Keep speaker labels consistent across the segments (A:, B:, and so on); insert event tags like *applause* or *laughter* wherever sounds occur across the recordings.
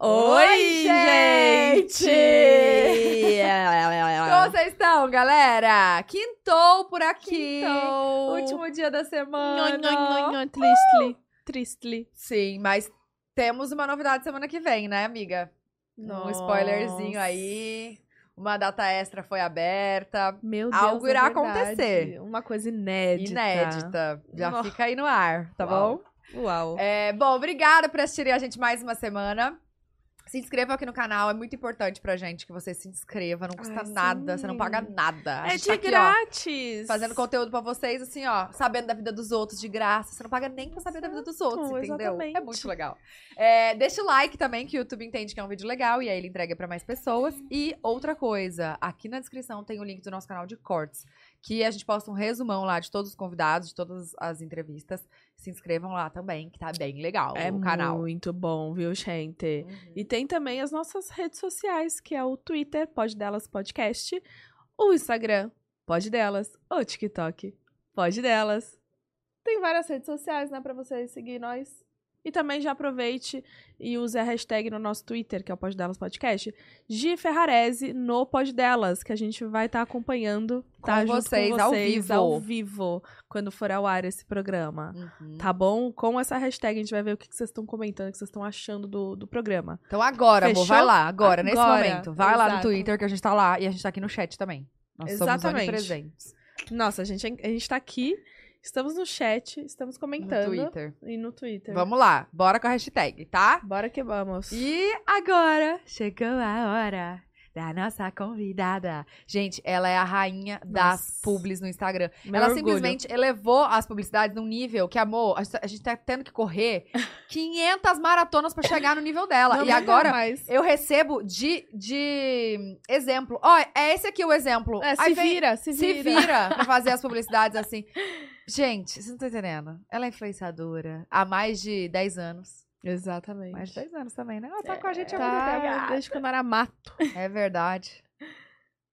A: Oi, gente! *laughs*
B: Como vocês estão, galera? Quintou por aqui.
A: Quintou.
B: Último dia da semana.
A: Nho, nho, nho, nho, Tristly, tristly.
B: Sim, mas temos uma novidade semana que vem, né, amiga? Um spoilerzinho aí. Uma data extra foi aberta.
A: Meu Deus,
B: Algo
A: é
B: irá
A: verdade.
B: acontecer.
A: Uma coisa inédita.
B: Inédita. Já
A: Nossa.
B: fica aí no ar, tá
A: Uau.
B: bom?
A: Uau.
B: É, bom, obrigada por assistirem a gente mais uma semana. Se inscrevam aqui no canal, é muito importante pra gente que você se inscreva. Não custa
A: Ai,
B: nada,
A: sim.
B: você não paga nada. A
A: É
B: gente
A: de
B: tá aqui, ó,
A: grátis.
B: fazendo conteúdo pra vocês, assim, ó, sabendo da vida dos outros de graça. Você não paga nem pra saber da vida dos outros, entendeu?
A: exatamente.
B: É muito legal. É, deixa o like também, que o YouTube entende que é um vídeo legal e aí ele entrega pra mais pessoas. E outra coisa, aqui na descrição tem o link do nosso canal de cortes, que a gente posta um resumão lá de todos os convidados, de todas as entrevistas. Se inscrevam lá também, que tá bem legal
A: É
B: o canal.
A: muito bom, viu, gente?
B: Uhum.
A: E tem também as nossas redes sociais, que é o Twitter, Pode Delas Podcast, o Instagram, Pode Delas, o TikTok, Pode Delas. Tem várias redes sociais, né, pra você seguir nós. E também já aproveite e use a hashtag no nosso Twitter, que é o Pode Delas Podcast, Gi Ferrarese no Pode Delas, que a gente vai estar acompanhando, tá
B: Com
A: junto
B: vocês,
A: com
B: ao
A: vocês,
B: vivo.
A: ao vivo, quando for ao ar esse programa.
B: Uhum.
A: Tá bom? Com essa hashtag a gente vai ver o que que vocês estão comentando, o que vocês estão achando do, do programa.
B: Então agora, amor,
A: Fechou?
B: vai lá, agora, nesse
A: Agora,
B: momento. Vai lá no
A: exato.
B: Twitter que a gente tá lá e a gente tá aqui no chat também. Nós somos
A: Exatamente.
B: onipresentes.
A: Nossa, a gente, a gente tá aqui, estamos no chat, estamos
B: No
A: comentando.
B: Twitter.
A: E no Twitter.
B: Vamos lá, bora com a hashtag, tá?
A: Bora que vamos.
B: E agora chegou a hora da nossa convidada. Gente, ela é a rainha das
A: Nossa.
B: publis no Instagram.
A: Meu
B: ela
A: orgulho.
B: simplesmente elevou as publicidades num nível que, amor, a gente tá- a gente tá tendo que
A: *laughs*
B: correr 500 maratonas pra chegar no nível dela.
A: Não
B: e
A: vai
B: agora
A: dar mais.
B: eu recebo de, de exemplo. Ó, é esse aqui o exemplo.
A: É, se,
B: Aí vem-
A: vira, se
B: se *laughs*
A: vira,
B: vira
A: *laughs*
B: pra fazer as publicidades assim. Gente, vocês não estão entendendo. Ela é influenciadora há mais de 10 anos.
A: Exatamente.
B: Mais de 10 anos também, né? Ela tá com a gente há
A: tá,
B: muito
A: desde quando era mato.
B: tempo. É verdade.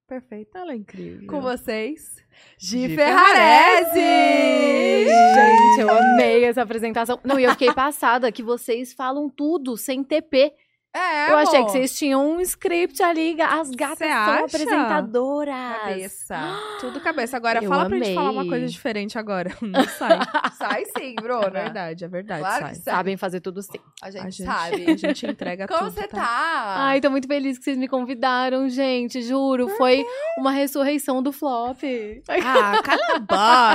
B: Perfeito.
A: Ela é incrível.
B: Com vocês, Gi
A: Gi
B: Ferrarese!
C: Gente, eu amei essa apresentação. Não, e eu fiquei passada que vocês falam tudo sem TP.
B: É,
C: eu achei
B: amor.
C: que vocês tinham um script ali. As gatas
A: Cê
C: são
A: acha?
C: apresentadoras.
B: Cabeça. *gasps*
A: Tudo cabeça. Agora,
C: Eu
A: fala pra gente
C: amei.
A: falar uma coisa diferente agora. Não sai.
B: *laughs* Sai sim,
A: é
B: Bruna.
A: verdade, é verdade,
B: Claro
A: sai.
B: que sai.
C: Sabem fazer tudo sim.
B: A gente,
A: A gente,
B: sabe.
A: *laughs* a gente entrega
B: Como
A: tudo,
B: você tá?
C: Ai, tô muito feliz que vocês me convidaram, gente. Juro, foi uma ressurreição do flop.
A: Ah, cala *laughs* a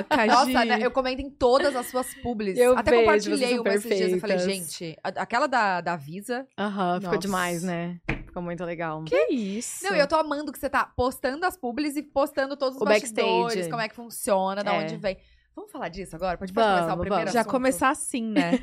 A: boca,
B: Nossa,
A: Gi.
B: né? Eu comento em todas as suas publis.
C: Eu
B: Até
C: vejo, vocês
B: compartilhei
C: são
B: uma esses dias. Eu falei,
C: perfeitas.
B: gente, a- aquela da, da Visa.
C: Aham, ficou
B: Nossa.
C: demais, né? Ficou muito legal.
A: Que é isso?
B: Não, e eu tô amando que você tá postando as publis e postando todos os
C: O
B: bastidores,
C: backstage.
B: como é que funciona, da
C: É.
B: onde vem. Vamos falar disso agora? Pode
C: Vamos,
B: começar o primeiro
C: vamos.
A: Já
B: assunto?
A: começar assim, né?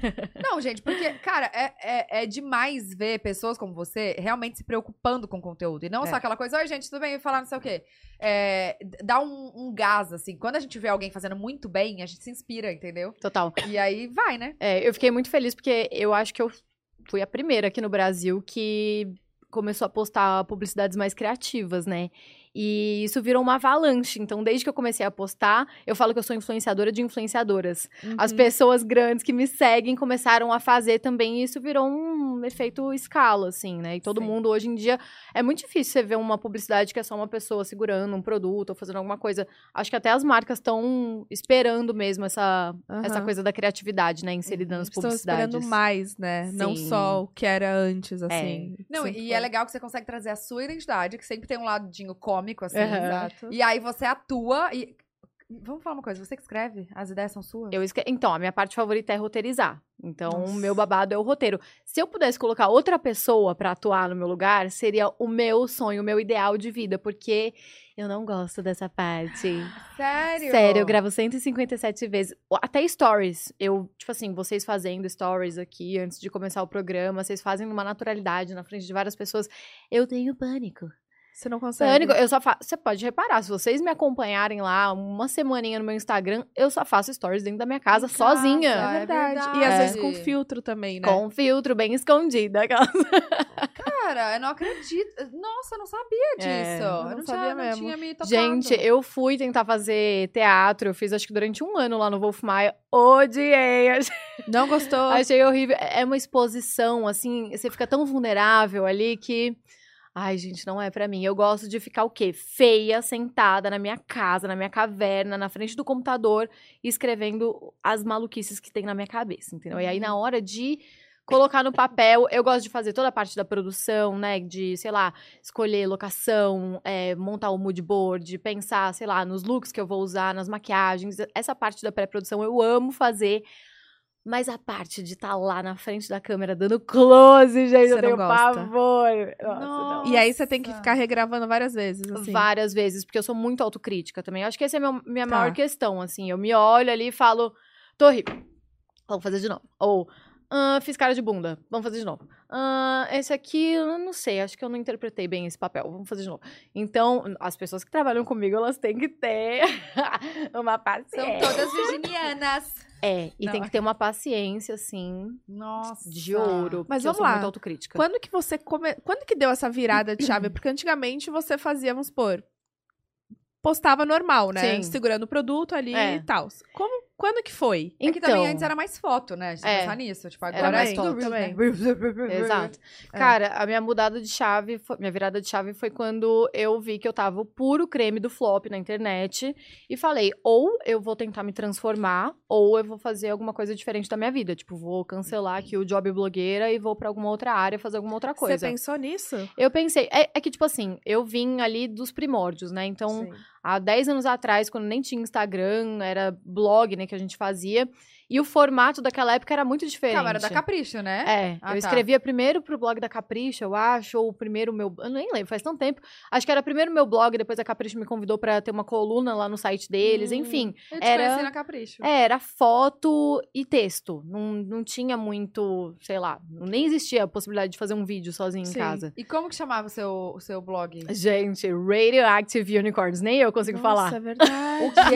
B: Não, gente, porque, cara, é, é, é demais ver pessoas como você realmente se preocupando com o conteúdo. E não só
C: É.
B: aquela coisa, oi, gente, tudo bem? Falar não sei o quê. É, d- dá um, um gás, assim. Quando a gente vê alguém fazendo muito bem, a gente se inspira, entendeu?
C: Total.
B: E aí vai, né?
C: É, eu fiquei muito feliz porque eu acho que eu fui a primeira aqui no Brasil que começou a postar publicidades mais criativas, né? E isso virou uma avalanche. Então, desde que eu comecei a postar, eu falo que eu sou influenciadora de influenciadoras. *laughs*
A: Uhum.
C: As pessoas grandes que me seguem começaram a fazer também, e isso virou um efeito escala, assim, né? E todo
A: Sim.
C: mundo hoje em dia. É muito difícil você ver uma publicidade que é só uma pessoa segurando um produto ou fazendo alguma coisa. Acho que até as marcas estão esperando mesmo essa,
A: Aham. Uhum.
C: essa coisa da criatividade, né? Inserida nas
A: Estou
C: publicidades.
A: esperando mais, né? Não
C: Sim.
A: só o que era antes, assim.
B: Não,
A: Sempre
B: e
A: foi.
B: é legal que você consegue trazer a sua identidade, que sempre tem um ladinho cômico, assim.
C: Aham.
A: Exato.
B: E aí você atua e. Vamos falar uma coisa, você que escreve? As ideias são suas?
C: Eu esque- Então, a minha parte favorita é roteirizar. Então,
A: Nossa.
C: o meu babado é o roteiro. Se eu pudesse colocar outra pessoa pra atuar no meu lugar, seria o meu sonho, o meu ideal de vida, porque eu não gosto dessa parte.
B: Sério?
C: eu gravo 157 vezes. Ou Até stories. Eu, tipo assim, vocês fazendo stories aqui antes de começar o programa, vocês fazem numa naturalidade na frente de várias pessoas. Eu tenho pânico.
A: Você não consegue.
C: Pânico, eu só faço. Você pode reparar, se vocês me acompanharem lá uma semaninha no meu Instagram, eu só faço stories dentro da minha casa,
A: Em
C: sozinha.
A: É
B: Ah, é
A: verdade. E às
B: verdade.
A: vezes com filtro também, né?
C: É. Com filtro, bem escondida. aquela-
B: Cara, eu não acredito. Nossa, eu não sabia disso.
C: É,
B: eu
A: eu
B: não,
A: não
B: tinha,
A: sabia
B: não
A: mesmo.
B: tinha me tocado.
C: Gente, eu fui tentar fazer teatro, eu fiz acho que durante um ano lá no Wolf Maia, odiei.
B: Não gostou?
C: Achei horrível. É uma exposição, assim, você fica tão vulnerável ali que. Ai, gente, não é pra mim. Eu gosto de ficar o quê? Feia, sentada na minha casa, na minha caverna, na frente do computador, escrevendo as maluquices que tem na minha cabeça, entendeu? E aí, na hora de colocar no papel, eu gosto de fazer toda a parte da produção, né? De, sei lá, escolher locação, é, montar o mood board, pensar, sei lá, nos looks que eu vou usar, nas maquiagens. Essa parte da pré-produção eu amo fazer. Mas a parte de estar lá na frente da câmera dando close, gente,
B: Você
C: eu tenho
B: não gosta?
C: pavor. Nossa, não.
A: E aí você tem que ficar regravando várias vezes, assim.
C: Várias vezes, porque eu sou muito autocrítica também. Eu acho que essa é a minha, minha
A: Tá.
C: maior questão, assim. Eu me olho ali e falo, tô horrível. Vamos fazer de novo. Ou, "Ah, fiz cara de bunda. Vamos fazer de novo. "Ah, esse aqui, eu não sei, acho que eu não interpretei bem esse papel. Vamos fazer de novo. Então, as pessoas que trabalham comigo, elas têm que ter *laughs* uma
B: São
C: paciência.
B: todas virginianas.
C: É, e tem
B: Não. Tá.
C: que ter uma paciência, assim,
B: Nossa.
C: de ouro.
A: Mas
C: porque eu
A: vamos
C: sou
A: lá.
C: muito autocrítica.
A: Quando que você come... Quando que deu essa virada de chave? Porque antigamente você fazia, vamos supor, postava normal, né?
C: Sim.
A: Segurando o produto ali
C: É. Então,
A: e tal. Como... Quando que foi?
B: É que também antes era mais foto, né? A gente tem que
C: É.
B: pensar nisso. Tipo,
C: Era
B: agora
C: mais
B: é tudo
A: foto também.
B: *laughs* né?
C: Exato. Cara, a minha mudada de chave, foi- minha virada de chave foi quando eu vi que eu tava o puro creme do flop na internet e falei, ou eu vou tentar me transformar, ou eu vou fazer alguma coisa diferente da minha vida. Tipo, vou cancelar aqui o job blogueira e vou pra alguma outra área fazer alguma outra coisa.
A: Você pensou nisso?
C: Eu pensei, é, é que tipo assim, eu vim ali dos primórdios, né? Então, há 10 anos atrás, quando nem tinha Instagram, era blog, né, que a gente fazia, e o formato daquela época era muito diferente.
B: Cara, era da Capricho, né?
C: É,
B: Ah,
C: eu
B: tá.
C: escrevia primeiro pro blog da Capricho, eu acho, ou primeiro meu. Eu nem lembro, faz tanto tempo. Acho que era primeiro meu blog, depois a Capricho me convidou pra ter uma coluna lá no site deles,
B: Hum.
C: enfim.
B: Eu te
C: era-
B: conheci na Capricho.
C: É, era foto e texto. Não, não tinha muito, sei lá, nem existia a possibilidade de fazer um vídeo sozinho
A: Sim.
C: em casa.
B: E como que chamava o seu, o seu blog?
C: Gente, Radioactive Unicorns, nem eu consigo falar.
A: Nossa, é verdade.
B: O quê?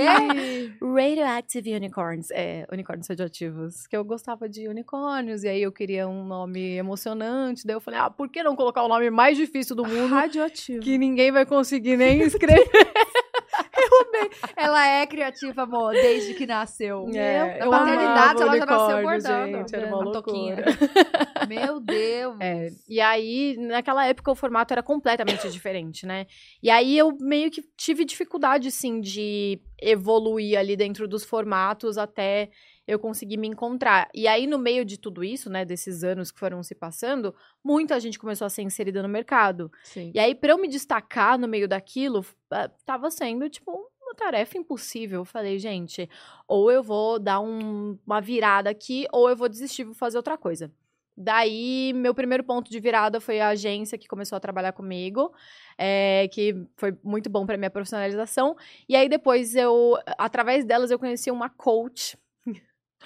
A: é?
C: Radioactive Unicorns, é, unicórnios radioativos. Que eu gostava de unicórnios, e aí eu queria um nome emocionante. Daí eu falei, ah, por que não colocar o nome mais difícil do mundo?
A: É Radioativo.
C: que ninguém vai conseguir nem escrever.
B: Ela é criativa, amor, desde que nasceu.
C: É,
B: Na
C: eu
B: maternidade,
C: amava
B: ela já nasceu
C: unicórnio,
B: bordando.
C: gente,
A: É
C: era uma
B: Uma touquinha.
A: *laughs*
B: Meu Deus.
C: É, *laughs* e aí, naquela época, o formato era completamente diferente, né? E aí eu meio que tive dificuldade, sim, de evoluir ali dentro dos formatos até eu conseguir me encontrar. E aí, no meio de tudo isso, né, desses anos que foram se passando, muita gente começou a ser inserida no mercado.
A: Sim.
C: E aí, pra eu me destacar no meio daquilo, f- ah, tava sendo, tipo, uma tarefa impossível. Eu falei, gente, ou eu vou dar um- uma virada aqui, ou eu vou desistir, vou fazer outra coisa. Daí, meu primeiro ponto de virada foi a agência que começou a trabalhar comigo, é, que foi muito bom pra minha profissionalização. E aí, depois, eu, através delas, eu conheci uma coach.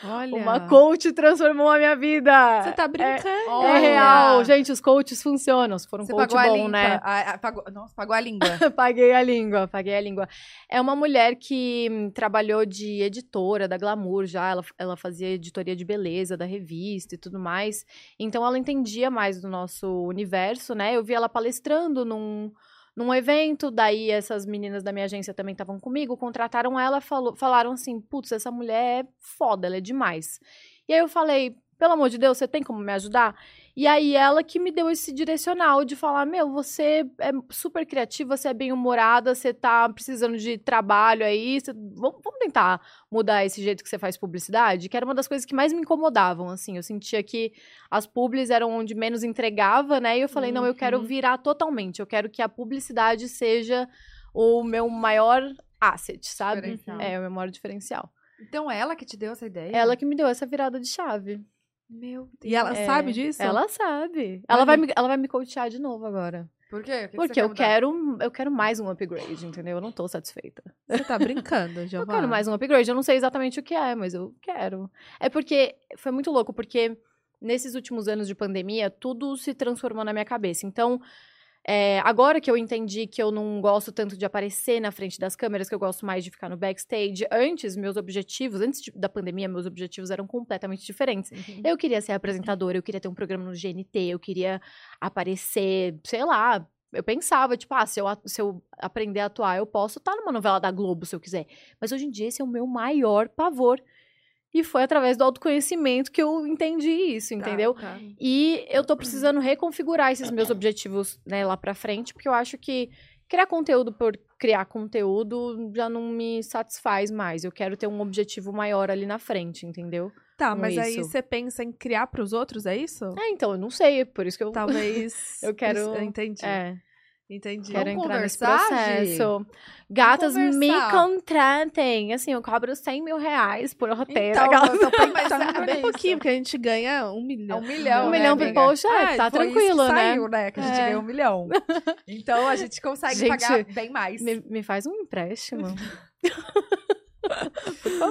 A: Olha.
C: Uma coach transformou a minha vida.
A: Você tá brincando.
C: É real, gente, os coaches funcionam. Se for um
B: Você
C: coach
B: pagou a
C: bom,
B: língua.
C: né?
B: A- a- pagou- Nossa, pagou a
C: *laughs*
B: língua.
C: Paguei a língua, paguei a língua. É uma mulher que hum, trabalhou de editora da Glamour já, ela, ela fazia editoria de beleza da revista e tudo mais. Então ela entendia mais do nosso universo, né? Eu vi ela palestrando num, num evento, daí essas meninas da minha agência também estavam comigo, contrataram ela, falou, falaram assim: putz, essa mulher é foda, ela é demais. E aí eu falei. Pelo amor de Deus, você tem como me ajudar? E aí ela que me deu esse direcional de falar: "Meu, você é super criativa, você é bem-humorada, você tá precisando de trabalho aí, você- vamos, vamos tentar mudar esse jeito que você faz publicidade", que era uma das coisas que mais me incomodavam, assim, eu sentia que as publis eram onde menos entregava, né? E eu falei: "Não, eu quero
A: Uhum.
C: virar totalmente, eu quero que a publicidade seja o meu maior asset, sabe?
B: Diferencial.
C: É, o meu maior diferencial.
B: Então ela que te deu essa ideia?
C: Ela que me deu essa virada de chave.
B: Meu Deus.
A: E ela
C: É,
A: sabe disso?
C: Ela
A: Olha.
C: sabe. Ela vai, me, ela vai me coachar de novo agora.
B: Por quê? O que que você
C: Porque
B: quer
C: eu
B: mudar?
C: quero, um- eu quero mais um upgrade, entendeu? Eu não tô satisfeita.
A: Você tá *laughs* brincando,
C: Eu
A: Giovana.
C: quero mais um upgrade. Eu não sei exatamente o que é, mas eu quero. É porque foi muito louco, porque nesses últimos anos de pandemia, tudo se transformou na minha cabeça. Então, é, agora que eu entendi que eu não gosto tanto de aparecer na frente das câmeras, que eu gosto mais de ficar no backstage, antes meus objetivos, antes de- da pandemia, meus objetivos eram completamente diferentes. Eu queria ser apresentadora, eu queria ter um programa no GNT, eu queria aparecer, sei lá. Eu pensava, tipo, ah, se eu, a- se eu aprender a atuar, eu posso estar numa novela da Globo se eu quiser. Mas hoje em dia esse é o meu maior pavor. E foi através do autoconhecimento que eu entendi isso, entendeu?
A: Tá, tá.
C: E eu tô precisando reconfigurar esses meus objetivos, né, lá pra frente, porque eu acho que criar conteúdo por criar conteúdo já não me satisfaz mais. Eu quero ter um objetivo maior ali na frente, entendeu?
A: Tá,
C: com
A: mas aí
C: isso.
A: você pensa em criar pros outros, é isso?
C: É, então, eu não sei, por isso que
A: *laughs*
C: eu.
A: Talvez.
C: Eu quero-
A: Eu entendi.
C: É,
A: Entendi.
C: quero
B: Vamos
C: entrar nesse
B: conversar, Gi?
C: processo. Gatas, me
B: conversar.
C: contratem. Assim, eu cobro 100 mil reais por roteiro.
B: Então,
C: aquela-
B: eu tô *laughs*
A: Mas
B: pensando
A: é *laughs* bem
B: nisso.
A: pouquinho, porque a gente ganha um
B: É
A: milhão.
B: um milhão,
C: Um
B: né,
C: milhão
B: amiga?
C: pro poxa,
B: Ah,
C: tá
B: foi isso
C: tranquilo,
B: que
C: né?
B: Saiu, né? Que a gente
C: É.
B: ganhou um milhão.
C: *laughs*
B: Então a gente consegue
C: Gente,
B: pagar bem mais.
C: Me, me faz um
B: *laughs*
C: empréstimo.
A: *laughs*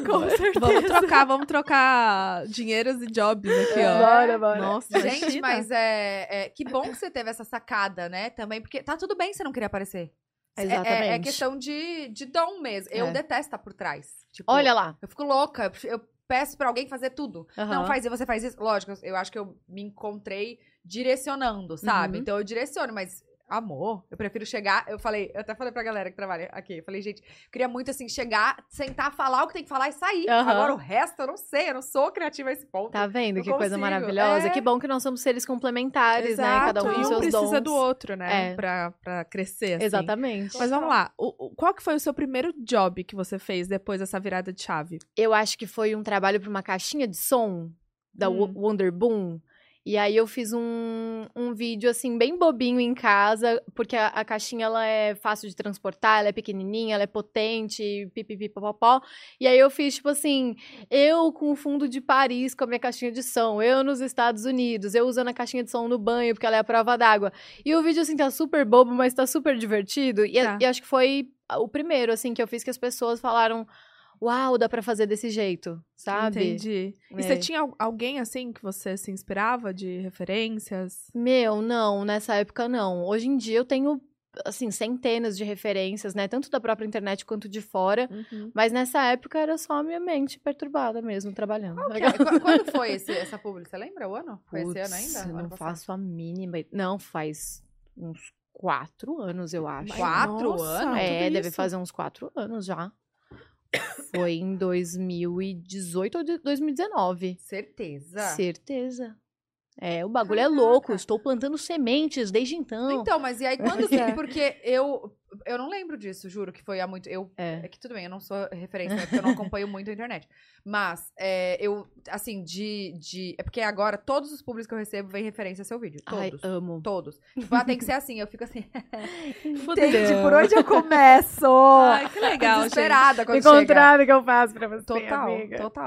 A: Com certeza. Vamos trocar, vamos trocar dinheiros e jobs aqui, ó.
C: Bora, bora.
A: Nossa,
B: Gente,
A: imagina.
B: mas é, é- Que bom que você teve essa sacada, né? Também, porque tá tudo bem você não querer aparecer. É- é- É,
C: Exatamente.
B: questão de, de dom mesmo. Eu
C: É.
B: detesto estar por trás. Tipo,
C: Olha lá.
B: Eu fico louca. eu- Eu peço pra alguém fazer tudo. Não
C: Aham.
B: faz isso, você faz isso. Lógico, eu- eu acho que eu me encontrei direcionando, sabe?
C: Uhum.
B: Então eu direciono, mas. Amor, eu prefiro chegar. Eu falei, eu até falei pra galera que trabalha aqui. Eu falei, gente, eu queria muito assim chegar, sentar, falar o que tem que falar e sair.
C: Aham.
B: Agora o resto eu não sei, eu não sou criativa a esse ponto.
C: Tá vendo
B: Não
C: que coisa
B: consigo,
C: maravilhosa?
B: é.
C: Que bom que nós somos seres complementares, né? Cada um
A: Exato,
C: com
A: e
C: seus
A: precisa
C: dons.
A: do outro, né?
C: É.
A: Pra, pra crescer, assim.
C: Exatamente.
A: Mas vamos lá, o- o- qual que foi o seu primeiro job que você fez depois dessa virada de chave?
C: Eu acho que foi um trabalho para uma caixinha de som da
A: Hum.
C: Wonder Boom. E aí eu fiz um, um vídeo, assim, bem bobinho em casa, porque a, a caixinha, ela é fácil de transportar, ela é pequenininha, ela é potente, pipipipopopó. E aí eu fiz, tipo assim, eu com o fundo de Paris com a minha caixinha de som, eu nos Estados Unidos, eu usando a caixinha de som no banho, porque ela é a prova d'água. E o vídeo, assim, tá super bobo, mas tá super divertido. E, é,
A: Tá.
C: e acho que foi o primeiro, assim, que eu fiz que as pessoas falaram, uau, dá pra fazer desse jeito, sabe?
A: Entendi. E
C: É.
A: você tinha al- alguém assim que você se inspirava de referências?
C: Meu, não, nessa época não. Hoje em dia eu tenho, assim, centenas de referências, né? Tanto da própria internet quanto de fora.
B: Uhum.
C: Mas nessa época era só a minha mente perturbada mesmo, trabalhando.
B: É, qu- Quando foi esse- essa publi? Você lembra o ano? Foi esse ano
C: Tá Putz,
B: ainda? Ano
C: Não
B: passado?
C: faço a mínima. Não, faz uns quatro anos, eu acho.
B: Quatro anos?
C: É,
A: tudo
C: deve
A: isso.
C: fazer uns quatro anos já. Foi em 2018 ou de- 2019.
B: Certeza.
C: Certeza. É, o bagulho é
B: Caraca.
C: louco. Estou plantando sementes desde então.
B: Então, mas e aí quando
A: Pois *laughs* é.
B: Porque eu, eu não lembro disso, juro que foi há muito. Eu,
C: É.
B: é que tudo bem, eu não sou referência, né, porque eu não acompanho muito a internet. Mas é, eu, assim, de, de. É porque agora todos os públicos que eu recebo vêm referência ao seu vídeo.
C: Ai,
B: Todos.
C: amo. *laughs*
B: Todos. Tipo, ah, tem que ser assim. Eu fico assim. Entende?
A: Fudeu.
B: Por onde eu começo?
A: Ai, que
C: *laughs*
A: legal, gente.
B: Desesperada quando chega.
C: que eu faço pra você,
B: Total, total.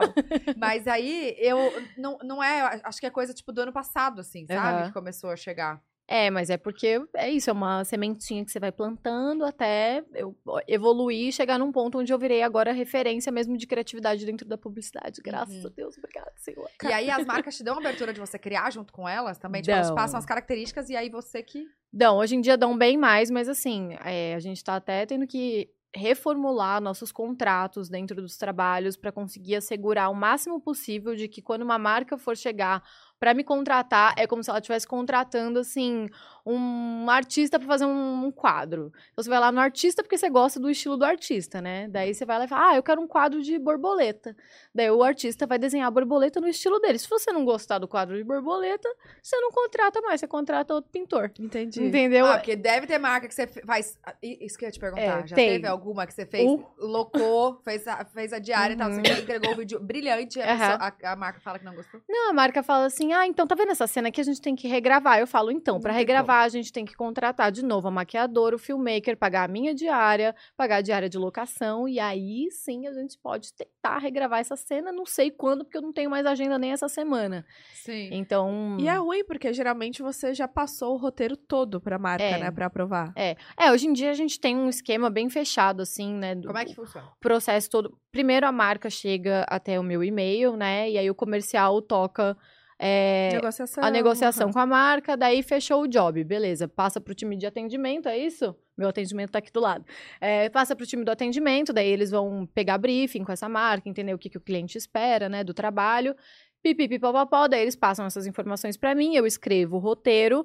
B: Mas aí, eu. Não, não é. eu Acho que é coisa, tipo, do ano passado, assim, sabe?
C: Aham.
B: Que começou a chegar.
C: É, mas é porque é isso, é uma sementinha que você vai plantando até eu evoluir e chegar num ponto onde eu virei agora referência mesmo de criatividade dentro da publicidade. Graças
B: Uhum.
C: a Deus, obrigada, Senhor.
B: E aí, as marcas te dão a abertura de você criar junto com elas também? Tipo, elas te
C: Dão.
B: passam as características e aí você que.
C: Dão, hoje em dia dão bem mais, mas assim, é, a gente tá até tendo que reformular nossos contratos dentro dos trabalhos para conseguir assegurar o máximo possível de que quando uma marca for chegar para me contratar, é como se ela estivesse contratando assim um artista para fazer um, um quadro. Então, você vai lá no artista porque você gosta do estilo do artista, né? Daí você vai lá e fala: "Ah, eu quero um quadro de borboleta". Daí o artista vai desenhar a borboleta no estilo dele. Se você não gostar do quadro de borboleta, você não contrata mais, você contrata outro pintor.
A: Entendi.
C: Entendeu?
B: Ah, porque deve ter marca que você fe- faz. Ah, i- Isso que eu ia te perguntar.
C: É,
B: já
C: tem.
B: teve alguma que você fez,
C: Uh.
B: locou, fez a, fez a diária e tal,
C: Uhum.
B: você entregou o vídeo brilhante e a,
C: Aham.
B: pessoa- a- a marca fala que não gostou?
C: Não, a marca fala assim: ah, então tá vendo essa cena aqui? A gente tem que regravar. Eu falo, então, pra
B: Não tem
C: regravar, a gente tem que contratar de novo a maquiadora, o filmmaker, pagar a minha diária, pagar a diária de locação. E aí sim a gente pode tentar regravar essa cena. Não sei quando, porque eu não tenho mais agenda nem essa semana.
B: Sim.
C: Então.
A: E é ruim, porque geralmente você já passou o roteiro todo pra marca,
C: É.
A: né? Pra aprovar.
C: É, hoje em dia a gente tem um esquema bem fechado, assim, né? do-
B: Como é que funciona?
C: processo todo. Primeiro a marca chega até o meu e-mail, né? E aí o comercial toca. é,
A: negociação.
C: a negociação com a marca, daí fechou o job, beleza. Passa pro time de atendimento, é isso? Meu atendimento tá aqui do lado. É, passa pro time do atendimento, daí eles vão pegar briefing com essa marca, entender o que, que o cliente espera, né, do trabalho. Pipipipopopó, daí eles passam essas informações pra mim, eu escrevo o roteiro,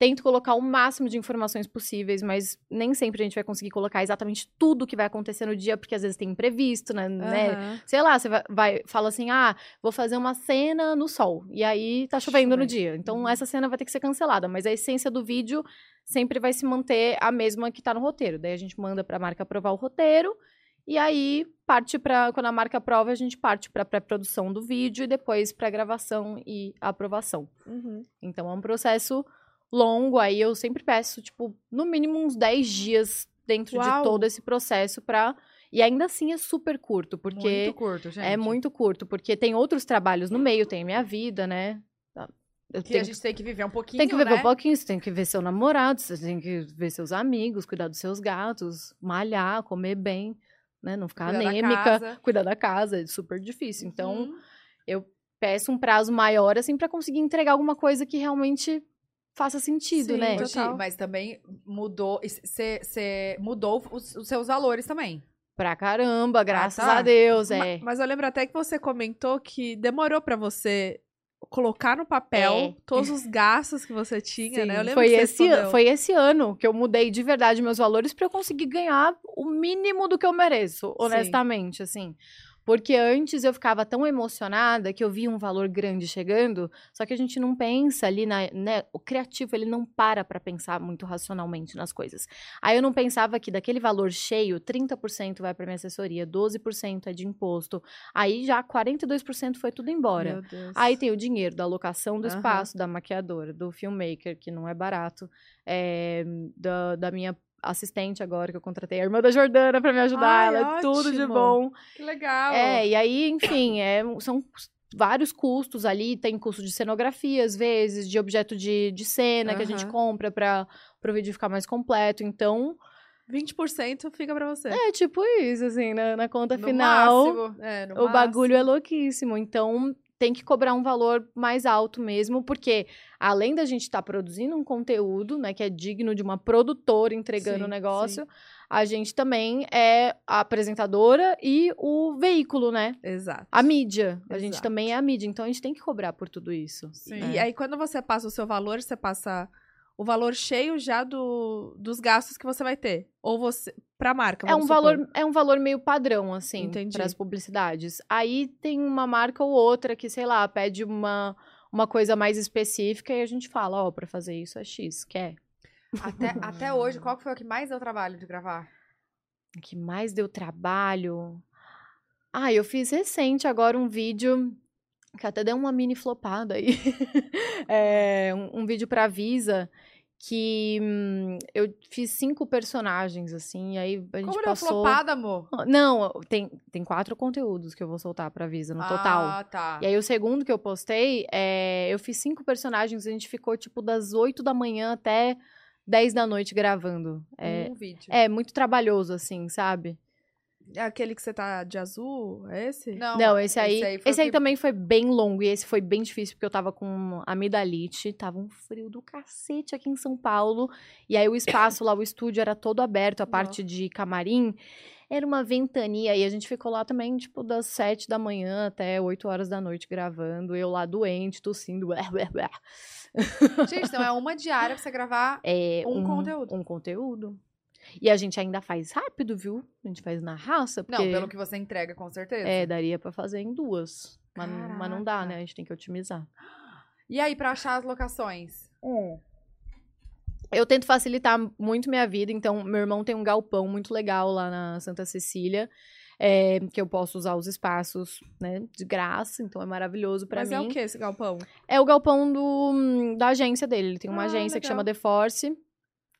C: tento colocar o máximo de informações possíveis, mas nem sempre a gente vai conseguir colocar exatamente tudo que vai acontecer no dia, porque às vezes tem imprevisto, né? né?
A: Aham.
C: Sei lá, você vai, vai- fala assim: ah, vou fazer uma cena no sol. E aí tá chovendo no
B: Chovendo.
C: dia. Então
B: Uhum.
C: essa cena vai ter que ser cancelada. Mas a essência do vídeo sempre vai se manter a mesma que tá no roteiro. Daí a gente manda pra marca aprovar o roteiro. E aí parte pra. Quando a marca aprova, a gente parte pra pré-produção do vídeo e depois pra gravação e aprovação.
A: Uhum.
C: Então é um processo longo. Aí eu sempre peço, tipo, no mínimo uns 10 dias dentro
A: Uau!
C: de todo esse processo pra. E ainda assim é super curto, porque.
B: Muito curto, gente.
C: É muito curto, porque tem outros trabalhos no meio, tem minha vida, né? Tá. Eu
B: Que
C: tenho,
B: a gente tem que viver um pouquinho,
C: tem que ver
B: né?
C: um pouquinho, você tem que ver seu namorado, você tem que ver seus amigos, cuidar dos seus gatos, malhar, comer bem, né? Não ficar
B: Cuidar da
C: anêmica,
B: casa.
C: *laughs* cuidar da casa, é super difícil. Então,
B: Uhum.
C: peço um prazo maior, assim, pra conseguir entregar alguma coisa que realmente faça sentido,
A: Sim,
C: né?
A: total.
B: Hoje, mas também mudou, você mudou os, os seus valores também.
C: Pra caramba, graças
B: tá.
C: a Deus,
A: Ma-
C: é.
A: Mas eu lembro até que você comentou que demorou pra você colocar no papel
C: É.
A: todos os gastos que você tinha, né? Eu
C: Sim,
A: lembro
C: foi
A: que você
C: esse,
A: respondeu.
C: an- foi esse ano que eu mudei de verdade meus valores pra eu conseguir ganhar o mínimo do que eu mereço, honestamente, assim. Porque antes eu ficava tão emocionada que eu via um valor grande chegando, só que a gente não pensa ali na, né, o criativo ele não para pra pensar muito racionalmente nas coisas. Aí eu não pensava que daquele valor cheio, 30% vai pra minha assessoria, 12% é de imposto. Aí já 42% foi tudo embora.
A: Meu Deus.
C: Aí tem o dinheiro da locação do
A: Aham.
C: espaço, da maquiadora, do filmmaker, que não é barato, é, da, da minha assistente agora que eu contratei, a irmã da Jordana pra me ajudar,
A: Ai,
C: ela é tudo de
A: ótimo.
C: bom.
B: Que legal.
C: É, e aí, enfim, é, um- são vários custos ali, tem custo de cenografia às vezes, de objeto de, de cena que a gente
A: Aham.
C: compra pra, pro vídeo ficar mais completo, então
A: 20% fica pra você.
C: é tipo isso, assim, na, na conta
B: No
C: final...
B: máximo. É, no
C: O bagulho é louquíssimo. Então, tem que cobrar um valor mais alto mesmo, porque além da gente estar produzindo um conteúdo, né, que é digno de uma produtora entregando o
A: Sim,
C: negócio, a gente também é a apresentadora e o veículo, né?
A: Exato.
C: A mídia. A gente
A: Exato.
C: também é a mídia, então a gente tem que cobrar por tudo isso.
B: Sim.
A: E aí, quando você passa o seu valor, você passa o valor cheio já do, dos gastos que você vai ter. Ou você. Pra marca.
C: É um,
A: vamos supor.
C: valor, é um valor meio padrão, assim,
A: Entendi.
C: para as publicidades. Aí tem uma marca ou outra que, sei lá, pede uma, uma coisa mais específica e a gente fala, ó, pra fazer isso é X, quer?
B: Até, até hoje, qual que foi o que mais deu trabalho de gravar?
C: O que mais deu trabalho? Ah, eu fiz recente agora um vídeo que até deu uma mini flopada aí. *laughs* É, um, um vídeo pra Visa que hum, eu fiz cinco personagens, assim, e aí a gente
B: Como deu
C: passou...
B: flopada, amor?
C: Não, tem, tem quatro conteúdos que eu vou soltar pra Visa no total.
B: Ah, tá.
C: E aí, o segundo que eu postei, é, eu fiz cinco personagens e a gente ficou, tipo, das oito da manhã até dez da noite gravando. É,
B: Um vídeo.
C: é muito trabalhoso, assim, sabe?
A: É aquele que você tá de azul? É esse?
C: Não, esse aí, esse aí,
B: foi o que-
C: também foi bem longo e esse foi bem difícil porque eu tava com amidalite, tava um frio do cacete aqui em São Paulo. E aí o espaço lá, o estúdio era todo aberto, a parte de camarim era uma ventania e a gente ficou lá também, tipo, das sete da manhã até 8 horas da noite gravando, eu lá doente, tossindo. blá, blá, blá.
B: Gente, então é uma diária pra você gravar.
C: É,
B: Um conteúdo.
C: Um conteúdo. E a gente ainda faz rápido, viu? A gente faz na raça, porque
B: Não, pelo que você entrega, com certeza.
C: é, daria pra fazer em duas. Mas, não- mas não dá,
B: Caraca.
C: né? A gente tem que otimizar.
B: E aí, pra achar as locações?
A: É.
C: Eu tento facilitar muito minha vida, então meu irmão tem um galpão muito legal lá na Santa Cecília, é, que eu posso usar os espaços, né, de graça, então é maravilhoso pra
A: Mas
C: mim.
A: é o que esse galpão?
C: É o galpão do, hum, da agência dele, ele tem uma
A: Ah,
C: agência que
A: legal.
C: chama The Force,
A: É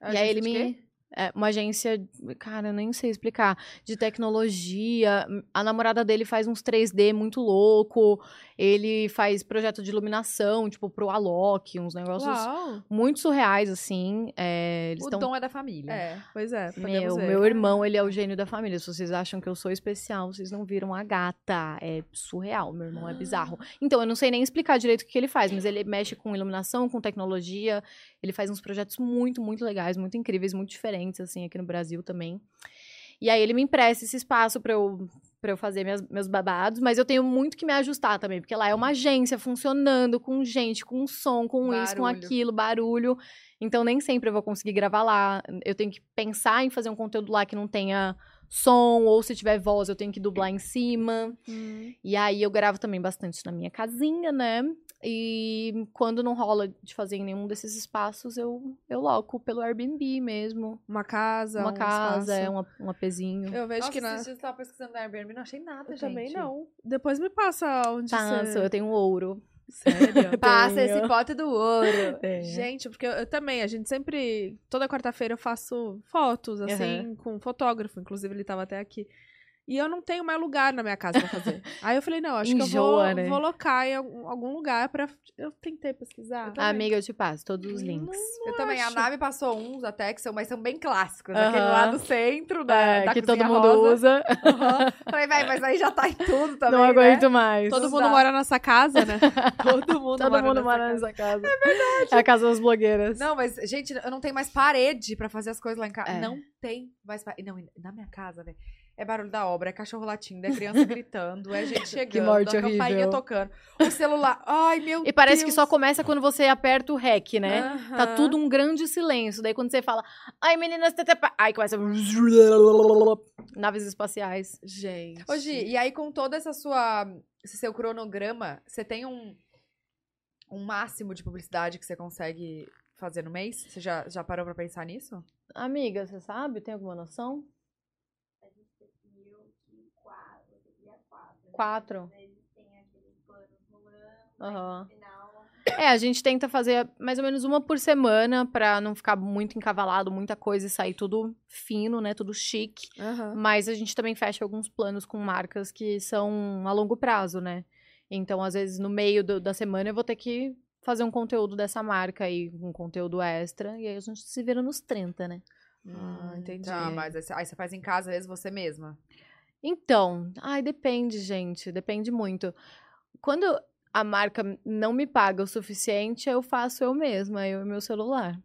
C: e aí
A: agência
C: ele
A: de quê?
C: me. É, uma agência, cara, eu nem sei explicar, de tecnologia. hum, A namorada dele faz uns 3D muito louco. Ele faz projeto de iluminação, tipo, pro Alok, uns negócios
A: Uau!
C: muito surreais, assim. é, eles
B: o
C: estão
B: dom é da família.
A: É, pois é.
C: meu,
A: podemos ver.
C: meu irmão, ele é o gênio da família. Se vocês acham que eu sou especial, vocês não viram a gata. É surreal, meu irmão é bizarro. Então, eu não sei nem explicar direito o que ele faz, mas ele mexe com iluminação, com tecnologia. Ele faz uns projetos muito, muito legais, muito incríveis, muito diferentes, assim, aqui no Brasil também. E aí ele me empresta esse espaço pra eu pra eu fazer minhas- meus babados, mas eu tenho muito que me ajustar também, porque lá é uma agência funcionando com gente, com som, com isso, com
B: Barulho.
C: aquilo, barulho. Então nem sempre eu vou conseguir gravar lá. Eu tenho que pensar em fazer um conteúdo lá que não tenha som, ou se tiver voz, eu tenho que dublar em cima.
A: Hum.
C: E aí eu gravo também bastante na minha casinha, né? E quando não rola de fazer em nenhum desses espaços, eu, eu loco pelo Airbnb mesmo.
A: Uma casa,
C: uma
A: um
C: casa, é
A: espaço.
C: um, ap- um apezinho.
A: Eu vejo
B: Nossa,
A: que
B: que
A: na...
B: esses dias eu tava pesquisando na Airbnb, não achei nada,
A: Eu
B: gente.
A: também não. Depois me passa onde
C: Passo,
A: você...
C: eu tenho ouro.
A: *laughs* Sério?
B: Passa
C: Tenho.
B: esse pote do ouro.
C: É.
A: Gente, porque eu, eu também, a gente sempre. Toda quarta-feira eu faço fotos, assim, com um fotógrafo. Inclusive, ele tava até aqui. E eu não tenho mais lugar na minha casa pra
C: *laughs*
A: fazer. Aí eu falei, não, acho que eu
C: Enjoa,
A: vou,
C: né?
A: vou locar em algum, algum lugar pra. Eu tentei pesquisar.
B: também.
C: Amiga, eu te passo todos os
A: Não,
C: links.
B: Eu também, a
A: acho.
B: nave passou uns até que são, mas são bem clássicos. né?
C: Aham.
B: Aquele lá do centro, da,
C: É,
B: da
C: que todo
B: cozinha
C: mundo
B: rosa.
C: usa.
B: Aham. Falei, vai, mas aí já tá em tudo também.
C: não
B: né?
C: aguento mais.
A: Todo
B: Não
A: mundo
B: dá.
A: mora nessa casa, né? Todo mundo
C: *laughs* Todo
A: mora
C: mundo
A: nessa
C: mora
A: casa.
C: nessa casa. É verdade. É a casa das blogueiras.
B: Não, mas, gente, eu não tenho mais parede pra fazer as coisas lá em casa.
C: É.
B: Não tem mais parede. Não, e na minha casa, velho. É barulho da obra, é cachorro latindo, é criança *laughs* gritando, é gente chegando,
C: morte
B: a campainha
C: horrível.
B: tocando. O celular. Ai, meu
C: E parece
B: Deus.
C: que só começa quando você aperta o REC, né? Tá
A: Aham.
C: tudo um grande silêncio. Daí quando você fala, ai meninas, tê, tê, pá", aí começa. Naves espaciais.
A: Gente.
B: Ô, Gi, e aí com toda essa sua. Esse seu cronograma, você tem um. Um máximo de publicidade que você consegue fazer no mês? Você já, já parou pra pensar nisso?
C: Amiga, você sabe? Tem alguma noção? Quatro. Aham. É, a gente tenta fazer mais ou menos uma por semana pra não ficar muito encavalado, muita coisa e sair tudo fino, né? Tudo chique.
A: Aham.
C: Mas a gente também fecha alguns planos com marcas que são a longo prazo, né? Então, às vezes, no meio do- da semana, eu vou ter que fazer um conteúdo dessa marca aí, um conteúdo extra, e aí a gente se vira nos 30, né?
A: Ah, entendi.
B: Hum, Tá, mas aí você- aí você faz em casa, às vezes, você mesma. *laughs*
C: Então, ai, depende, gente, depende muito. Quando a marca não me paga o suficiente, eu faço eu mesma, eu e meu celular.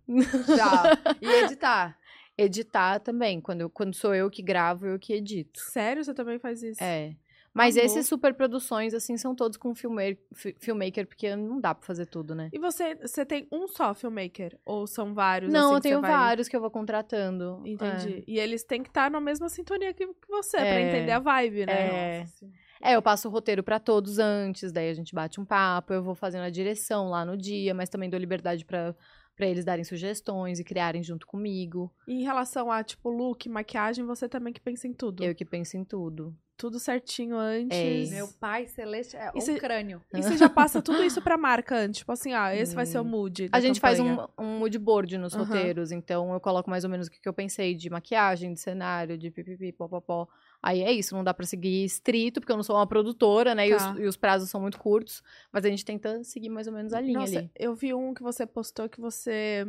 B: Tá. E editar.
C: Editar também, quando, eu- quando sou eu que gravo, eu que edito.
A: Sério, você também faz isso?
C: É. Mas
A: Amor.
C: esses superproduções, assim, são todos com filmmaker, fi- filmmaker, porque não dá pra fazer tudo, né?
A: E você, você tem um só filmmaker? Ou são vários? assim,
C: não, eu
A: que você
C: tenho
A: vai-
C: vários que eu vou contratando. é.
A: Entendi. E eles têm que estar na mesma sintonia que que você, pra
C: É.
A: entender a vibe, né?
C: É.
A: Nossa, sim.
C: É, eu passo o roteiro pra todos antes, daí a gente bate um papo, eu vou fazendo a direção lá no dia, mas também dou liberdade pra para eles darem sugestões e criarem junto comigo.
A: E em relação a, tipo, look, maquiagem, você também que pensa em tudo.
C: Eu que penso em tudo.
A: Tudo certinho antes.
C: É.
B: Meu pai celeste é
A: E
B: um
A: você-
B: crânio.
A: E você já passa tudo isso pra marca antes. Tipo assim, ah, esse vai ser o
C: Hum.
A: mood. da
C: A gente faz
A: campanha.
C: um, um mood board nos
A: Aham.
C: roteiros, então eu coloco mais ou menos o que, que eu pensei de maquiagem, de cenário, de pipipi, popopó. Aí é isso, não dá pra seguir estrito, porque eu não sou uma produtora, né? E,
A: Tá.
C: os, e os prazos são muito curtos, mas a gente tenta seguir mais ou menos a linha
A: Nossa,
C: ali.
A: eu vi um que você postou que você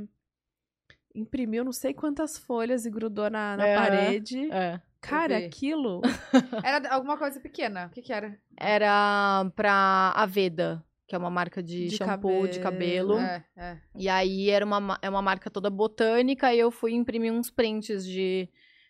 A: imprimiu não sei quantas folhas e grudou na, na
C: É.
A: parede.
C: É.
A: Cara,
B: vi.
C: *laughs*
A: aquilo.
B: Era alguma coisa pequena. O que que era?
C: Era pra Aveda, que é uma marca de,
A: De
C: shampoo de
A: cabelo.
C: cabelo.
B: É, é.
C: E aí era uma, ma- é uma marca toda botânica e eu fui imprimir uns prints de,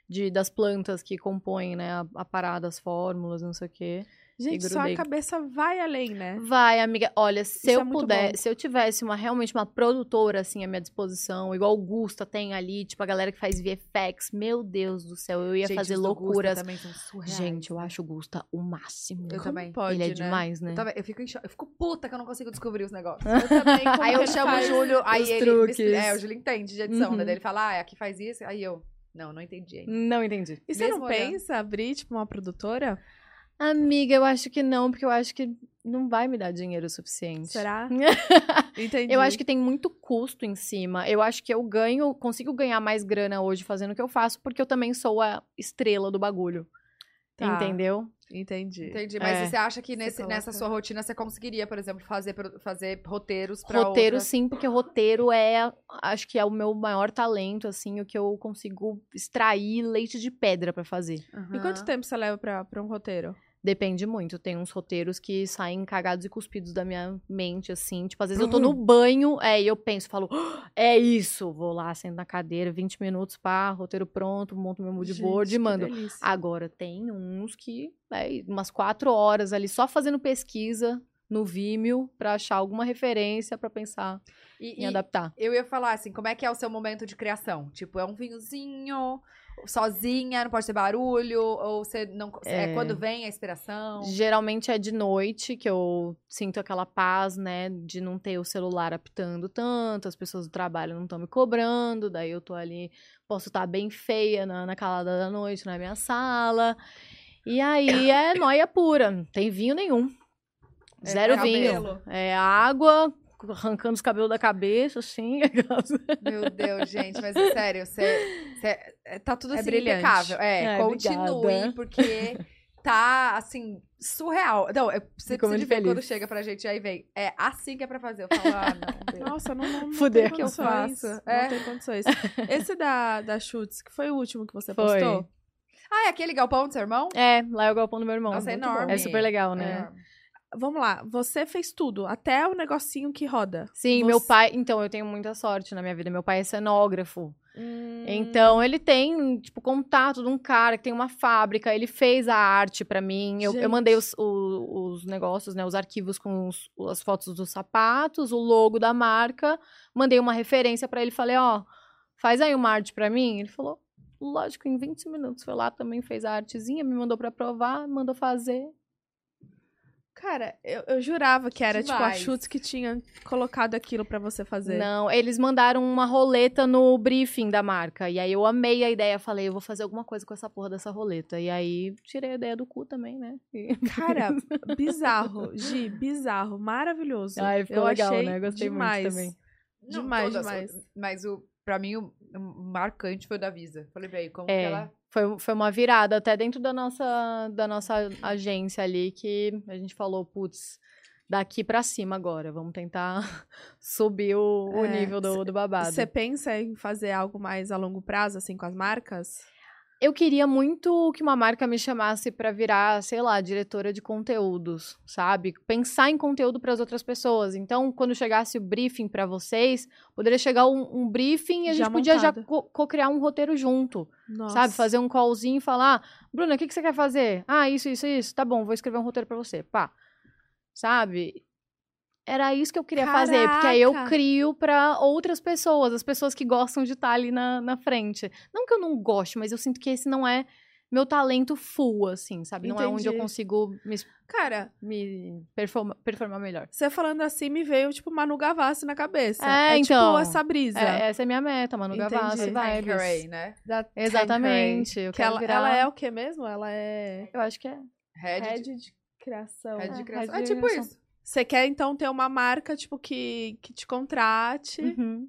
C: de das plantas que compõem, né? A, a parada, as fórmulas, não sei o quê.
A: Gente, só a
C: grudei.
A: cabeça vai além, né?
C: Vai, amiga. Olha, se
A: Isso
C: eu
A: é muito bom.
C: puder, se eu tivesse uma realmente uma produtora assim à minha disposição, igual o Gusta tem ali, tipo a galera que faz VFX, meu Deus do céu, eu ia
B: Gente,
C: fazer
B: os do Gusta
C: loucuras.
A: tá
B: também são surreais.
C: Gente, eu acho o Gusta o máximo.
B: Eu
A: Como
B: também.
A: Pode,
C: Ele é
A: né?
C: demais, né?
B: Eu, também- Tá eu fico em cho- eu fico puta que eu não consigo descobrir os negócios.
A: Eu também, como
B: aí
A: que
B: eu
A: ele
B: chamo
A: faz?
B: o Júlio, aí
C: Os
B: ele.
C: truques.
B: É, o Júlio entende de edição, né?
C: Uhum.
B: Daí ele fala, ah, aqui faz isso. Aí eu, não, não entendi ainda.
C: Não entendi.
A: E você não
B: Mesmo olhando.
A: pensa abrir, tipo, uma produtora?
C: Amiga, eu acho que não, porque eu acho que não vai me dar dinheiro o suficiente. *laughs*
A: Será? Entendi.
C: Eu acho que tem muito custo em cima. Eu acho que eu ganho, consigo ganhar mais grana hoje fazendo o que eu faço, porque eu também sou a estrela do bagulho.
A: Tá.
C: Entendeu?
A: Entendi.
B: Entendi, mas
C: É.
B: você acha que nesse-
A: Uhum. coloca-
B: nessa sua rotina você conseguiria, por exemplo, fazer, pro- fazer roteiros pra
C: Roteiro,
B: outras-
C: sim, porque roteiro é, acho que é o meu maior talento, assim, o que eu consigo extrair leite de pedra pra fazer.
B: Aham.
C: Ah.
A: E quanto tempo você leva pra, pra um roteiro?
C: Depende muito. Tem uns roteiros que saem cagados e cuspidos da minha mente, assim. Tipo, às vezes eu tô no banho, é, e eu penso, falo, "Ah, é isso. Vou lá, sento na cadeira, 20 minutos, pá, roteiro pronto, monto meu mood board e mando. Ah, Agora, tem uns que, é, umas quatro horas ali, só fazendo pesquisa no Vimeo pra achar alguma referência pra pensar
B: E,
C: em
B: e
C: adaptar.
B: eu ia falar assim, como é que é o seu momento de criação? Tipo, é um vinhozinho, sozinha, não pode ter barulho, ou você não. É,
C: É.
B: quando vem a inspiração.
C: Geralmente é de noite que eu sinto aquela paz, né? De não ter o celular apitando tanto, as pessoas do trabalho não estão me cobrando, daí eu tô ali, posso estar bem feia na, na calada da noite, na minha sala. E aí é noia pura, não tem vinho nenhum.
B: É,
C: Zero vinho.
B: cabelo.
C: É água, arrancando os cabelos da cabeça, assim. *laughs*
B: Meu Deus, gente, mas é sério, você, você- é, tá tudo
C: É
B: assim
C: brilhante.
B: impecável. É,
C: Ai,
B: continue,
C: obrigada.
B: porque tá assim, surreal. Não, é- você
C: Fico
B: precisa
C: muito
B: de ver
C: feliz.
B: quando chega pra gente, aí vem. É assim que é pra fazer. Eu falo, ah,
C: *laughs*
B: não. Deus.
A: Nossa, não, não, não
C: Fudeu.
A: tem
C: O que eu
A: condições.
B: faço? É.
A: Não tem condições. Esse da, da Chutes, que foi o último que você
C: Foi.
A: postou,
B: Ah, é aquele galpão do seu irmão?
C: É, lá é o galpão do meu irmão.
B: Nossa, é
C: Muito bom.
B: enorme.
C: É super legal, né?
B: É.
A: vamos lá, você fez tudo, até o negocinho que roda.
C: Sim,
A: Você-
C: meu pai. Então, eu tenho muita sorte na minha vida. Meu pai é cenógrafo.
B: Hum.
C: Então, ele tem, tipo, contato de um cara que tem uma fábrica. Ele fez a arte pra mim. Eu, eu mandei os, o- os negócios, né? Os arquivos com os- as fotos dos sapatos, o logo da marca. Mandei uma referência pra ele. Falei, ó, faz aí uma arte pra mim. Ele falou, lógico, em 20 minutos. Foi lá, também fez a artezinha, me mandou pra provar, mandou fazer.
A: Cara, eu, eu jurava que era tipo a
B: Demais.
A: Chutes que tinha colocado aquilo pra você fazer. *laughs*
C: Não, eles mandaram uma roleta no briefing da marca. E aí eu amei a ideia. Falei, eu vou fazer alguma coisa com essa porra dessa roleta. E aí tirei a ideia do cu também, né? E-
A: Cara, bizarro, Gi, bizarro, maravilhoso.
C: Ai, ficou
A: eu
C: legal,
A: achei
C: né? Eu gostei muito
A: demais.
C: também.
B: Não,
A: Demais,
B: todas,
A: demais.
B: Mas o, pra mim, o, o marcante foi o da Visa. Falei, bem, como que
C: É.
B: ela.
C: Foi, foi uma virada até dentro da nossa, da nossa agência ali que a gente falou, putz, daqui pra cima agora. Vamos tentar *laughs* subir o, o
A: É,
C: nível do, do babado.
A: Você pensa em fazer algo mais a longo prazo, assim, com as marcas?
C: Eu queria muito que uma marca me chamasse pra virar, sei lá, diretora de conteúdos, sabe? Pensar em conteúdo pras outras pessoas. Então, quando chegasse o briefing pra vocês, poderia chegar um, um briefing e a
A: Já
C: gente podia já
A: montado.
C: co- co-criar um roteiro junto,
A: Nossa.
C: sabe? Fazer um callzinho e falar: Bruna, o que, que você quer fazer? Ah, isso, isso, isso. Tá bom, vou escrever um roteiro pra você. Pá. Sabe? Era isso que eu queria fazer, porque aí eu
A: Caraca!
C: crio pra outras pessoas, as pessoas que gostam de estar ali na, na frente. Não que eu não goste, mas eu sinto que esse não é meu talento full, assim, sabe? Não é onde eu
A: Entendi.
C: consigo me,
A: Cara,
C: me performa- performar melhor.
A: você falando assim me veio, tipo, Manu Gavassi na cabeça.
C: É,
A: é
C: então.
A: tipo essa brisa.
C: É, essa é minha meta, Manu
A: Entendi.
C: Gavassi,
B: Tank
C: vibes.
B: Array, né?
C: Exatamente. Eu
A: Que
C: quero
A: ela,
C: virar-
A: ela é o que mesmo? Ela é
C: Eu acho que é.
B: Red.
A: head de criação.
B: Red
C: É,
B: de
C: Red
B: criação.
C: de
B: É tipo
C: criação.
B: isso.
A: Você quer então ter uma marca tipo que, que te contrate?
C: Uhum.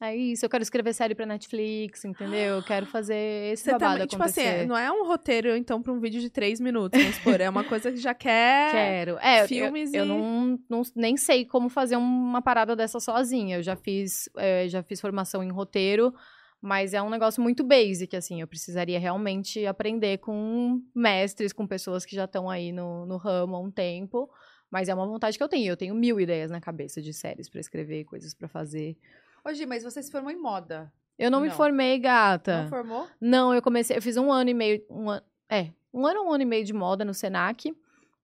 C: É isso, eu quero escrever série pra Netflix, entendeu? Eu
A: *gasps*
C: quero fazer esse
A: Você
C: babado
A: também, tipo
C: acontecer.
A: assim, não é um roteiro então pra um vídeo de três minutos, vamos supor, é uma coisa que já quer.
C: Quero. É, eu-
A: filmes
C: eu, eu
A: e-
C: não, não- nem sei como fazer uma parada dessa sozinha. Eu já fiz, eh, já fiz formação em roteiro, mas é um negócio muito basic, assim. Eu precisaria realmente aprender com mestres, com pessoas que já estão aí no, no ramo há um tempo. Mas é uma vontade que eu tenho. Eu tenho mil ideias na cabeça de séries pra escrever, coisas pra fazer.
B: Ô, Gi, mas você se formou em moda.
C: Eu não, me
B: Não.
C: formei, gata.
B: Não formou?
C: Não, eu comecei, eu fiz um ano e meio, um ano, é, um ano, um ano e meio de moda no Senac.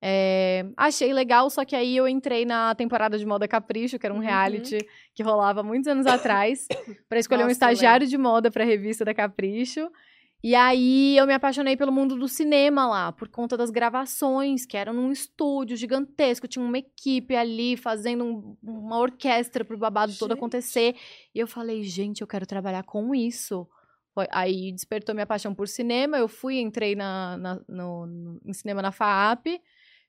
C: É, achei legal, só que aí eu entrei na temporada de Moda Capricho, que era um
A: Uhum.
C: reality que rolava muitos anos atrás, pra escolher um
B: Nossa,
C: estagiário de moda pra revista da Capricho. E aí eu me apaixonei pelo mundo do cinema lá, por conta das gravações, que eram num estúdio gigantesco, tinha uma equipe ali fazendo um- uma orquestra pro babado todo
A: Gente.
C: acontecer. E eu falei, gente, eu quero trabalhar com isso. Foi- Aí despertou minha paixão por cinema, eu fui, entrei na, na- no, no- em cinema na FAAP,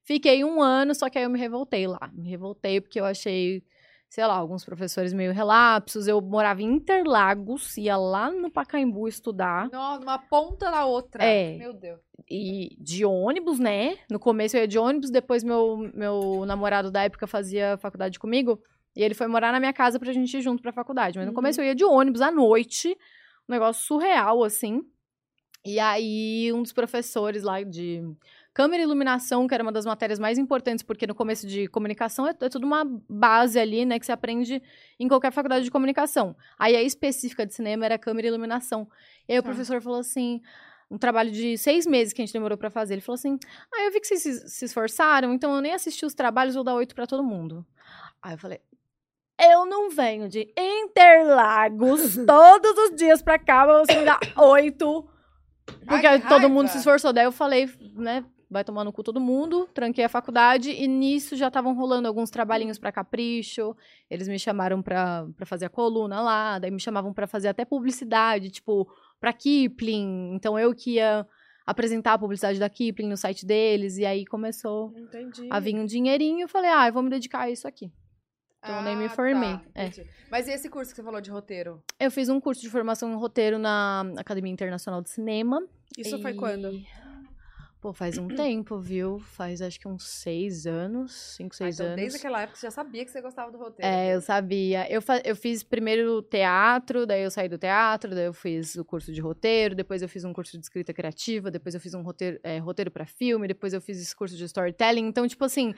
C: fiquei um ano, só que aí eu me revoltei lá. Me revoltei porque eu achei, sei lá, alguns professores meio relapsos, eu morava em Interlagos, ia lá no Pacaembu estudar.
B: Não, uma ponta na outra.
C: É.
B: Meu Deus.
C: e de ônibus, né? No começo eu ia de ônibus, depois meu, meu namorado da época fazia faculdade comigo. E ele foi morar na minha casa pra gente ir junto pra faculdade. Mas no
A: Uhum.
C: começo eu ia de ônibus à noite. Um negócio surreal, assim. E aí, um dos professores lá de Câmera e iluminação, que era uma das matérias mais importantes, porque no começo de comunicação é, é tudo uma base ali, né, que se aprende em qualquer faculdade de comunicação. Aí a específica de cinema era câmera e iluminação. E aí o
B: Tá.
C: professor falou assim. Um trabalho de seis meses que a gente demorou pra fazer. Ele falou assim: Ah, eu vi que vocês se, se esforçaram, então eu nem assisti os trabalhos, vou dar oito pra todo mundo. Aí eu falei: eu não venho de
B: *laughs*
C: Interlagos todos os dias pra cá, mas você me
B: *coughs*
C: dá oito. Porque
B: Ai, que
C: todo mundo se
B: raiva.
C: esforçou. Daí eu falei, né? Vai tomar no cu todo mundo, tranquei a faculdade e nisso já estavam rolando alguns trabalhinhos pra capricho. Eles me chamaram pra pra fazer a coluna lá, daí me chamavam pra fazer até publicidade, tipo, pra Kipling. Então eu que ia apresentar a publicidade da Kipling no site deles e aí começou
A: Entendi.
C: a vir um dinheirinho. Eu falei, ah, eu vou me dedicar a isso aqui. então eu nem me formei, é.
B: Ah, tá, entendi. Mas e esse curso que você falou de roteiro?
C: Eu fiz um curso de formação em roteiro na Academia Internacional de Cinema.
A: Isso foi
C: e-
A: quando?
C: Pô, faz um tempo, viu? Faz acho que uns seis anos, cinco,
B: Ah,
C: seis
B: então,
C: anos.
B: desde aquela época você já sabia que você gostava do roteiro.
C: É, eu sabia. Eu, fa- eu fiz primeiro teatro, daí eu saí do teatro, daí eu fiz o curso de roteiro, depois eu fiz um curso de escrita criativa, depois eu fiz um roteiro, é, roteiro para filme, depois eu fiz esse curso de storytelling. Então, tipo assim,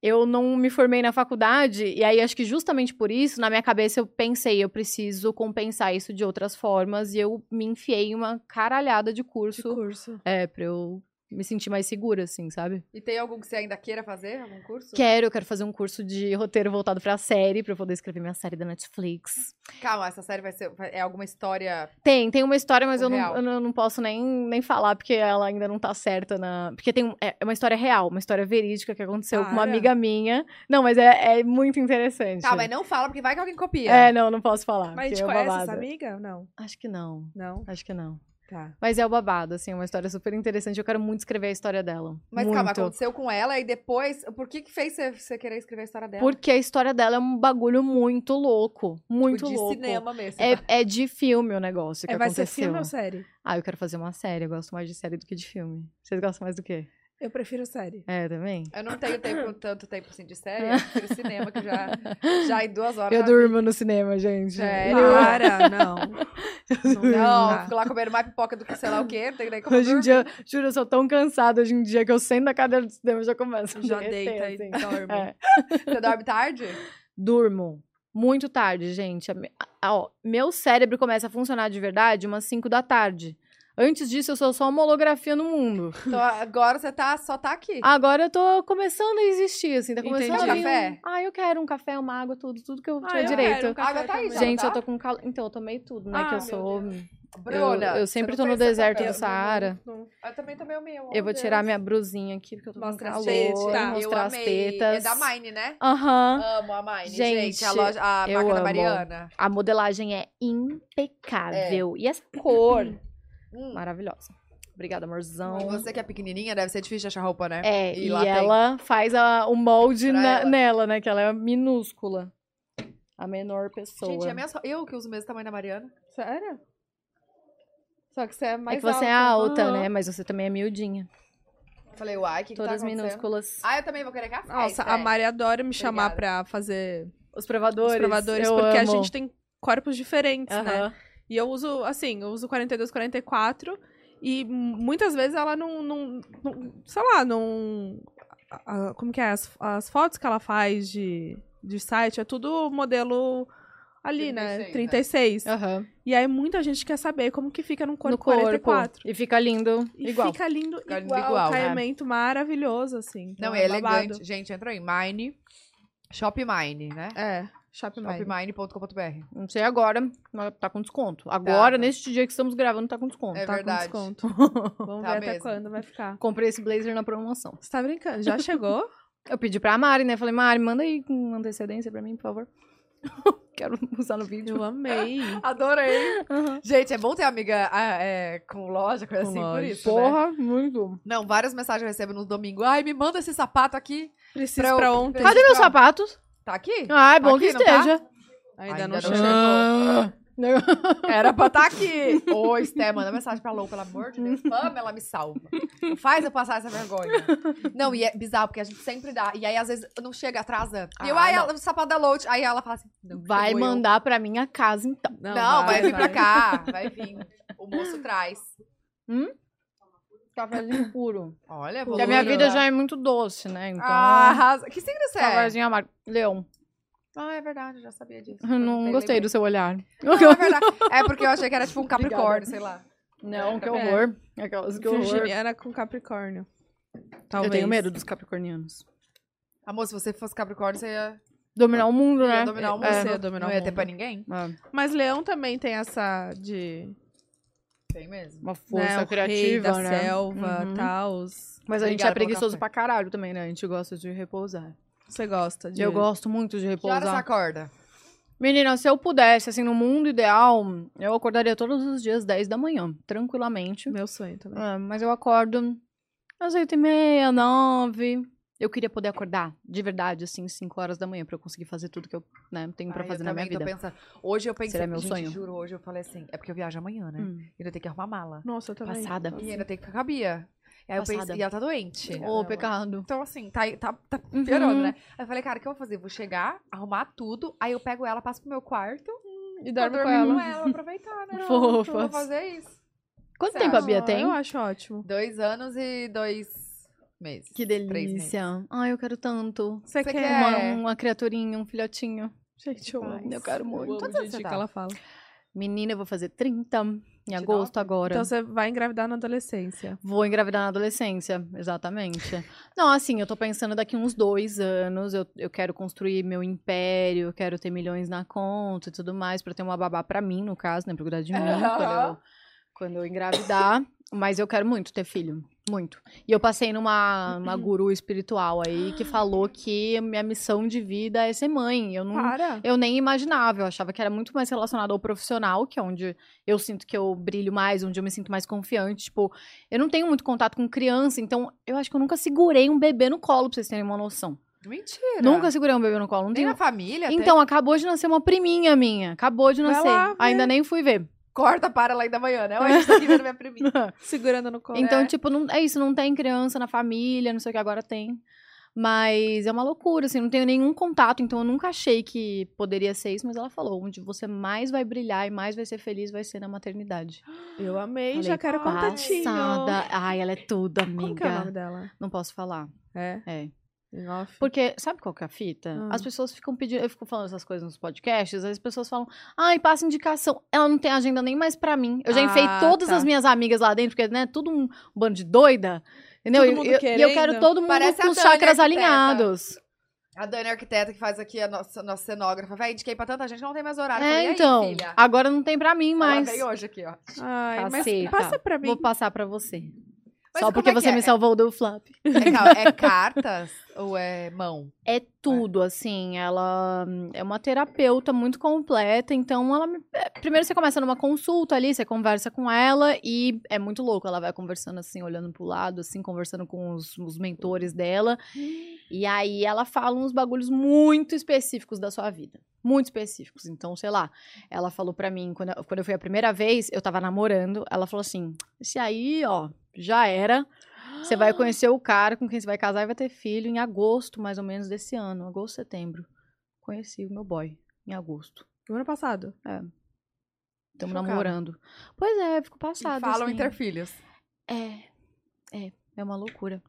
C: eu não me formei na faculdade, e aí acho que justamente por isso, na minha cabeça, eu pensei, eu preciso compensar isso de outras formas, e eu me enfiei em uma caralhada de curso,
A: De curso.
C: é, pra eu me sentir mais segura, assim, sabe?
B: E tem algum que você ainda queira fazer? Algum curso?
C: Quero, eu quero fazer um curso de roteiro voltado pra série, pra eu poder escrever minha série da Netflix.
B: Calma, essa série vai ser. vai- É alguma história.
C: Tem, tem uma história, mas
B: O
C: eu não,
B: real.
C: eu não- eu não posso nem, nem falar, porque ela ainda não tá certa na. Porque tem um- é é uma história real, uma história verídica que aconteceu com uma
A: Para.
C: amiga minha. Não, mas é, é muito interessante.
B: Tá, mas não fala, porque vai que alguém copia.
C: É, não, não posso
A: Mas
C: falar.
A: a
C: porque
A: gente
C: é o
A: conhece
C: babado.
A: essa amiga? Não.
C: Acho que não.
A: Não?
C: Acho que não.
A: Tá.
C: Mas é o babado, assim, é uma história super interessante. Eu quero muito escrever a história dela.
B: Mas
C: muito.
B: calma, aconteceu com ela e depois. Por que, que fez você, você querer escrever a história dela?
C: Porque a história dela é um bagulho muito louco. Muito
B: Tipo, de
C: louco.
B: cinema mesmo.
C: É, é de filme o negócio que
A: assim, É, vai
C: aconteceu.
A: ser filme ou série?
C: Ah, eu quero fazer uma série. Eu gosto mais de série do que de filme. Vocês gostam mais do quê?
A: Eu prefiro série.
C: É, também?
B: Eu não tenho tempo,
C: *coughs*
B: tanto tempo assim de série, eu prefiro cinema, que eu
C: *laughs*
B: já, já em duas horas.
C: Eu
B: já
C: durmo no cinema, gente.
A: É,
B: Sério?
C: Eu-
A: *laughs* Para, não.
B: vi. Não,
A: dá.
B: fico lá comendo mais pipoca do que sei lá o quê. não tem nem como
C: Hoje em
B: dormir.
C: dia, juro, eu sou tão cansada hoje em dia que eu sento na cadeira do cinema e já começo. a
A: Já
C: derreter,
A: deita e
C: assim.
A: dorme.
C: É.
B: Você dorme tarde?
C: Durmo. Muito tarde, gente. A me- a- ó, meu cérebro começa a funcionar de verdade umas 5 da tarde. Antes disso, eu sou só uma holografia no mundo.
B: Então agora você tá, só tá aqui.
C: Agora eu tô começando a existir, assim. Tá
A: Entendi.
C: começando a vir
B: Café?
C: Um... Ah, eu quero um café, uma água, tudo. Tudo que eu
A: Ah,
C: tiver
A: eu
C: direito.
A: quero um café
B: Água tá aí,
A: também.
B: Não,
C: Gente,
B: tá?
C: eu tô com calor. Então, eu tomei tudo, né?
A: Ah,
C: que eu
A: meu
C: sou.
B: Bruna. você
C: eu sempre
B: não
C: tô no
B: fez essa
C: deserto
B: tabela.
C: do Saara.
A: Não-
B: Eu também tomei o meu. Ah,
C: Eu vou tirar minha brusinha aqui, porque eu tô
A: Mostra
C: com
A: as
C: calor.
A: tetas, tá.
C: Mostrar
B: eu
C: as
B: amei.
C: tetas.
B: É da Mine, né?
C: Aham.
B: Amo a Mine, gente.
C: Gente,
B: a loja, a
C: eu
B: marca da
C: amo.
B: Mariana.
C: A modelagem é impecável. E essa cor?
B: Hum.
C: Maravilhosa. Obrigada, amorzão.
B: E você que é pequenininha, deve ser difícil de achar roupa, né?
C: É,
B: E
C: e,
B: lá tem.
C: ela faz a- o molde
B: Pra
C: na-
B: ela.
C: nela, né? Que ela é minúscula. A menor pessoa.
B: Gente, é minhas... eu que uso o mesmo tamanho da Mariana.
A: Sério? Só que você é
C: É
A: mais
C: que você é alta, né? Mas você também é miudinha.
B: Eu falei, uai, que
C: Todas
B: que tá acontecendo?
C: minúsculas.
B: Ah, eu também vou querer café.
A: Nossa, a
B: sério.
A: Mari adora me chamar
B: É, Obrigada.
A: pra fazer
C: Os provadores.
A: os provadores,
C: eu
A: porque a
C: amo.
A: gente tem corpos diferentes, né?
C: Aham.
A: E eu uso, assim, eu uso 42, 44, e muitas vezes ela não, não, não- sei lá, não... a- a- como que é? As, as fotos que ela faz de, de site é tudo modelo ali, né? 36.
C: Aham.
A: E aí muita gente quer saber como que fica num corpo,
C: no corpo.
A: 44.
C: E fica lindo
A: E
C: igual.
A: fica lindo
B: Fica lindo
A: igual,
B: igual, né?
A: caimento maravilhoso, assim. Então
B: Não, é
A: babado.
B: elegante. Gente, entra aí. Mine. Shop Mine, né?
A: É, shopping Mine.
B: Shopmine.com.br.
C: Não sei agora, mas tá com desconto. Agora,
B: Tá.
C: neste dia que estamos gravando, tá com desconto.
B: É
A: Tá
B: verdade. *laughs*
A: com desconto. Vamos
B: Tá
A: ver até
B: mesmo.
A: quando vai ficar.
C: Comprei esse blazer na promoção.
A: Você tá brincando? Já chegou?
C: Eu pedi pra Mari, né? Falei, Mari, manda aí com antecedência pra mim, por favor. *laughs* Quero usar no
A: *laughs*
C: vídeo.
A: Eu amei.
B: Adorei.
C: Aham.
B: Gente, é bom ter amiga ah, é, com loja, coisa
A: Com
B: assim, por
A: loja.
B: isso. né?
C: Porra, muito.
B: Não, várias mensagens eu recebo no domingo. Ai, me manda esse sapato aqui.
A: Preciso
B: Pra
A: pra,
B: eu-
A: ontem.
C: Cadê meus
B: Pra-
C: sapatos?
B: Tá aqui?
C: Ah, é bom
B: aqui,
C: que
B: não tá?
C: esteja.
A: Ainda, não
B: Ainda
A: chegou.
C: Ah. *laughs*
B: Era pra
C: tá
B: estar aqui. Ô, Esté, manda mensagem pra Lou, pelo amor de Deus. Fama, ela me salva. Não faz eu passar essa vergonha. Não, e é bizarro, porque a gente sempre dá. E aí, às vezes, não chega, atrasa. E eu,
C: Ah,
B: ai,
C: não.
B: ela, o sapato da Lou. Aí ela fala assim, não,
C: Vai
B: chegou eu.
C: mandar pra minha casa, então.
B: Não, vai, vir pra cá. Vai vir. O moço traz.
C: Hum?
B: Tá
C: cafezinho puro.
B: Olha,
C: Porque a
B: evoluindo,
C: minha vida
B: né?
C: já é muito doce, né? Então, tá
B: Ah, arrasa. Que signo você é?
C: cafezinho amargo. Leão,
B: Ah, é verdade, eu já sabia disso.
C: eu não
B: Perguntei,
C: gostei
B: lembrei.
C: do seu
B: *laughs*
C: olhar.
B: Não, é verdade. É porque eu achei que era
C: *laughs*
B: tipo um capricórnio, sei lá.
C: Não, que
B: É.
C: horror. Aquelas que horror.
A: Virginiana com Capricórnio.
C: Eu
A: Talvez.
C: tenho medo dos capricornianos.
B: Amor, se você fosse capricórnio, você ia,
C: Dominar o mundo,
B: ia
C: né?
B: dominar o mundo.
C: É.
A: você ia dominar
B: não
A: o
B: ia ter
A: mundo.
B: pra ninguém?
C: É,
A: Mas Leão também tem essa de.
B: Tem mesmo.
C: Uma
A: né,
C: força
A: o rei
C: criativa,
A: da
C: né?
A: selva,
C: Uhum.
A: tal.
C: Mas a gente
B: Obrigada pelo
C: é preguiçoso
B: café.
C: pra caralho também, né? A gente gosta de repousar.
A: Você gosta de.
C: Eu gosto muito de
B: Que horas você
C: repousar.
B: acorda?
C: Menina, se eu pudesse, assim, no mundo ideal, eu acordaria todos os dias 10 da manhã, tranquilamente.
A: Meu sonho também.
C: É, mas eu acordo às 8 e meia, 9. Eu queria poder acordar, de verdade, assim, 5 horas da manhã, pra eu conseguir fazer tudo que eu né, tenho pra
B: Ai,
C: fazer
B: Ah, eu
C: na minha
B: também tô
C: vida.
B: pensando. Hoje eu pensei,
C: Seria meu
B: gente,
C: sonho.
B: juro, hoje eu falei assim, é porque eu viajo amanhã, né?
C: Hum.
B: E ainda tem que arrumar mala.
A: Nossa, eu também.
C: Passada.
B: E é. ainda tem que ficar com a Bia. Aí eu
C: Passada.
B: pensei, e ela tá doente.
C: Ô, pecado.
B: Então, assim, tá, tá, tá
C: Uhum.
B: piorando, né? Aí eu falei, cara, o que eu vou fazer? Vou chegar, arrumar tudo, aí eu pego ela, passo pro meu quarto,
A: E dorme
B: eu
A: com
B: dormo
A: ela.
B: com ela, vou aproveitar,
C: *laughs*
B: né?
C: Fofas.
B: Eu vou fazer isso.
C: Quanto
B: Você
C: tempo a
B: acha?
C: Bia tem?
A: Eu acho ótimo.
B: Dois anos e dois meses.
C: Que
B: Três meses.
C: delícia. Ai, eu quero tanto.
A: Você
B: Você
A: quer?
B: quer?
C: Uma,
B: É.
C: uma criaturinha, um filhotinho.
A: Gente, eu amo.
C: Eu quero muito.
A: Eu amo
B: Quantos
A: o
B: anos
A: jeitinho
B: você tá?
A: que ela fala.
C: Menina, eu vou fazer 30 em agosto agora.
A: Então você vai engravidar na adolescência.
C: Vou engravidar na adolescência, exatamente. Não, assim, eu tô pensando daqui uns dois anos, eu, eu quero construir meu império, eu quero ter milhões na conta e tudo mais, pra ter uma babá pra mim, no caso, né, pra cuidar de mim quando, eu, quando eu engravidar. Mas eu quero muito ter filho, muito. E eu passei numa
A: Uhum.
C: uma guru espiritual aí que falou que minha missão de vida é ser mãe. Eu não,
A: Para!
C: eu nem imaginava, eu achava que era muito mais relacionado ao profissional, que é onde eu sinto que eu brilho mais, onde eu me sinto mais confiante. Tipo, eu não tenho muito contato com criança, então eu acho que eu nunca segurei um bebê no colo, pra vocês terem uma noção.
B: Mentira.
C: Nunca segurei um bebê no colo, não
B: É. Nem
C: tenho.
B: na família?
C: Então, acabou de nascer uma priminha minha. Acabou de
A: Vai
C: nascer.
A: lá ver.
C: Ainda nem fui ver.
B: tem? Corta para lá da manhã, né?
C: *laughs*
B: Hoje eu tô aqui vendo minha priminha.
A: Segurando no colo.
C: Então,
B: É.
C: tipo, não, é isso, não tem criança na família, não sei o que agora tem. Mas é uma loucura, assim, não tenho nenhum contato, então eu nunca achei que poderia ser isso, mas ela falou, onde você mais vai brilhar e mais vai ser feliz vai ser na maternidade.
A: Eu amei,
C: Falei,
A: já quero Ah, contatinho.
C: Passada. Ai, ela é tudo,
A: Como que é o nome
C: amiga.
A: dela?
C: Não posso falar.
A: É?
C: É.
A: Em off?
C: Porque, sabe qual que é a fita?
A: Ah.
C: As pessoas ficam pedindo, eu fico falando essas coisas nos podcasts, aí as pessoas falam, ai, passa indicação. Ela não tem agenda nem mais pra mim. Eu já enfiei
A: Ah,
C: todas
A: tá.
C: as minhas amigas lá dentro, porque, né, tudo um bando de doida. Entendeu?
A: Todo
C: E-
A: mundo
C: e- e eu quero
A: querendo.
C: todo mundo
B: Parece a
C: com os
B: Dani,
C: chakras
B: arquiteta.
C: alinhados.
B: A Dani, arquiteta, que faz aqui a nossa, nossa cenógrafa. Véi, indiquei pra tanta gente que não tem mais horário.
C: É,
B: Falei, e aí,
C: então.
B: filha?
C: agora não tem pra mim
B: Ela
C: mais.
B: veio hoje aqui, ó.
A: Ai, mas
C: Caceta.
A: passa pra mim.
C: tá. Vou passar pra você.
B: Mas
C: Só
B: como
C: porque
B: é que
C: você
B: é?
C: me salvou do flap.
B: É, cal- é cartas ou é mão?
C: *laughs* É tudo, assim. Ela hum, é uma terapeuta muito completa, então ela. me- é, Primeiro você começa numa consulta ali, você conversa com ela e é muito louco. Ela vai conversando assim, olhando pro lado, assim, conversando com os, os mentores dela. E aí ela fala uns bagulhos muito específicos da sua vida. Muito específicos. Então, sei lá, ela falou pra mim, quando eu, quando eu fui a primeira vez, eu tava namorando, ela falou assim: esse aí, ó, já era. Você vai conhecer o cara com quem você vai casar e vai ter filho em agosto, mais ou menos, desse ano. Agosto, setembro. Conheci o meu boy em agosto.
A: No ano passado.
C: Estamos
B: Chocada.
C: namorando. Pois é, fico
B: E
C: passada.
B: falam
C: assim.
B: interfilhos.
C: É, é, é uma loucura.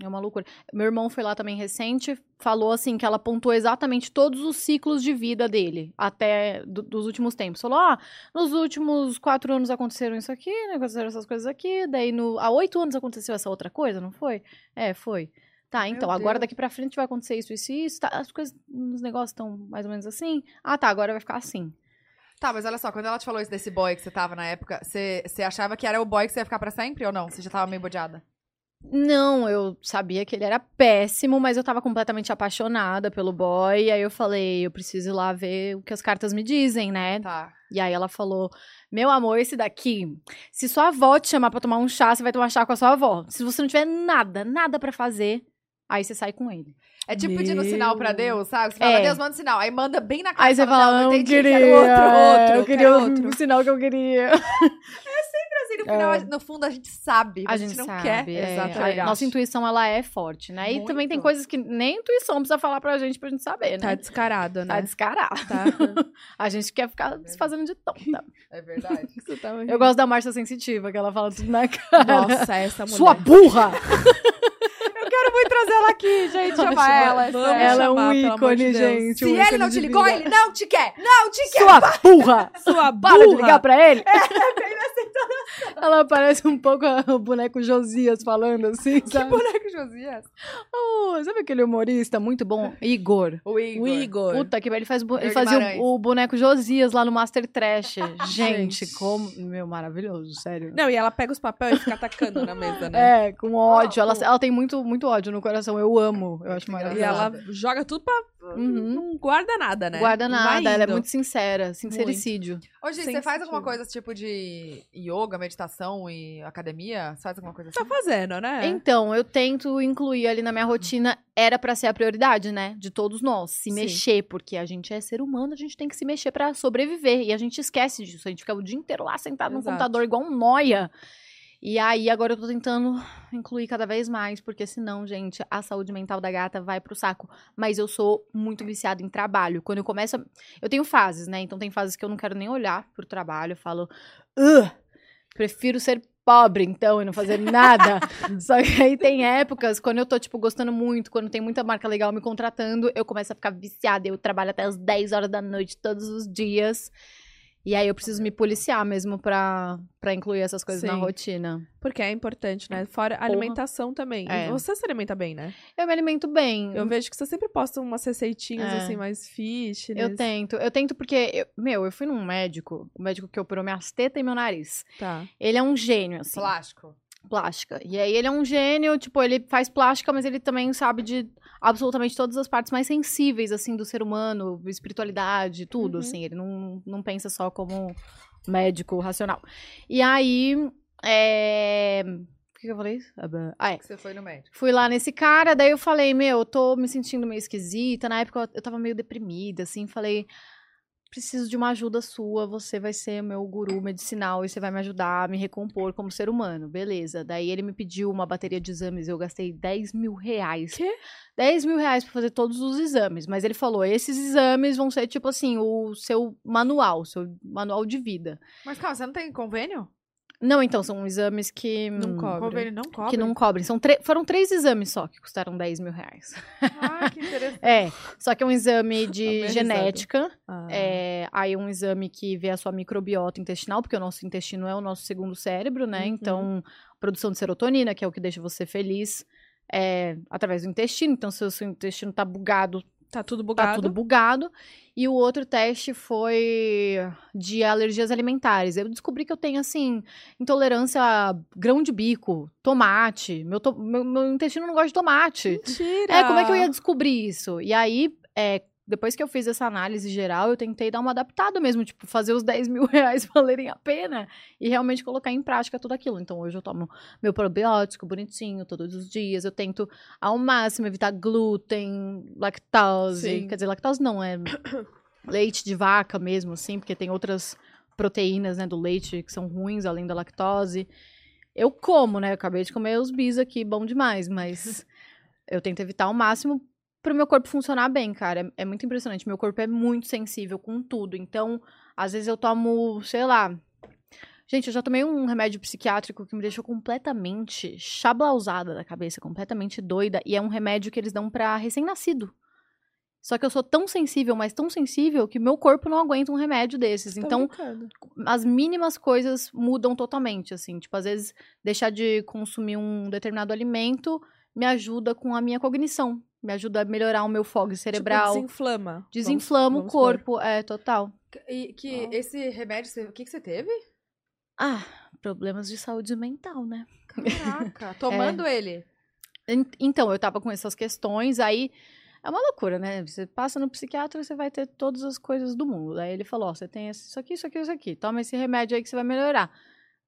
C: É uma loucura. Meu irmão foi lá também recente, falou assim que ela apontou exatamente todos os ciclos de vida dele, até do- dos últimos tempos. Falou, ó, nos últimos quatro anos aconteceram isso aqui, né, aconteceram essas coisas aqui, daí no, há oito anos aconteceu essa outra coisa, não foi? É, foi. Tá,
B: Meu
C: então, agora
B: Deus.
C: daqui pra frente vai acontecer isso, isso e isso, tá, as coisas, os negócios estão mais ou menos assim. Ah, tá, agora vai ficar assim.
B: Tá, mas olha só, quando ela te falou isso desse boy que você tava na época, você, você achava que era o boy que você ia ficar pra sempre ou não? Você já tava meio bodeada?
C: Não, eu sabia que ele era péssimo, mas eu tava completamente apaixonada pelo boy. E aí eu falei, eu preciso ir lá ver o que as cartas me dizem, né?
B: Tá.
C: E aí ela falou: Meu amor, esse daqui, se sua avó te chamar pra tomar um chá, você vai tomar chá com a sua avó. Se você não tiver nada, nada pra fazer, aí você sai com ele.
B: É tipo pedindo
A: Meu.
B: sinal pra Deus, sabe? Você fala,
C: É.
B: Deus, manda sinal. Aí manda bem na cara.
C: Aí você
B: fala,
C: fala, não,
B: entendi,
C: queria.
B: quero outro, outro,
C: eu queria
B: quero
C: o-
B: outro.
C: o sinal que eu queria.
B: Assim, não final,
C: É.
B: a- no fundo, a gente sabe, mas
C: A gente
B: não
C: sabe,
B: quer.
C: é,
B: Exatamente.
C: a nossa intuição ela é forte, né? E
B: Muito.
C: também tem coisas que nem a intuição precisa falar pra gente pra gente saber,
A: Tá
C: né?
A: descarada,
C: Tá
A: né?
C: descarado. *laughs* A gente quer ficar se fazendo de
B: *laughs*
C: tonta.
B: É verdade.
A: Isso tava-
C: Eu gosto da Márcia Sensitiva, que ela fala tudo na cara.
A: Nossa, essa mulher.
C: Sua burra!
B: Eu quero muito trazer ela aqui, gente. Chama ela.
A: Vamos
B: sério.
C: ela é um
A: chamar, pelo amor de
C: ícone,
A: Deus.
C: gente.
B: Se
C: um
B: ele
C: ícone
B: não
C: de
B: te ligou,
C: vida.
B: ele não te quer. Não te quer. É,
C: Sua burra!
A: Sua
C: Para de ligar
A: burra.
B: *laughs*
C: pra ele!
B: tá
C: Ela parece um pouco a- o boneco Josias falando assim,
B: Que *laughs*
C: sabe?
B: boneco, Josias.
C: Oh, sabe aquele humorista muito bom? Igor.
B: O Igor.
A: O Igor.
C: Puta que pariu, ele, faz, bu- ele
B: Igor
C: fazia
B: Guimarães.
C: o, o boneco Josias lá no
B: *laughs*
C: Master Trash. Gente, como. Meu, maravilhoso, sério.
A: Não, e ela pega os papéis e fica atacando na mesa, né?
C: É, com ódio.
B: Ah,
C: ela,
B: pô.
C: ela tem muito, muito ódio no coração. Eu amo. Eu acho
A: E
C: maravilhoso.
A: ela joga tudo pra.
C: Uhum.
A: Não guarda nada, né?
C: Guarda
A: Vai
C: nada, ela é
A: indo.
C: muito sincera. Sincericídio.
B: Ô, gente,
A: Sem
B: você faz
A: sentido.
B: alguma coisa tipo de yoga, meditação e academia? Você faz alguma coisa assim?
A: Tá fazendo, né?
C: Então, eu tento incluir ali na minha rotina, era pra ser a prioridade, né? De todos nós, se
A: Sim.
C: mexer, porque a gente é ser humano, a gente tem que se mexer pra sobreviver. E a gente esquece disso, a gente fica o dia inteiro lá sentado no
A: Exato.
C: computador igual um noia. E aí, agora eu tô tentando incluir cada vez mais, porque senão, gente, a saúde mental da gata vai pro saco. Mas eu sou muito viciada em trabalho. Quando eu começo. a- Eu tenho fases, né? Então tem fases que eu não quero nem olhar pro trabalho. Eu falo. "Ugh, Prefiro ser pobre, então, e não fazer
A: *laughs*
C: nada. Só que aí tem épocas, quando eu tô, tipo, gostando muito, quando tem muita marca legal me contratando, eu começo a ficar viciada. Eu trabalho até as 10 horas da noite, todos os dias. E aí eu preciso me policiar mesmo pra, pra incluir essas coisas na
A: Sim.
C: rotina.
A: Porque é importante, né? Fora a
C: Porra.
A: alimentação também. E
C: É.
A: Você se alimenta bem, né?
C: Eu me alimento bem.
A: Eu vejo que você sempre posta umas receitinhas
C: Uhum. É.
A: assim, mais fitness.
C: Eu tento, eu tento porque, eu- meu, eu fui num médico, o médico que operou minhas tetas e meu nariz.
A: Tá.
C: Ele é um gênio, assim,
B: Plástico.
C: plástica. E aí ele é um gênio, tipo, ele faz plástica, mas ele também sabe de absolutamente todas as partes mais sensíveis, assim, do ser humano, espiritualidade, tudo,
A: Uhum.
C: assim. Ele não, não pensa só como médico racional. E aí, é... O que que eu falei? Ah, é.
B: Que você foi no médico.
C: Fui lá nesse cara, daí eu falei, meu, eu tô me sentindo meio esquisita. Na época eu- eu tava meio deprimida, assim, falei, preciso de uma ajuda sua, você vai ser meu guru medicinal e você vai me ajudar a me recompor como ser humano, beleza. Daí ele me pediu uma bateria de exames, eu gastei 10 mil reais.
A: Quê?
C: 10 mil reais pra fazer todos os exames, mas ele falou, esses exames vão ser tipo assim, o seu manual, seu manual de vida.
B: Mas calma, você não tem convênio?
C: Não, então, são exames que...
A: Não cobre.
B: Convênio não cobre?
C: Que não cobrem. São tre- foram três exames só que custaram 10 mil reais.
B: Ah, que interessante.
C: É, só que é um exame de
A: meio
C: genética,
A: Ah.
C: é, aí um exame que vê a sua microbiota intestinal, porque o nosso intestino é o nosso segundo cérebro, né?
A: Uhum.
C: Então, produção de serotonina, que é o que deixa você feliz, é, através do intestino. Então, se o seu intestino tá bugado,
A: Tá tudo
C: tá
A: bugado.
C: tudo bugado. E o outro teste foi de alergias alimentares. Eu descobri que eu tenho, assim, intolerância a grão de bico, tomate. Meu, to- meu- meu intestino não gosta de tomate.
A: Mentira!
C: É, como é que eu ia descobrir isso? E aí, é, depois que eu fiz essa análise geral, eu tentei dar uma adaptada mesmo, tipo, fazer os 10 mil *laughs* reais valerem a pena e realmente colocar em prática tudo aquilo. Então, hoje eu tomo meu probiótico bonitinho todos os dias, eu tento ao máximo evitar glúten, lactose,
A: Sim.
C: quer dizer, lactose não, é leite de vaca mesmo, assim, porque tem outras proteínas, né, do leite que são ruins, além da lactose. Eu como, né? Eu acabei de comer os bis aqui, bom demais, mas eu tento evitar ao máximo pro meu corpo funcionar bem, cara. É, é muito impressionante. Meu corpo é muito sensível com tudo. Então, às vezes eu tomo, sei lá. Gente, eu já tomei um remédio psiquiátrico que me deixou completamente chablausada da cabeça, completamente doida. E é um remédio que eles dão pra recém-nascido. Só que eu sou tão sensível, mas tão sensível, que meu corpo não aguenta um remédio desses.
A: Tá
C: então,
A: brincando.
C: as mínimas coisas mudam totalmente, assim. Tipo, às vezes, deixar de consumir um determinado alimento me ajuda com a minha cognição. Me ajuda a melhorar o meu fogo cerebral.
A: Tipo, desinflama.
C: Desinflama
A: Vamos- vamos
C: o corpo, é, total.
B: E *laughs* que
A: Ah.
B: esse remédio, você- o que, que você teve?
C: Ah, problemas de saúde mental, né?
B: *laughs* Caraca, tomando ele.
C: En- Então, eu tava com essas questões, aí é uma loucura, né? Você passa no psiquiatra, você vai ter todas as coisas do mundo. Aí ele falou: ó, você tem esse- isso aqui, isso aqui, isso aqui. Toma esse remédio aí que você vai melhorar.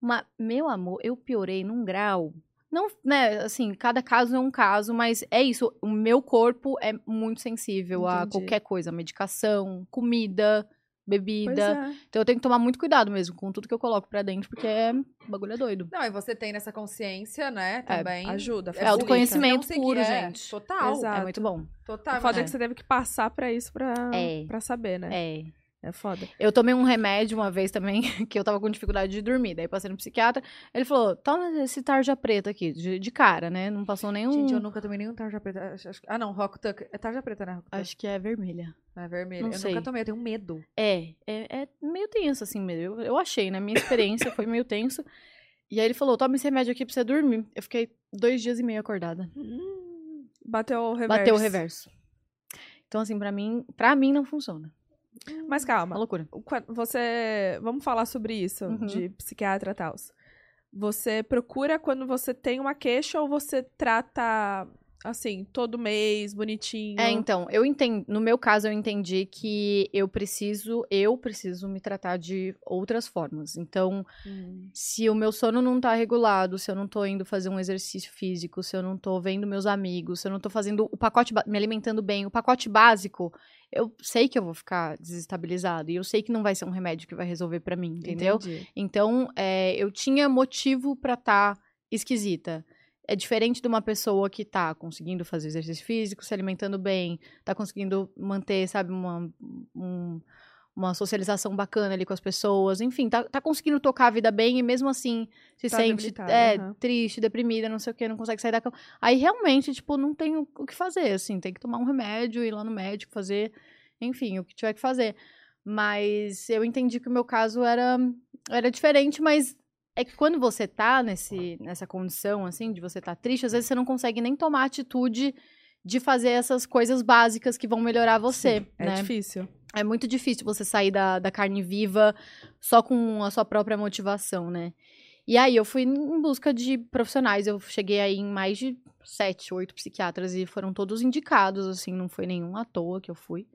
C: Mas, meu amor, eu piorei num grau. Não, né, assim, cada caso é um caso, mas é isso. O meu corpo é muito sensível a
A: Entendi.
C: qualquer coisa: medicação, comida,
A: Pois
C: bebida.
A: é.
C: Então eu tenho que tomar muito cuidado mesmo com tudo que eu coloco pra dentro, porque é, o bagulho é doido.
B: Não, e você tem nessa consciência, né? Também.
A: Ajuda.
B: É
A: facilita.
C: autoconhecimento
B: não seguir,
C: puro,
B: é,
C: gente.
B: Total.
A: Exato.
C: É muito bom.
B: Total.
A: O foda é
B: imagina.
A: que você teve que passar pra isso pra,
C: É.
A: pra saber, né?
C: É.
A: É foda.
C: Eu tomei um remédio uma vez também, *laughs* que eu tava com dificuldade de dormir. Daí passei no psiquiatra. Ele falou: toma esse tarja preta aqui, de, de cara, né? Não passou nenhum.
B: Gente, eu nunca tomei nenhum tarja preta. Acho- acho- Ah, não, Rock Tuck. É tarja preta, né? Rock Tuck?
C: Acho que é vermelha.
B: Não é vermelho.
C: não
B: eu
C: sei.
B: nunca tomei, eu tenho medo.
C: É, é, é meio tenso, assim mesmo. Eu, eu achei, né? Minha experiência foi meio tenso. E aí ele falou: toma esse remédio aqui pra você dormir. Eu fiquei dois dias e meio acordada.
A: Hum, Bateu o reverso.
C: Bateu o reverso. Então, assim, pra mim, pra mim não funciona.
A: Mas
C: Uma
A: calma.
C: loucura.
A: o qua- Você. Vamos falar sobre isso,
C: Uhum.
A: de psiquiatra e tal. Você procura quando você tem uma queixa ou você trata assim, todo mês, bonitinho?
C: É, então, eu entendo. No meu caso, eu entendi que eu preciso, eu preciso me tratar de outras formas. Então,
A: Hum.
C: se o meu sono não tá regulado, se eu não tô indo fazer um exercício físico, se eu não tô vendo meus amigos, se eu não tô fazendo o pacote, ba- me alimentando bem, o pacote básico, eu sei que eu vou ficar desestabilizado. E eu sei que não vai ser um remédio que vai resolver pra mim, entendeu?
A: Entendi.
C: Então, é, eu tinha motivo pra estar esquisita. É diferente de uma pessoa que tá conseguindo fazer exercício físico, se alimentando bem, tá conseguindo manter, sabe, uma, um- uma socialização bacana ali com as pessoas, enfim, tá, tá conseguindo tocar a vida bem e mesmo assim se
A: Tá
C: sente
A: debilitada,
C: é,
A: aham.
C: triste, deprimida, não sei o que, não consegue sair da cama. Aí realmente, tipo, não tem o, o que fazer, assim, tem que tomar um remédio, ir lá no médico, fazer, enfim, o que tiver que fazer. Mas eu entendi que o meu caso era era diferente, mas é que quando você tá nesse, nessa condição, assim, de você tá triste, às vezes você não consegue nem tomar a atitude de fazer essas coisas básicas que vão melhorar você,
A: É
C: né?
A: difícil.
C: É muito difícil você sair da, da carne viva só com a sua própria motivação, né? E aí eu fui em busca de profissionais, eu cheguei aí em mais de sete, oito psiquiatras e foram todos indicados, assim, não foi nenhum à toa que eu fui.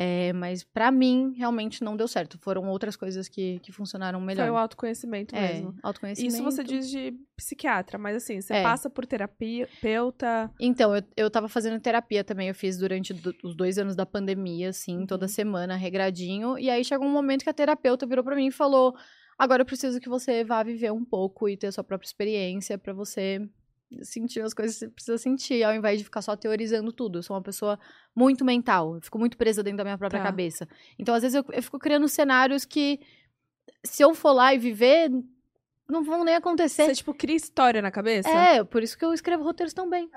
C: É, mas pra mim, realmente não deu certo. Foram outras coisas que, que funcionaram melhor.
A: Foi o autoconhecimento
C: É,
A: mesmo.
C: autoconhecimento.
A: Isso você diz de psiquiatra, mas assim, você
C: É.
A: passa por terapia, terapeuta.
C: Então, eu, eu tava fazendo terapia também, eu fiz durante do- os dois anos da pandemia, assim, toda
A: Uhum.
C: semana, regradinho. E aí chegou um momento que a terapeuta virou pra mim e falou: agora eu preciso que você vá viver um pouco e ter a sua própria experiência pra você sentir as coisas que você precisa sentir, ao invés de ficar só teorizando tudo. Eu sou uma pessoa muito mental, eu fico muito presa dentro da minha própria
A: Tá.
C: cabeça. Então, às vezes, eu, eu fico criando cenários que, se eu for lá e viver, não vão nem acontecer.
A: Você, tipo, cria história na cabeça?
C: É, por isso que eu escrevo roteiros tão bem.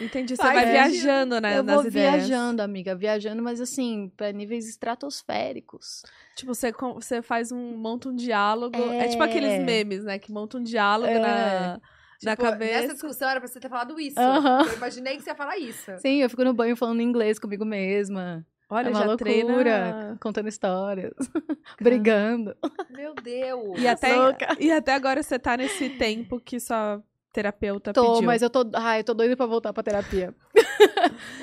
A: Entendi. Você
B: Faz
A: vai
B: sentido.
A: viajando, né?
C: eu
A: nas
C: vou
A: ideias.
C: viajando, amiga, viajando, mas assim, pra níveis estratosféricos.
A: Tipo, você, con- você faz um. monta um diálogo. É, tipo aqueles
C: É.
A: memes, né? Que montam um diálogo
C: É.
A: na, na
B: Tipo, Nessa
A: cabeça.
B: discussão era pra você ter falado isso.
C: Aham.
B: Eu imaginei que você ia falar isso.
C: Sim, eu fico no banho falando inglês comigo mesma,
A: Olha,
C: é uma
A: já
C: loucura.
A: treina. *laughs*
C: contando histórias, *laughs* brigando.
A: Tá
B: Meu Deus.
A: E até,
C: Tá Louca.
A: e até agora você tá nesse tempo que sua terapeuta
C: Tô,
A: pediu.
C: mas eu tô, ai, eu tô doida pra voltar pra
A: *laughs*
C: terapia.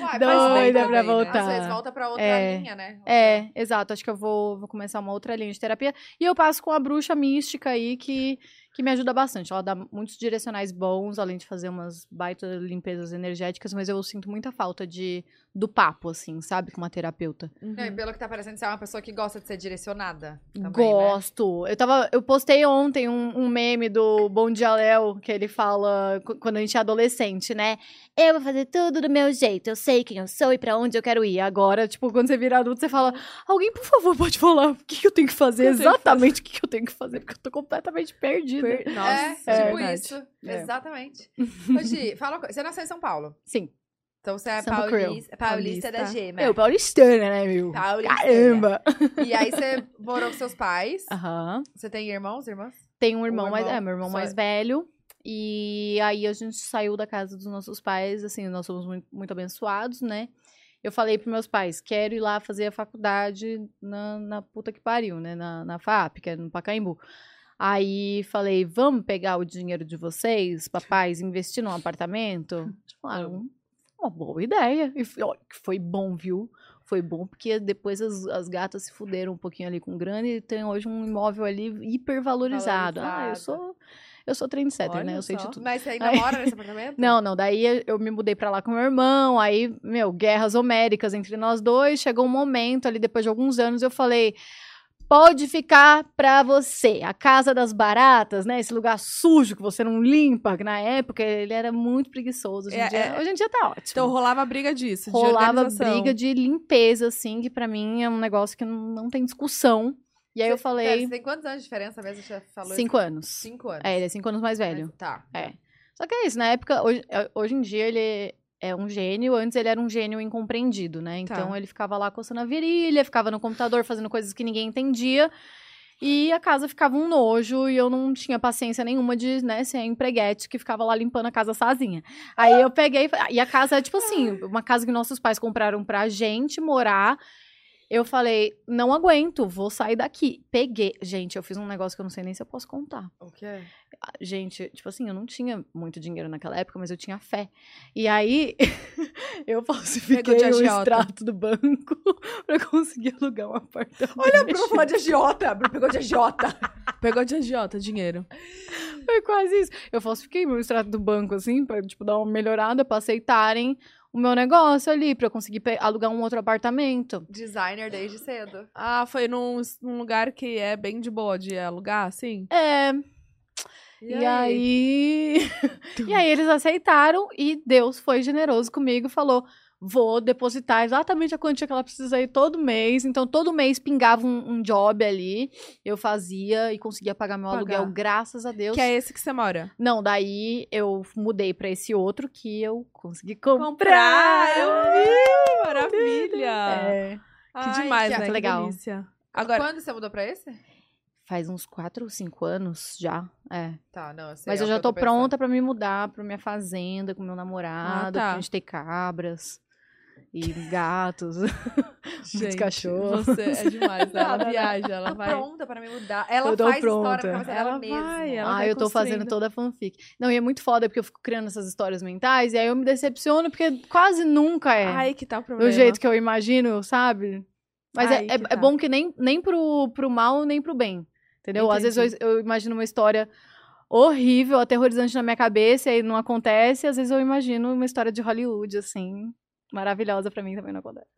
B: Uai, faz
C: Doida
B: bem
C: pra
B: também, né?
C: voltar.
B: Às vezes volta pra outra
C: É.
B: linha, né?
C: É, exato, acho que eu vou, vou começar uma outra linha de terapia. E eu passo com a bruxa mística aí, que, que me ajuda bastante. Ela dá muitos direcionais bons, além de fazer umas baita limpezas energéticas, mas eu sinto muita falta de, do papo, assim, sabe, com uma terapeuta.
A: Uhum.
B: Não, e pelo que tá parecendo, você é uma pessoa que gosta de ser direcionada. Também, Né?
C: Gosto. Eu tava. Eu postei ontem um, um meme do Bom Dia Léo, que ele fala qu- quando a gente é adolescente, né? Eu vou fazer tudo do meu jeito, eu sei quem eu sou e pra onde eu quero ir. Agora, tipo, quando você vira adulto, você fala: alguém, por favor, pode falar o que, que eu tenho que fazer,
A: O que eu tenho que
C: exatamente o que, que eu tenho que fazer, porque eu tô completamente perdida.
A: Per- Nossa,
B: É,
C: é
B: tipo
A: verdade.
B: isso.
C: É. *laughs*
B: Exatamente. Ô, Gi, fala uma coisa. Você nasceu em São Paulo.
C: Sim.
B: Então você é
C: Santa Creu.
B: paulista, paulista da
A: Paulista.
B: Gema.
C: Eu, paulistana, né, meu?
B: Paulista.
C: Caramba! Ah.
B: E aí você morou com seus pais.
C: Aham.
B: Você tem irmãos, irmãs?
C: Tem um irmão, mais.
B: irmão
C: É, meu irmão
B: só-
C: mais velho. E aí a gente saiu da casa dos nossos pais, assim, nós somos muito, muito abençoados, né? Eu falei pros meus pais, quero ir lá fazer a faculdade na, na puta que pariu, né? Na, na FAP, que é no Pacaembu. Aí falei, vamos pegar o dinheiro de vocês, papais, investir num apartamento? Eles
A: Hum.
C: Falaram, uma boa ideia. E foi, ó, foi bom, viu? Foi bom, porque depois as, as gatas se fuderam um pouquinho ali com grana e tem hoje um imóvel ali hipervalorizado. Ah, eu
B: Valorizado.
C: sou. Eu sou trendsetter,
A: Olha
C: né? Eu sei
A: só.
C: de tudo.
B: Mas você ainda
C: Aí-
B: mora nesse apartamento?
C: Não, não, daí eu- eu me mudei pra lá com meu irmão, aí, meu, guerras homéricas entre nós dois, chegou um momento ali, depois de alguns anos, eu falei, pode ficar pra você, a casa das baratas, né, esse lugar sujo que você não limpa, que na época ele era muito preguiçoso, hoje em,
A: É,
C: dia,
A: é.
C: hoje em dia tá ótimo.
A: Então rolava briga disso, de
C: Rolava
A: organização. *laughs*
C: briga de limpeza, assim, que pra mim é um negócio que não, não tem discussão, e aí eu
B: Pera,
C: falei,
B: você tem quantos anos de diferença mesmo? Você já falou isso?
C: cinco anos.
B: Cinco anos.
C: É, ele é cinco anos mais velho.
B: Mas- Tá.
C: Só que é isso, na época, hoje, eh, hoje em dia ele é um gênio, antes ele era um gênio incompreendido, né? Então
A: Tá.
C: ele ficava lá coçando a virilha, ficava no computador fazendo coisas que ninguém entendia. E a casa ficava um nojo e eu não tinha paciência nenhuma de, né, ser a empreguete que ficava lá limpando a casa sozinha. Aí eu peguei e fa- e a casa é tipo assim, uma casa que nossos pais compraram pra gente morar. Eu falei, não aguento, vou sair daqui. Peguei, gente, eu fiz um negócio que eu não sei nem se eu posso contar
B: O quê?
C: gente, tipo assim, eu não tinha muito dinheiro naquela época, mas eu tinha fé. E aí, *laughs* eu falsifiquei
A: Pegou de
C: o
A: agiota.
C: extrato do banco *laughs* pra conseguir alugar um apartamento.
B: Olha, a Bruna falou de agiota. A Bruna pegou de agiota.
A: Pegou de agiota dinheiro.
C: *laughs* Foi quase isso. Eu falsifiquei meu extrato do banco, assim, pra, tipo, dar uma melhorada, pra aceitarem o meu negócio ali, pra eu conseguir pe- alugar um outro
B: *laughs*
C: apartamento.
B: Designer desde cedo.
A: Ah, foi num, num lugar que é bem de boa de alugar, assim?
C: É, e, aí... e aí eles aceitaram e Deus foi generoso comigo e falou: vou depositar exatamente a quantia que ela precisa aí todo mês. Então, todo mês pingava um, um job ali, eu fazia e conseguia pagar meu
A: Pagar.
C: aluguel, graças a Deus.
A: Que é esse que você mora.
C: Não, daí eu mudei pra esse outro que eu consegui
A: Comprar!
C: comprar.
A: Eu vi! Maravilha!
C: É,
A: Que
B: Ai,
A: demais,
B: que
A: né?
C: legal.
A: Que delícia. Agora,
B: Quando você mudou pra esse?
C: faz uns 4 ou 5 anos já. É.
B: Tá, não, eu sei.
C: Mas
B: é
C: eu
B: o
C: já
B: que
C: tô
B: pensando.
C: pronta pra me mudar pra minha fazenda com meu namorado,
A: tá.
C: pra gente ter cabras e gatos.
A: gente,
C: cachorros.
A: você é demais. *laughs* né? Ela
B: Nada, né?
A: viaja, ela
B: Tá
A: vai...
B: pronta pra me mudar. Ela
C: Eu tô
B: faz história
C: pronta.
B: pra você
A: Ela
B: dela mesma.
A: vai, ela-
C: Ah,
A: vai
C: eu tô fazendo
A: construindo.
C: toda a fanfic. Não, e é muito foda, porque eu fico criando essas histórias mentais, e aí eu me decepciono, porque quase nunca é
A: Ai, que tá o
C: do
A: problema.
C: jeito que eu imagino, sabe? Mas é-
A: Ai,
C: é,
A: que
C: é
A: tá.
C: bom que nem, nem pro, pro mal, nem pro bem, entendeu? Às vezes eu, eu imagino uma história horrível, aterrorizante na minha cabeça, e aí não acontece, e às vezes eu imagino uma história de Hollywood, assim... Maravilhosa pra mim também não acontece.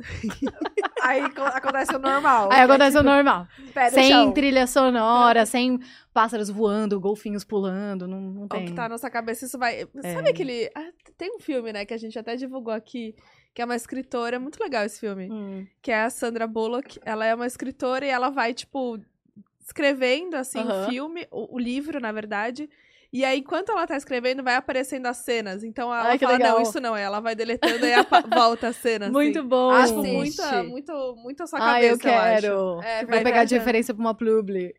B: Aí co- acontece o normal.
C: Aí
A: é
C: acontece o
A: tipo,
C: normal.
B: Pé no
C: É, Sem
B: chão.
C: trilha sonora, sem pássaros voando, golfinhos pulando, não, não
A: O
C: tem.
A: que tá na nossa cabeça, isso vai... Sabe aquele... Ah, tem um filme, né, que a gente até divulgou aqui, que é uma escritora, é muito legal esse filme,
C: Hum.
A: que é a Sandra Bullock. Ela é uma escritora e ela vai, tipo, escrevendo, assim, o
C: Aham.
A: filme, o, o livro, na verdade... E aí, enquanto ela tá escrevendo, vai aparecendo as cenas. Então ela
C: Ai, que
A: fala, não,
C: legal.
A: isso não. Aí ela vai deletando e
C: *laughs*
A: apa- volta a cena. assim.
C: Muito bom.
A: Acho
B: Assiste.
A: muita, muito, muito a sua
C: ah,
A: cabeça,
C: eu quero.
A: acho.
B: É,
C: Vou
A: Vai
C: pegar de
A: viajando.
C: referência pra uma publi.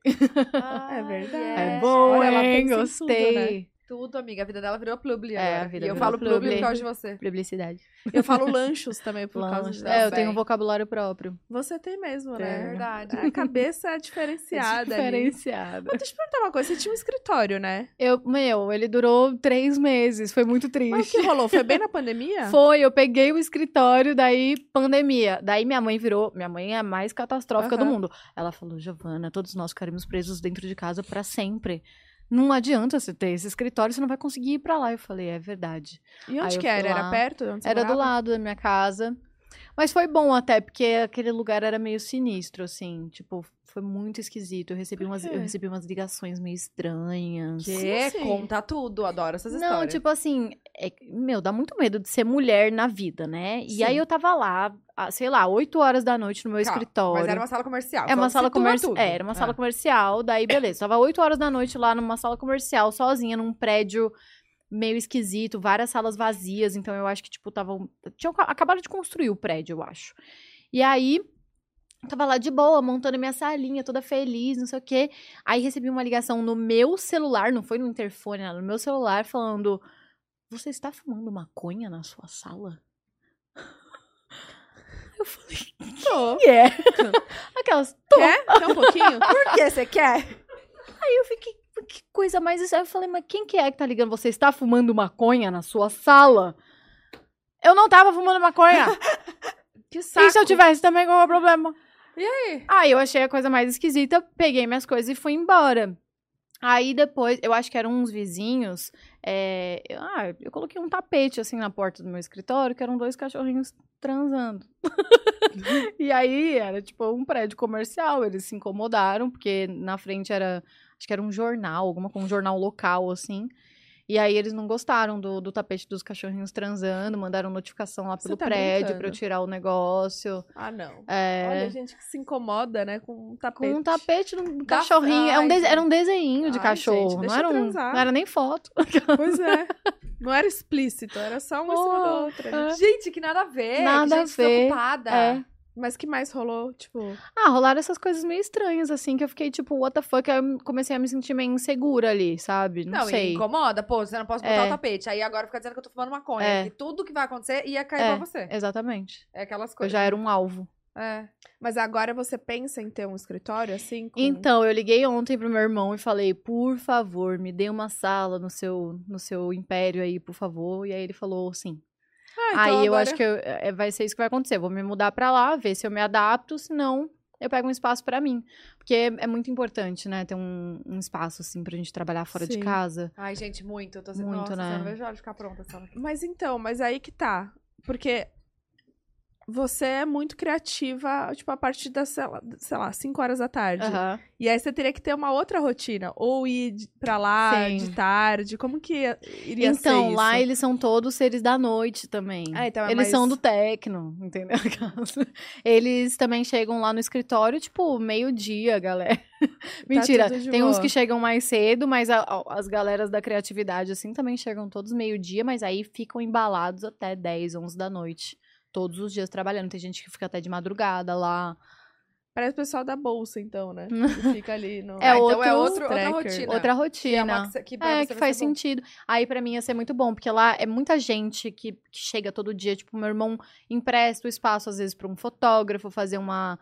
B: Ah,
A: É verdade.
C: É,
A: É.
C: bom,
A: Olha, ela
C: hein?
A: pensa em tudo, né?
C: Gostei.
B: Tudo, amiga. A vida dela virou publi
C: É,
B: agora.
C: a vida
B: e eu
C: virou
B: falo publi
C: publi.
B: por causa de você.
C: Publicidade.
A: Eu falo lanchos também por causa
C: Lanche.
A: disso.
C: É, eu
B: também.
C: tenho um vocabulário próprio.
A: Você tem mesmo,
C: É.
B: É
A: né?
B: verdade.
A: A cabeça é
C: *laughs*
A: diferenciada ali.
C: Diferenciada.
A: Mas deixa eu te perguntar uma coisa, você tinha um escritório, né?
C: Eu, meu, ele durou três meses. Foi muito
A: Mas o
C: triste.
A: que rolou? Foi bem na pandemia?
C: Foi, eu peguei o escritório, daí pandemia. Daí minha mãe virou. Minha mãe é a mais catastrófica do
A: Aham.
C: mundo. Ela falou: Giovana, todos nós ficaremos presos dentro de casa pra sempre. Não adianta você ter esse escritório, você não vai conseguir ir pra lá. Eu falei: é verdade.
A: E
C: Aí
A: onde
C: eu
A: que
C: fui
A: era? Era
C: lá.
A: perto? de onde você
C: Era do
A: morava?
C: lado da minha casa. Mas foi bom até, porque aquele lugar era meio sinistro, assim. Tipo, foi muito esquisito. Eu recebi,
A: Por
C: umas,
A: quê?
C: eu recebi umas ligações meio estranhas.
B: Que
A: assim?
B: conta tudo. Adoro essas histórias.
C: Não, tipo assim, é que, meu, dá muito medo de ser mulher na vida, né? E
A: Sim.
C: aí eu tava lá, ah, sei lá, 8 horas da noite no meu
B: Tá,
C: escritório.
B: Mas era uma sala comercial.
C: É uma
B: só
C: sala
B: situa
C: comercial.
B: tudo.
C: É, era uma sala
B: Ah.
C: comercial. Daí, beleza. Tava 8 horas da noite lá numa sala comercial, sozinha, num prédio meio esquisito, várias salas vazias. Então, eu acho que, tipo, estavam. Tinham ca- acabado de construir o prédio, eu acho. E aí. Tava lá de boa, montando minha salinha, toda feliz, não sei o quê. Aí recebi uma ligação no meu celular, não foi no interfone, nada, no meu celular, falando: Você está fumando maconha na sua sala? Eu falei:
A: Tô.
C: Que é? *laughs* Aquelas, tô.
A: Quer? Quer um
C: *laughs*
A: pouquinho?
B: Por que você quer?
C: Aí eu fiquei, "Pô, que coisa mais isso? Aí eu falei, mas quem que é que tá ligando? Você está fumando maconha na sua sala? Eu não tava fumando maconha.
A: *laughs* Que saco.
C: e se eu tivesse também, qual é o problema?
A: E aí?
C: Aí eu achei a coisa mais esquisita, peguei minhas coisas e fui embora. Aí depois, eu acho que eram uns vizinhos. é, eu- ah, eu coloquei um tapete assim na porta do meu escritório, que eram dois cachorrinhos
A: *laughs*
C: transando. e aí era tipo um prédio comercial, eles se incomodaram, porque na frente era. Acho que era um jornal, alguma com um jornal local, assim. E aí eles não gostaram do, do tapete dos cachorrinhos transando, mandaram notificação lá
A: Você
C: pelo
A: tá
C: prédio
A: brincando?
C: pra eu tirar o negócio.
A: Ah, não.
C: É...
A: Olha, gente que se incomoda, né? Com um tapete.
C: Com um tapete, um
A: Dá-
C: cachorrinho. é um
A: Ai,
C: dese-
A: gente.
C: Era um desenho de
A: Ai,
C: cachorro.
A: gente,
C: não,
A: deixa
C: era um,
A: transar.
C: não era nem foto.
A: *laughs*
C: *laughs*
A: Pois é. Não era explícito, era só um em cima da
C: Oh,
A: outra.
B: Gente, que nada a ver.
C: Nada
B: que
C: a
B: gente
C: ver,
B: Desocupada.
C: é.
A: Mas que mais rolou? Tipo,
C: Ah, rolaram essas coisas meio estranhas, assim, que eu fiquei tipo, what the fuck? Aí eu comecei a me sentir meio insegura ali, sabe? Não,
B: Não, e
C: sei.
B: incomoda, pô, você não pode botar
C: É.
B: o tapete. Aí agora fica dizendo que eu tô fumando maconha.
C: É.
B: E tudo que vai acontecer ia cair
C: É.
B: pra você.
C: Exatamente.
B: É aquelas
C: Eu
B: coisas.
C: já era um alvo.
B: É.
A: mas agora você pensa em ter um escritório assim? Com...
C: Então, eu liguei ontem pro meu irmão e falei, por favor, me dê uma sala no seu, no seu império aí, por favor. E aí ele falou, sim.
A: Ah, então
C: aí eu
A: agora-
C: acho que eu- é, vai ser isso que vai acontecer. Eu Vou me mudar pra lá, ver se eu me adapto, se não, eu pego um espaço pra mim. Porque é, é muito importante, né, ter um, um espaço, assim, pra gente trabalhar fora de
A: Sim.
C: casa.
B: Ai, gente, muito. Eu tô sendo.
C: Muito,
B: Nossa,
C: né?
B: eu não vejo a hora de ficar pronta essa hora.
A: Mas então, mas aí que tá. Porque você é muito criativa, tipo, a partir das, sei lá, sei lá, 5 horas da tarde.
C: Aham.
A: E aí você teria que ter uma outra rotina. Ou ir de- pra lá
C: Sim.
A: de tarde. Como que ia- iria ser
C: Então, lá
A: isso?
C: eles são todos seres da noite também.
A: Ah, então é
C: eles
A: mais-
C: são do tecno, entendeu? *laughs* Eles também chegam lá no escritório, tipo, meio-dia, galera. Mentira,
A: tudo de
C: tem uns
A: boa.
C: que chegam mais cedo, mas a- a- as galeras da criatividade, assim, também chegam todos meio-dia, mas aí ficam embalados até 10, 11 da noite. Todos os dias trabalhando. Tem gente que fica até de madrugada lá.
A: Parece o pessoal da bolsa, então,
C: *laughs*
A: né? Que fica ali no...
C: É
B: ah, então é outro,
C: outro
B: outra
A: tracker.
B: rotina.
C: Outra
B: que é
C: rotina.
B: uma que, cê- que pra
C: É,
B: você
C: que
B: vai
C: faz
B: ser bom.
C: sentido. Aí pra mim ia ser muito bom, porque lá é muita gente que, que chega todo dia, tipo, meu irmão empresta o espaço às vezes pra um fotógrafo fazer uma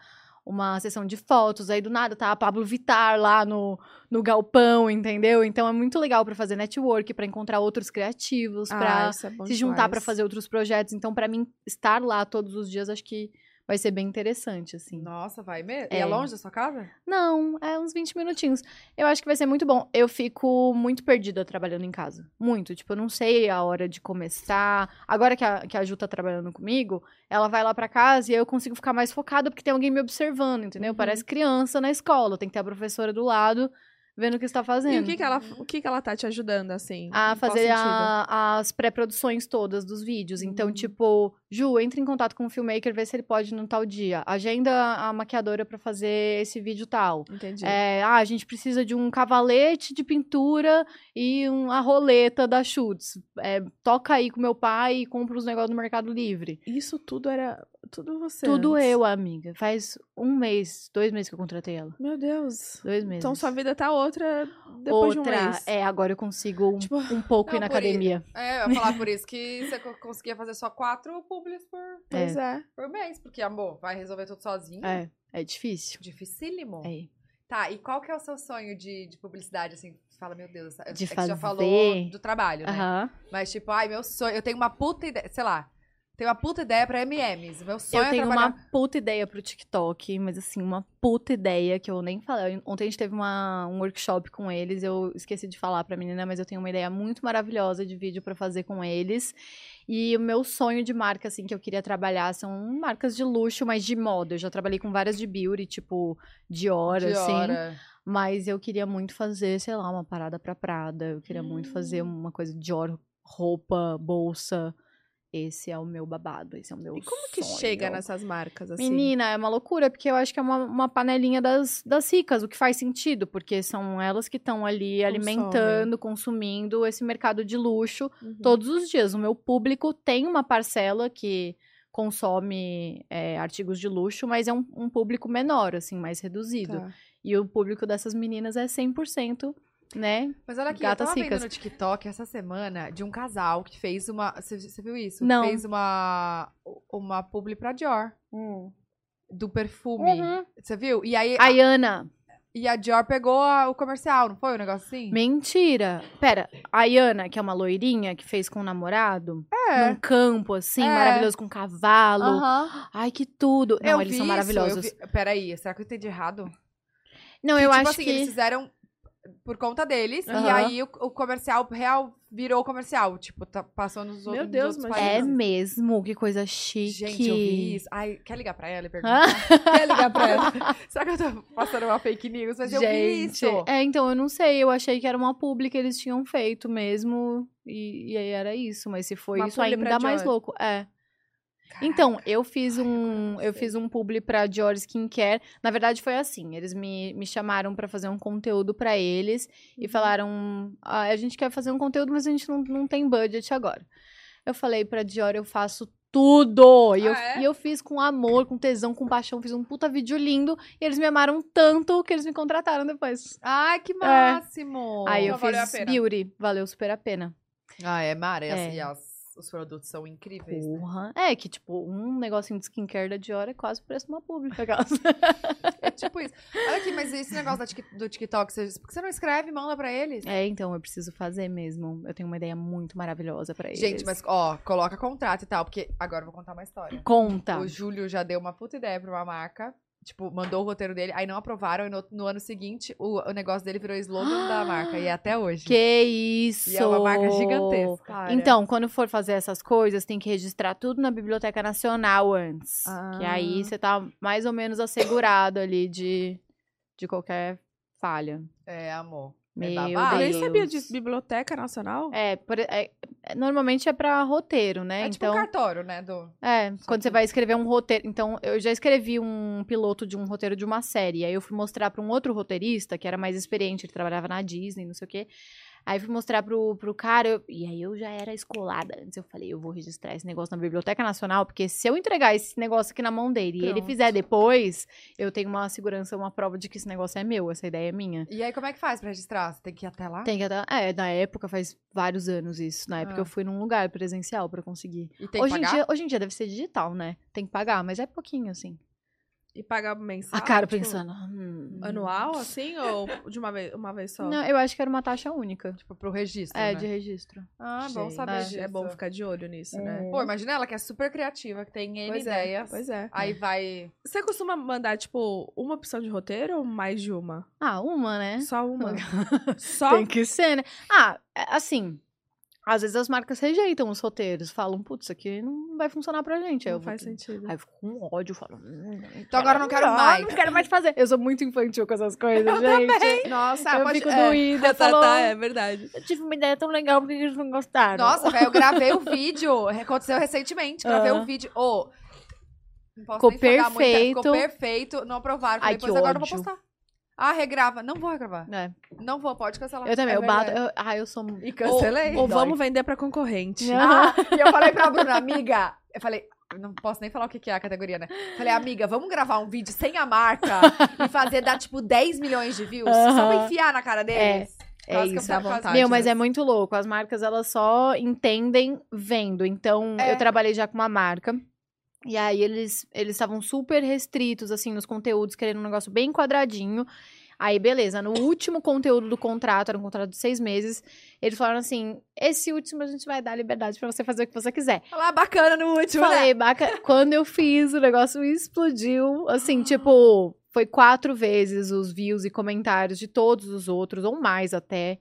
C: uma sessão de fotos, aí do nada tá a Pablo Vitar lá no, no galpão, entendeu? Então é muito legal pra fazer network, pra encontrar outros criativos,
A: Ah,
C: pra
A: isso é bom
C: se juntar pra
A: demais.
C: fazer outros projetos. Então pra mim estar lá todos os dias acho que vai ser bem interessante assim.
B: Nossa, vai mesmo? E é
C: É.
B: longe da sua casa?
C: Não, é uns 20 minutinhos. Eu acho que vai ser muito bom. Eu fico muito perdida trabalhando em casa. Muito. Tipo, eu não sei a hora de começar. Agora que a, que a Ju tá trabalhando comigo, ela vai lá pra casa e eu consigo ficar mais focada porque tem alguém me observando, entendeu?
A: Uhum.
C: Parece criança na escola. Tem que ter a professora do lado vendo o que está fazendo.
A: E o que que, ela, o que que ela tá te ajudando, assim? Em
C: A
A: qual
C: fazer
A: sentido? Uhum.
C: a- as pré-produções todas dos vídeos. Então, tipo, Ju, entre em contato com o filmmaker, vê se ele pode no tal dia. Agenda a maquiadora pra fazer esse vídeo tal.
A: Entendi.
C: É, ah, a gente precisa de um cavalete de pintura e uma roleta da Schutz. É, toca aí com meu pai e compra os negócios no Mercado Livre.
A: Isso tudo era... Tudo você
C: Tudo
A: antes.
C: eu, amiga. Faz um mês, dois meses que eu contratei ela.
A: Meu Deus.
C: Dois meses.
A: Então sua vida tá outra depois de um
C: Outra,
A: mês.
C: É, agora eu consigo um,
A: Tipo,
C: um pouco
B: Não,
C: ir na
B: por aí.
C: academia.
B: É, eu ia falar por isso que você co- conseguia fazer só quatro publis por,
A: pois é.
B: por mês. Porque, amor, vai resolver tudo sozinho.
C: É, é difícil.
B: Dificílimo.
C: É.
B: Tá, e qual que é o seu sonho de, de publicidade, assim? Você fala, meu Deus, eu
C: De
B: sei que você já falou
C: fazer.
B: do trabalho, né?
C: Aham.
B: Mas tipo, ai, meu sonho, eu tenho uma puta ideia, sei lá, tenho uma puta ideia pra MMs. Meu sonho
C: eu tenho
B: é trabalhar...
C: uma puta ideia pro TikTok, mas assim, uma puta ideia que eu nem falei. Ontem a gente teve uma- um workshop com eles, eu esqueci de falar pra menina, mas eu tenho uma ideia muito maravilhosa de vídeo pra fazer com eles. E o meu sonho de marca, assim, que eu queria trabalhar são marcas de luxo, mas de moda. Eu já trabalhei com várias de beauty, tipo Dior,
B: de
C: assim.
B: hora.
C: Mas eu queria muito fazer, sei lá, uma parada pra Prada. Eu queria muito fazer
A: Hum.
C: uma coisa de Dior, roupa, bolsa. Esse é o meu babado, esse é o meu
A: E como
C: sonho.
A: que chega nessas marcas, assim?
C: Menina, é uma loucura, porque eu acho que é uma, uma panelinha das, das ricas, o que faz sentido, porque são elas que estão ali alimentando, consumindo esse mercado de luxo
A: Uhum.
C: todos os dias. O meu público tem uma parcela que consome é, artigos de luxo, mas é um, um público menor, assim, mais reduzido.
A: Tá.
C: E o público dessas meninas é 100%, né?
B: Mas olha aqui, eu
C: Gatas
B: tava vendo
C: ricas.
B: no TikTok essa semana de um casal que fez uma, você você viu isso?
C: Não.
B: Fez uma uma publi pra Dior do perfume.
C: Uhum.
B: Você viu? E aí
C: A Iana,
B: e a Dior pegou a- o comercial, não foi um negócio assim?
C: mentira. Pera, a Iana, que é uma loirinha que fez com o namorado,
B: É.
C: num campo assim,
B: É.
C: maravilhoso com cavalo.
B: Aham.
C: Ai, que tudo. Não,
B: eu
C: eles
B: vi
C: são
B: isso,
C: maravilhosos.
B: eu vi- Peraí, será que eu entendi errado?
C: Não, eu
B: tipo
C: acho
B: assim,
C: que
B: eles fizeram por conta deles. E
A: Aham.
B: aí o, o comercial real virou comercial. Tipo, tá passando nos
A: Meu
B: outros, nos
A: Deus,
B: outros
A: mas-
B: países.
C: É mesmo, que coisa chique.
B: Gente, eu vi isso. Ai, quer ligar pra ela e perguntar?
C: Ah,
B: Quer ligar pra
C: *laughs*
B: ela? Será que eu tô passando uma fake news? Mas eu vi
C: gente.
B: isso.
C: É, então, eu não sei. Eu achei que era uma publi que eles tinham feito mesmo. E, e aí era isso. Mas se foi
A: Uma
C: isso,
A: publi pra
C: ainda mais
A: Dior.
C: louco. É.
B: Caraca.
C: Então, eu fiz
B: agora eu
C: um,
B: não
C: eu
B: sei.
C: fiz um publi pra Dior Skincare. Na verdade, foi assim. Eles me, me chamaram pra fazer um conteúdo pra eles
B: Uhum.
C: e falaram: "Ah, a gente quer fazer um conteúdo, mas a gente não, não tem budget agora. Eu falei pra Dior, eu faço tudo! E, eu,
B: Ah, é?
C: e eu fiz com amor, com tesão, com paixão, fiz um puta vídeo lindo e eles me amaram tanto que eles me contrataram depois.
B: Ai, que máximo!
C: é. Aí eu
A: Então valeu a
C: fiz
A: pena.
C: beauty, valeu super a pena.
B: Ah, é, Mara. e as-
C: É.
B: E as- os produtos são incríveis. né?
C: Porra. É, que tipo, um negocinho de skincare da Dior é quase o preço de uma pública. aquelas.
B: É tipo isso. Olha aqui, mas esse negócio da Tik- do TikTok, você, por que você não escreve e manda pra eles?
C: É, então eu preciso fazer mesmo. Eu tenho uma ideia muito maravilhosa pra eles.
B: Gente, mas ó, coloca contrato e tal, porque agora eu vou contar uma história.
C: conta.
B: O Júlio já deu uma puta ideia pra uma marca. Tipo, mandou o roteiro dele, aí não aprovaram, e no, no ano seguinte o, o negócio dele virou slogan
C: *gasps*
B: da marca, e é até hoje.
C: Que isso!
B: E é uma marca gigantesca.
C: Então, quando for fazer essas coisas, tem que registrar tudo na Biblioteca Nacional antes.
B: Ah.
C: E aí você tá mais ou menos assegurado ali de, de qualquer falha.
B: É, amor.
C: Meu
B: babado.
A: Eu nem
C: Deus.
A: sabia de Biblioteca Nacional.
C: É, por- é- é- normalmente é pra roteiro, né?
B: É, tipo
C: então,
B: um cartório, né? Do...
C: É,
B: Só
C: quando você
B: que-
C: vai escrever um roteiro. Então, eu já escrevi um piloto de um roteiro de uma série. Aí eu fui mostrar pra um outro roteirista, que era mais experiente, ele trabalhava na Disney, não sei o quê. Aí fui mostrar pro, pro cara, eu- e aí eu já era escolada. Antes eu falei, eu vou registrar esse negócio na Biblioteca Nacional, porque se eu entregar esse negócio aqui na mão dele e ele
A: Pronto.
C: fizer depois, eu tenho uma segurança, uma prova de que esse negócio é meu, essa ideia é minha.
B: E aí, como é que faz pra registrar? Você tem que ir até lá?
C: Tem que até. É, na época, faz vários anos isso. Na época
B: Ah.
C: eu fui num lugar presencial pra conseguir.
B: E tem que
C: Hoje em,
B: pagar?
C: dia, hoje em dia deve ser digital, né? Tem que pagar, mas é pouquinho, assim.
A: E pagar
B: Tá
A: mensal.
C: A Ah, cara
A: tipo,
C: pensando. hum.
A: Anual, assim? Ou de uma vez, uma vez só?
C: Não, eu acho que era uma taxa única.
B: Tipo, pro registro,
C: É,
B: né?
C: de registro.
B: Ah, bom
A: Gente,
B: saber disso.
A: É bom ficar de olho nisso, né?
B: Pô, imagina ela que é super criativa, que tem N
A: Pois é,
B: ideias.
A: pois é.
B: Aí vai.
A: Você costuma mandar, tipo, uma opção de roteiro ou mais de uma?
C: Ah, uma, né?
A: Só uma. *laughs* Só?
C: Tem que ser, né? Ah, é- assim. Às vezes as marcas rejeitam os roteiros, falam, putz, isso aqui não vai funcionar pra gente. Aí eu
A: Não
C: vou-
A: faz sentido.
C: Aí eu fico com ódio, falo. Hum,
B: Então agora eu não quero mais.
C: Não quero mais fazer. Eu sou muito infantil com essas
B: *laughs*
C: coisas, gente.
B: Nossa,
C: Eu
B: pode...
C: fico
B: é. *laughs*
C: doída.
A: tá,
C: falou,
A: tá, é verdade.
C: Eu tive uma ideia tão legal, por que eles não gostaram?
B: Nossa, velho, eu gravei o vídeo. Aconteceu recentemente. Gravei
C: Ah.
B: o vídeo. Ô. não posso
C: Ficou
B: nem fogar muito, é,
C: perfeito.
B: Ficou perfeito. Não aprovaram. Falei,
C: Ai, que
B: pois agora eu vou
C: ódio.
B: postar. Ah, regrava. Não vou regravar.
C: É.
B: Não vou, pode cancelar.
C: Eu também,
B: É
C: eu bato.
B: verdade.
C: Eu, ah, eu sou.
B: E cancelei.
C: Ou-
A: Ou
C: Dói.
A: vamos vender pra concorrente.
C: Não.
B: Ah, e eu falei pra Bruna, amiga. Eu falei, eu não posso nem falar o que que é a categoria, né? Falei, amiga, vamos gravar um vídeo sem a marca e fazer dar tipo 10 milhões de views? Só pra
C: Aham.
B: enfiar na cara deles?
C: É
B: Quase que eu
C: isso,
B: fui
A: à
B: quase-
A: vontade.
C: Meu, mas é muito louco. As marcas, elas só entendem vendo. Então,
B: É.
C: eu trabalhei já com uma marca. E aí, eles eles estavam super restritos, assim, nos conteúdos, querendo um negócio bem quadradinho. Aí, beleza. No último conteúdo do contrato, era um contrato de seis meses, eles falaram assim: esse último a gente vai dar liberdade pra você fazer o que você quiser.
B: Olha lá, bacana no último, né?
C: Falei, bacana. Quando eu fiz, o negócio explodiu. Assim,
A: Ah.
C: tipo, foi quatro vezes os views e comentários de todos os outros, ou mais até.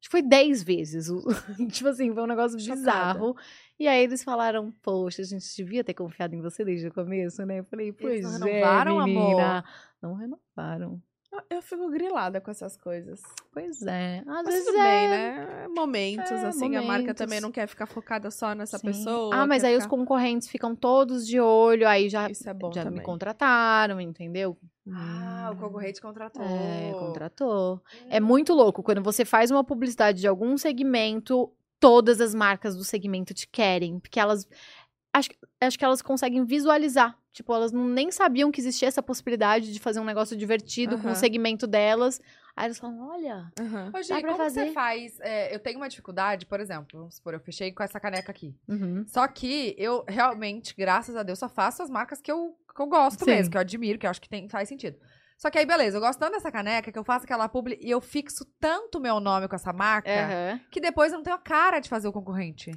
C: Acho que foi dez vezes. o- *laughs* tipo assim, foi um negócio
A: Chocada.
C: bizarro. E aí eles falaram, poxa, a gente devia ter confiado em você desde o começo, né? Eu falei, pois
B: Eles não
C: renovaram,
B: renovaram,
C: é,
B: amor?
C: menina. Não renovaram.
A: Eu fico grilada com essas coisas.
C: Pois é. Às
A: Mas
C: vezes
A: tudo
C: é,
A: bem, né? Momentos,
C: É,
A: assim, a marca
C: momentos.
A: também não quer ficar focada só nessa
C: sim.
A: pessoa.
C: Ah, mas
A: quer
C: aí os
A: ficar...
C: concorrentes ficam todos de olho, aí já,
A: Isso é bom
C: já
A: também.
C: me contrataram, entendeu?
B: Ah, o concorrente contratou. Uhum.
C: É, contratou. É muito louco. Quando você faz uma publicidade de algum segmento, todas as marcas do segmento te querem. Porque elas. Acho, que- acho que elas conseguem visualizar. Tipo, elas não, nem sabiam que existia essa possibilidade de fazer um negócio divertido com
A: Aham.
C: o segmento delas. Aí elas falam: olha.
A: Aham.
B: Ô, Gi,
C: Dá pra
B: como
C: fazer.
B: você faz? é, eu tenho uma dificuldade, por exemplo, vamos supor, eu fechei com essa caneca aqui. Só que eu realmente, graças a Deus, só faço as marcas que eu, que eu gosto
C: Sim.
B: mesmo, que eu admiro, que eu acho que tem, faz sentido. Só que aí, beleza, eu gosto tanto dessa caneca que eu faço aquela publi e eu fixo tanto meu nome com essa marca
C: Aham.
B: que depois eu não tenho a cara de fazer o concorrente.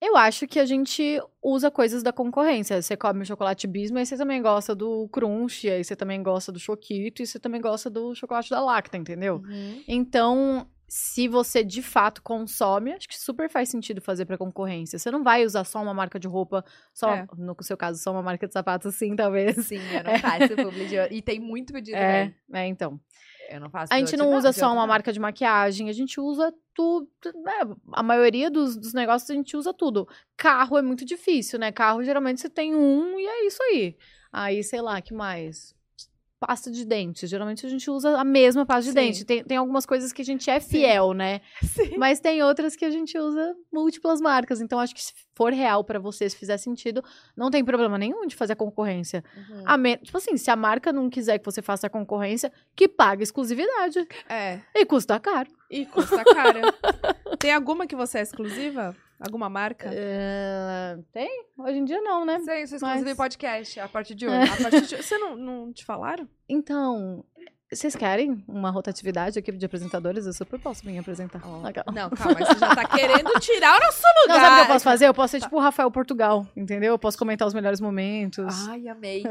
C: Eu acho que a gente usa coisas da concorrência. Você come o chocolate bisma aí você também gosta do crunch, aí você também gosta do choquito e você também gosta do chocolate da lacta, entendeu?
B: Uhum.
C: *laughs* Então, se você de fato consome, acho que super faz sentido fazer pra concorrência. Você não vai usar só uma marca de roupa, só
B: É.
C: no seu caso, só uma marca de sapato, sim, talvez.
B: Sim, eu não faço publi de... E tem muito pedido,
C: É,
B: né?
C: é, então.
B: Eu não faço
C: A
B: de
C: gente
B: outra-
C: não usa
B: de tipo.
C: só
B: outra
C: uma marca de maquiagem, a gente usa tudo. né? A maioria dos, dos negócios a gente usa tudo. Carro é muito difícil, né? Carro geralmente você tem um e é isso aí. Aí, sei lá, que mais? Pasta de dente. Geralmente a gente usa a mesma pasta de
B: Sim.
C: dente. Tem, tem algumas coisas que a gente é fiel, né?
B: *laughs* Sim.
C: Mas tem outras que a gente usa múltiplas marcas. Então acho que se for real pra você, se fizer sentido, não tem problema nenhum de fazer a concorrência.
B: Uhum.
C: A me- Tipo assim, se a marca não quiser que você faça a concorrência, que pague exclusividade.
A: É.
C: E custa caro.
A: E custa
B: *laughs*
A: cara. Tem alguma que você é exclusiva? Alguma marca?
B: É,
C: Eh, tem? Hoje em dia não, né?
B: Sim, isso é exclusivo
C: Mas-
B: em podcast, a partir de hoje.
A: A partir de... Você não, não te falaram?
C: Então, vocês querem uma rotatividade aqui de apresentadores? Eu super posso me apresentar. Aquela-
A: Não, calma. Você já tá querendo tirar o nosso
C: Não,
A: lugar.
C: sabe o que eu posso fazer? Eu posso ser tipo o Rafael Portugal, entendeu? Eu posso comentar os melhores momentos.
B: Ai, amei.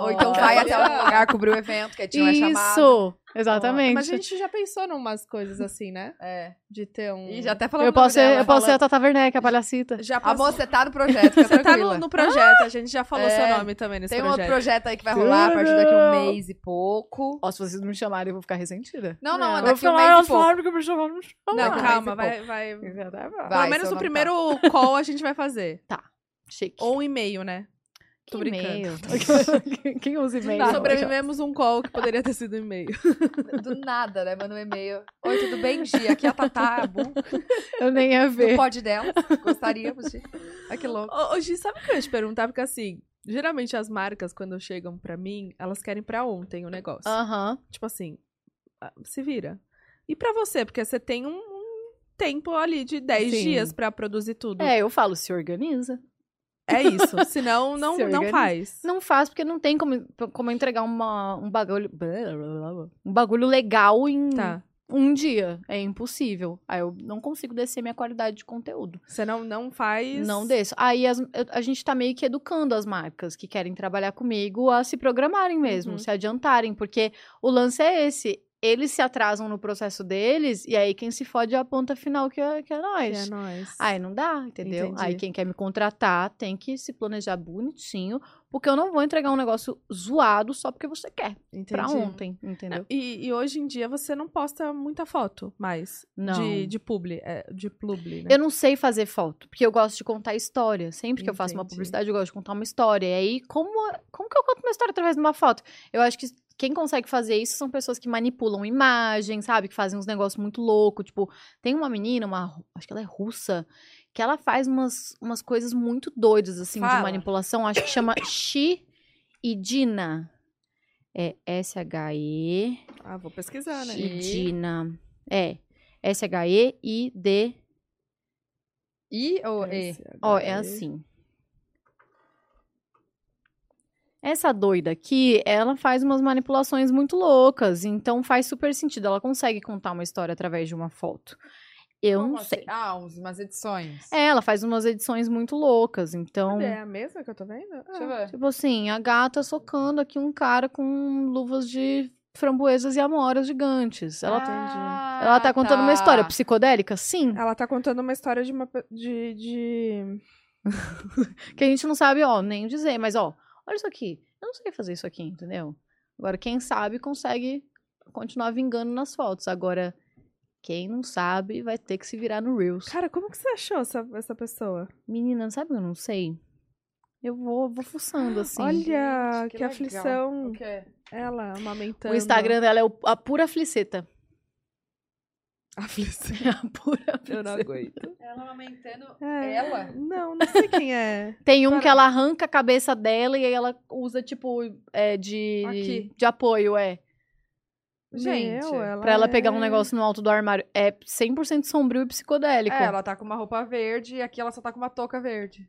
B: Ou então
A: Olha.
B: vai até algum lugar, cobrir o evento, que a gente vai chamar.
C: Isso! Exatamente.
A: Mas a gente já pensou numas coisas assim, né?
B: É.
A: De ter um...
B: E já até falou
C: eu
B: o nome
C: posso, ser,
B: dela.
C: eu posso ser a
A: falando-
C: Tata Werneck, a palhacita.
A: Já
B: A
A: passou-
B: moça tá no projeto, *laughs* fica
A: Você *laughs* tá
B: tranquila.
A: no, no projeto. A gente já falou
B: É.
A: seu nome também nesse
B: Tem um outro
A: projeto.
B: projeto aí que vai rolar a partir daqui um mês e pouco.
C: Ó, se vocês me chamarem, eu vou ficar ressentida.
B: Não, não,
A: Não.
B: é
A: Vou
B: daqui um mês e pouco.
C: que me chamaram.
A: Não, um
B: Não,
A: calma.
B: mas
A: Vai, vai...
C: é
B: Vai, seu
A: Pelo menos o
B: nome tá.
A: primeiro call a gente vai fazer.
C: Chique.
A: Ou um e-mail, né? Tô brincando.
C: e-mail. *laughs* Quem usa e-mail?
B: Tá,
A: Sobrevivemos um call que poderia ter sido um e-mail.
B: Do nada, né? Manda um e-mail. Oi, tudo bem, Gia? Aqui é a Tatá, a Bu,
C: Eu nem ia
B: do
C: ver.
B: pod dela. Gostaríamos de... Ai, que louco.
A: Ô, ô, Gi, sabe o que eu ia te perguntar? Porque assim, geralmente as marcas, quando chegam pra mim, elas querem pra ontem o negócio.
C: Aham.
A: Tipo assim, ah, se vira. E pra você? Porque você tem um, um tempo ali de 10
C: Sim.
A: dias pra produzir tudo. É,
C: É, eu falo, se organiza. *laughs*
A: isso. Senão, não,
C: Se
A: não
C: organiza.
A: faz.
C: Não faz, porque não tem como, como entregar uma- um bagulho. Um bagulho legal em
A: Tá.
C: um dia. É impossível. Aí eu não consigo descer minha qualidade de conteúdo.
A: Você não, não faz.
C: Não desço. Aí as- eu- a gente tá meio que educando as marcas que querem trabalhar comigo a se programarem mesmo,
A: Uhum.
C: se adiantarem, porque o lance é esse. Eles se atrasam no processo deles, e aí quem se fode é a ponta final, que é, que é
A: É
C: nós.
A: nóis.
C: Aí não dá, entendeu? Aí
A: Entendi.
C: quem quer me contratar tem que se planejar bonitinho, porque eu não vou entregar um negócio zoado só porque você quer,
A: Entendi.
C: pra ontem, entendeu?
A: E, e hoje em dia você não posta muita foto mais
C: Não.
A: de, de publi. é, de publi, né?
C: Eu não sei fazer foto, porque eu gosto de contar história. Sempre que eu faço uma
A: Entendi.
C: publicidade, eu gosto de contar uma história. E aí, como, como que eu conto uma história através de uma foto? Eu acho que quem consegue fazer isso são pessoas que manipulam imagem, sabe? Que fazem uns negócios muito loucos. Tipo, tem uma menina, uma, ru- acho que ela é russa, que ela faz umas, umas coisas muito doidas, assim,
B: Fala.
C: de manipulação. Acho que chama *coughs* Shi Idina. É S-H-E.
A: Ah, vou pesquisar, né?
B: Chique.
C: Idina. É. S-H-E-I-D.
B: I ou E?
A: Esse
C: Ó,
A: agora
C: é
A: aí.
C: assim. Essa doida aqui, ela faz umas manipulações muito loucas, então faz super sentido. Ela consegue contar uma história através de uma foto. Eu
B: Como
C: não
B: assim?
C: sei.
B: Ah, uns- umas edições.
C: É, ela faz umas edições muito loucas, então.
A: É a mesma que eu tô vendo? Ah.
B: Deixa eu ver.
C: Tipo assim, a gata socando aqui um cara com luvas de framboesas e amoras gigantes. Ela,
B: Ah,
C: ela tá contando uma
B: tá.
C: história psicodélica? Sim.
A: Ela tá contando uma história de uma. pe- De, de...
C: Que a gente não sabe, ó, nem dizer, mas ó, olha isso aqui. Eu não sei fazer isso aqui, entendeu? Agora, quem sabe consegue continuar vingando nas fotos. Agora, quem não sabe vai ter que se virar no Reels.
A: Cara, como que você achou essa, essa pessoa?
C: Menina, sabe o que eu não sei? Eu vou, vou fuçando, assim.
A: Olha,
B: Gente, que
A: que,
B: legal.
A: aflição.
B: O quê?
A: Ela amamentando.
C: o Instagram dela é o- a pura fliceta. *laughs*
A: Aflição.
C: É a pura
A: Eu não
C: fliceta.
A: aguento.
B: Ela amamentando...
A: *laughs* É.
B: Ela?
A: Não, não sei quem
C: *laughs*
A: é.
C: Tem um
A: Para-
C: que ela arranca a cabeça dela e aí ela usa, tipo, é, de,
B: Aqui.
C: de apoio, é.
B: Gente,
A: Meu, ela
C: Pra ela
A: é-
C: pegar um negócio no alto do armário. É 100% sombrio e psicodélico.
B: É, ela tá com uma roupa verde e aqui ela só tá com uma touca verde.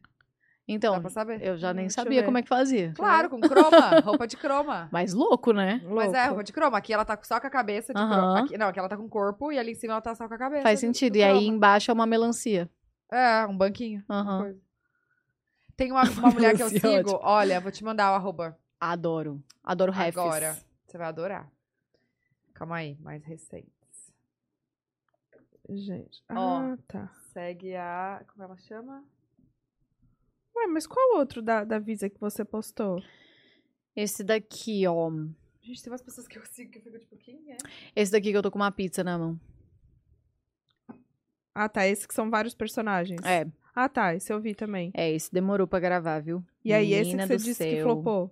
B: Dá
C: Então,
A: tá
B: pra saber?
C: Eu já nem
A: Deixa eu
C: sabia
A: ver.
C: como é que fazia.
B: Claro, com
C: *laughs*
B: croma, roupa de croma.
C: Mas louco, né?
B: Mas é,
A: Louco.
B: roupa de croma. Aqui ela tá só com a cabeça de
C: Aham.
B: croma. Aqui, não, aqui ela tá com o corpo e ali em cima ela tá só com a cabeça.
C: Faz
B: de- do
C: sentido. E aí
B: croma.
C: embaixo é uma melancia.
B: É, um banquinho.
C: Aham.
B: coisa. Tem
C: *laughs*
B: uma, uma mulher que eu
C: Lúcia,
B: sigo,
C: ótimo.
B: olha, vou te mandar o arroba
C: Adoro. Adoro refs.
B: agora. Você vai adorar. Calma aí, mais recente.
A: Gente.
B: Ó.
A: Ah, tá.
B: Segue a. Como ela chama?
A: Ué, mas qual outro da, da Visa que você postou?
C: Esse daqui, ó.
B: Gente, tem umas pessoas que eu sigo que eu fico tipo, quem é?
C: Esse daqui que eu tô com uma pizza na mão.
A: Ah, tá. Esse que são vários personagens.
C: É,
A: Ah, tá. Esse eu vi também.
C: é esse. Demorou pra gravar, viu?
A: E aí, esse
C: Menina
A: que você
C: do
A: disse que
C: céu.
A: flopou.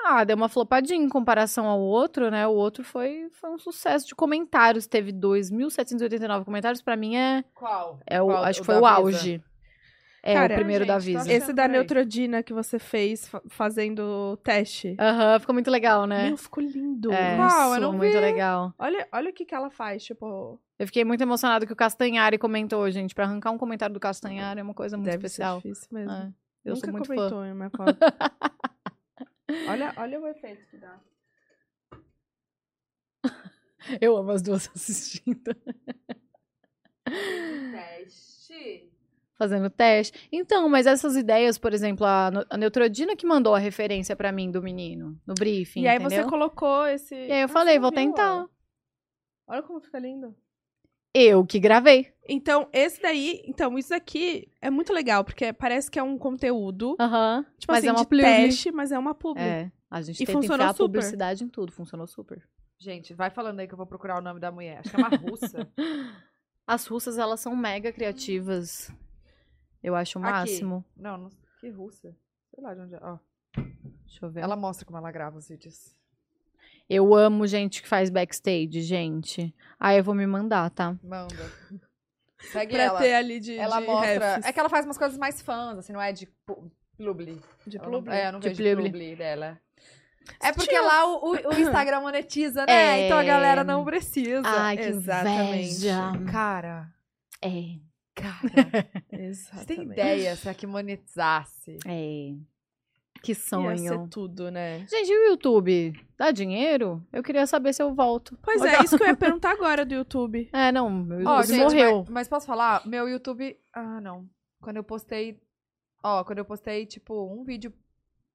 C: Ah, deu uma flopadinha em comparação ao outro, né? O outro foi, foi um sucesso de comentários. Teve 2.789 comentários. Pra mim é,
B: Qual?
C: é o,
B: Qual?
C: acho que
B: da
C: foi o
B: Visa?
C: auge. É,
A: Cara,
C: o primeiro
B: gente,
C: da
B: tá
C: Visa.
B: certo.
A: Esse da
B: peraí.
A: Neutrodina que você fez fa- fazendo o teste.
C: Aham, ficou muito legal, né?
A: Meu, ficou lindo.
C: É,
B: Uau, eu
C: isso,
B: não
C: muito
B: vi.
C: legal.
A: Olha, olha o que, que ela faz, tipo...
C: Eu fiquei muito emocionado que o Castanhari comentou, gente. Pra arrancar um comentário do Castanhari é uma coisa muito
A: deve
C: especial.
A: ser difícil mesmo.
C: É, eu
A: Nunca
C: sou muito
A: comentou
C: fã.
A: em minha foto.
C: *laughs*
A: olha, olha o efeito que dá.
C: Eu amo as duas *laughs* assistindo.
B: Teste.
C: Fazendo teste. Então, mas essas ideias, por exemplo, a, no- a Neutrodina que mandou a referência pra mim do menino, no briefing,
A: e aí
C: entendeu?
A: você colocou esse...
C: E aí eu
A: Ah,
C: falei,
A: você
C: vou
A: viu, ó.
C: tentar.
A: Olha como fica lindo.
C: Eu que gravei.
A: Então, esse daí... Então, isso aqui é muito legal, porque parece que é um conteúdo...
C: Aham.
A: Tipo
C: mas
A: assim,
C: é uma
A: de
C: publi.
A: teste, mas é uma publi.
C: É, a gente
A: E
C: tenta
A: funcionou
C: enfiar a
A: super.
C: publicidade em tudo, funcionou super.
B: Gente, vai falando aí que eu vou procurar o nome da mulher. Acho que é uma russa.
C: As russas, elas são mega criativas. Eu acho o
B: Aqui.
C: máximo.
B: não, não, que russa. Sei lá de onde é. Ó,
C: Deixa eu ver.
B: ela mostra como ela grava os vídeos.
C: Eu amo gente que faz backstage, gente. Aí eu vou me mandar, tá?
B: Manda. *laughs* Segue
A: Pra
B: ela.
A: ter ali de
B: Ela
A: de
B: mostra.
A: refs.
B: É que ela faz umas coisas mais fãs, assim, não é de pu- publi.
A: De
B: Ela
A: publi.
B: Não, é, eu não
C: De
B: vejo
C: publi.
B: publi. dela. É porque lá o, o- *coughs* o Instagram monetiza, né?
C: É.
B: Então a galera não precisa.
C: Ai, que
A: exatamente.
C: inveja.
B: Cara,
C: É,
B: *laughs* cara,
A: Exatamente.
B: você tem ideia se aqui monetizasse?
C: é. Que
A: Ia ser
C: sonho.
A: tudo, né?
C: Gente, e o YouTube? Dá dinheiro? Eu queria saber se eu volto.
A: Pois é, isso que eu ia perguntar agora do YouTube.
C: É, não, meu
B: Ó,
C: YouTube
B: gente,
C: morreu.
B: Mas, mas posso falar? Meu YouTube. Ah, não. Quando eu postei. Ó, quando eu postei, tipo, um vídeo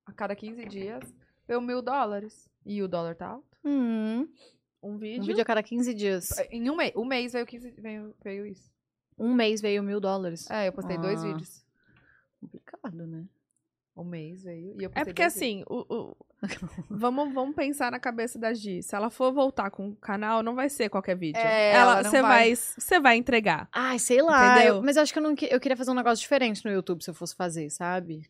B: a cada 15 dias, deu mil dólares. E o dólar tá alto.
C: Hum,
A: Um vídeo.
C: um vídeo a cada 15 dias.
B: Em um mês. Um mês veio 15. Veio, veio isso.
C: Um mês veio mil dólares.
B: É, eu postei dois
C: Ah.
B: vídeos.
C: Complicado, né?
B: Um mês veio. E eu
A: É
B: postei
A: porque
B: dois vídeos.
A: assim, o-
B: *laughs*
A: o- vamos, vamos pensar na cabeça da Gi. Se ela for voltar com o canal, não vai ser qualquer vídeo.
B: É, ela não
A: você
B: vai.
A: vai, você vai entregar.
C: Ai, sei lá.
A: Entendeu?
C: eu- mas eu acho que eu, não, que- eu queria fazer um negócio diferente no YouTube se eu fosse fazer, sabe?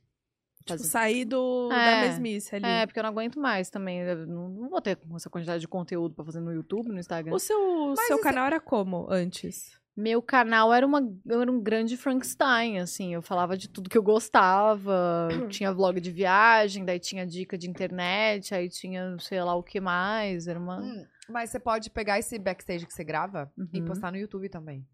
A: Tipo,
C: Fazer-
A: sair do, da
C: É.
A: mesmice ali.
C: É, porque eu não aguento mais também. eu não, não vou ter essa quantidade de conteúdo pra fazer no YouTube, no Instagram.
A: O seu, seu canal era como antes?
C: Meu canal era, uma, eu era um grande Frankenstein, assim. Eu falava de tudo que
B: *coughs*
C: eu gostava. tinha vlog de viagem, daí tinha dica de internet, aí tinha sei lá o que mais. Era uma.
B: Hum, Mas você pode pegar esse backstage que você grava e
C: Uhum.
B: postar no YouTube também.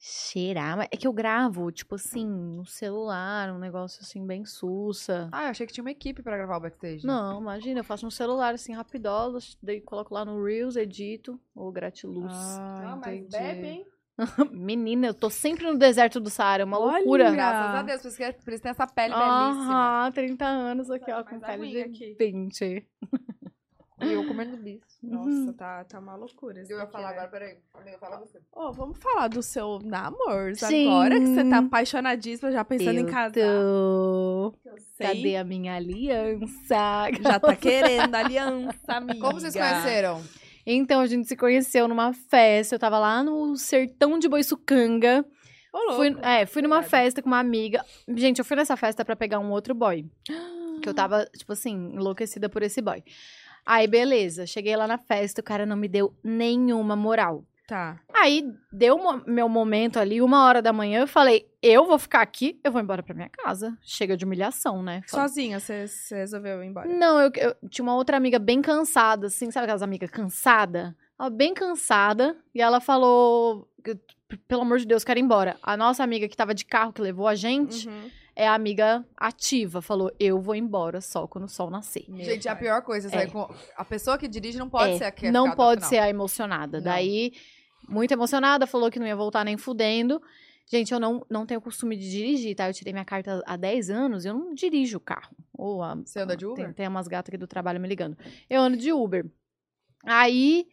C: Será? Mas É que eu gravo, tipo assim, no celular, um negócio assim, bem sussa.
B: Ah, eu achei que tinha uma equipe pra gravar o backstage.
C: Não, imagina, eu faço no celular, assim, rapidola, daí coloco lá no Reels, edito, ou gratiluz.
B: Ah, entendi.
C: *laughs* Menina, eu tô sempre no deserto do Saara, é uma
A: Olha!
C: loucura.
B: Graças a Deus, por isso que por isso tem essa pele é belíssima. é
C: Ah, 30 anos aqui, ó, com
A: Mas a
C: pele
A: unha
C: de
A: aqui.
C: 20.
B: E eu comendo bicho.
C: Nossa,
A: tá, tá uma loucura.
B: Eu ia falar agora, peraí. Amiga, fala você.
A: Ô, vamos falar do seu namoro
C: Sim.
A: agora, que você tá apaixonadíssima, já pensando em
C: Eu
A: casar.
C: tô...
A: Eu sei.
C: Cadê a minha aliança?
A: Já tá querendo aliança, amiga.
B: Como vocês conheceram?
C: *laughs* Então, a gente se conheceu numa festa, eu tava lá no sertão de Boiçucanga.
A: Ô, louco.
C: Fui, é, fui numa
A: Obrigada.
C: festa com uma amiga. Gente, eu fui nessa festa pra pegar um outro boy. Que eu tava, tipo assim, enlouquecida por esse boy. Aí, beleza. Cheguei lá na festa, o cara não me deu nenhuma moral.
A: Tá.
C: Aí, deu mo- meu momento ali, uma hora da manhã, eu falei, eu vou ficar aqui, eu vou embora pra minha casa. Chega de humilhação, né? Falei,
A: Sozinha, você você resolveu ir embora.
C: não, eu, eu tinha uma outra amiga bem cansada, assim, sabe aquelas amigas cansada? Ela bem cansada, e ela falou, que, p- pelo amor de Deus, quero ir embora. A nossa amiga que tava de carro, que levou a gente,
A: Uhum.
C: é a amiga ativa, falou, eu vou embora só quando o sol nascer.
B: Gente, é a pior coisa é sair
C: É.
B: com. A pessoa que dirige não pode
C: É,
B: ser a que é
C: Não
B: ficada
C: pode
B: no
C: ser
B: final.
C: a emocionada.
B: Não.
C: Daí, muito emocionada, falou que não ia voltar nem fudendo. Gente, eu não, não tenho costume de dirigir, tá? Eu tirei minha carta há 10 anos e eu não dirijo o carro. Ou a,
B: Você anda de
C: tem-
B: Uber?
C: Tem, umas gatas aqui do trabalho me ligando. Eu ando de Uber. Aí,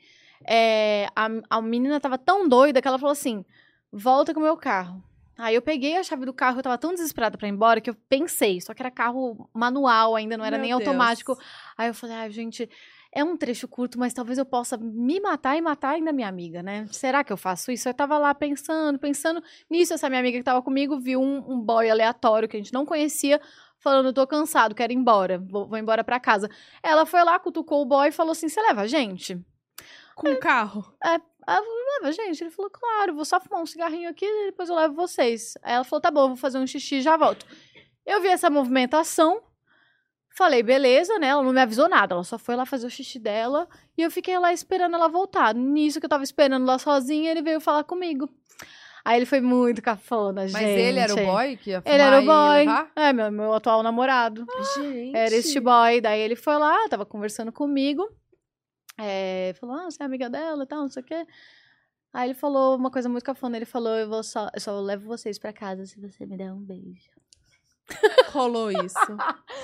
C: é, a, a menina tava tão doida que ela falou assim: volta com o meu carro. Aí eu peguei a chave do carro, eu tava tão desesperada pra ir embora que eu pensei, só que era carro manual ainda, não era
A: Meu
C: nem
A: Deus.
C: automático. Aí eu falei, ai, gente, é um trecho curto, mas talvez eu possa me matar e matar ainda minha amiga, né? Será que eu faço isso? Eu tava lá pensando, pensando nisso. Essa minha amiga que tava comigo viu um, um boy aleatório que a gente não conhecia, falando: tô cansado, quero ir embora, vou, vou embora pra casa. Ela foi lá, cutucou o boy e falou assim: você leva a gente?
A: Com o carro.
C: Aí eu falei, leva, gente. Ele falou, claro, vou só fumar um cigarrinho aqui e depois eu levo vocês. Aí ela falou, tá bom, eu vou fazer um xixi e já volto. Eu vi essa movimentação, falei, beleza, né? Ela não me avisou nada, ela só foi lá fazer o xixi dela e eu fiquei lá esperando ela voltar. Nisso que eu tava esperando lá sozinha, ele veio falar comigo. Aí ele foi muito cafona, gente.
B: Mas ele era o boy que ia fumar
C: Ele era o
B: e
C: boy.
B: levar?
C: É, meu, meu atual namorado.
A: Gente.
C: Era este boy. Daí ele foi lá, tava conversando comigo. é, falou, ah, você é amiga dela e tal, não sei o quê. Aí ele falou uma coisa muito cafona. Ele falou, eu, vou só, eu só levo vocês pra casa se você me der um beijo.
A: Rolou
C: *laughs*
A: isso.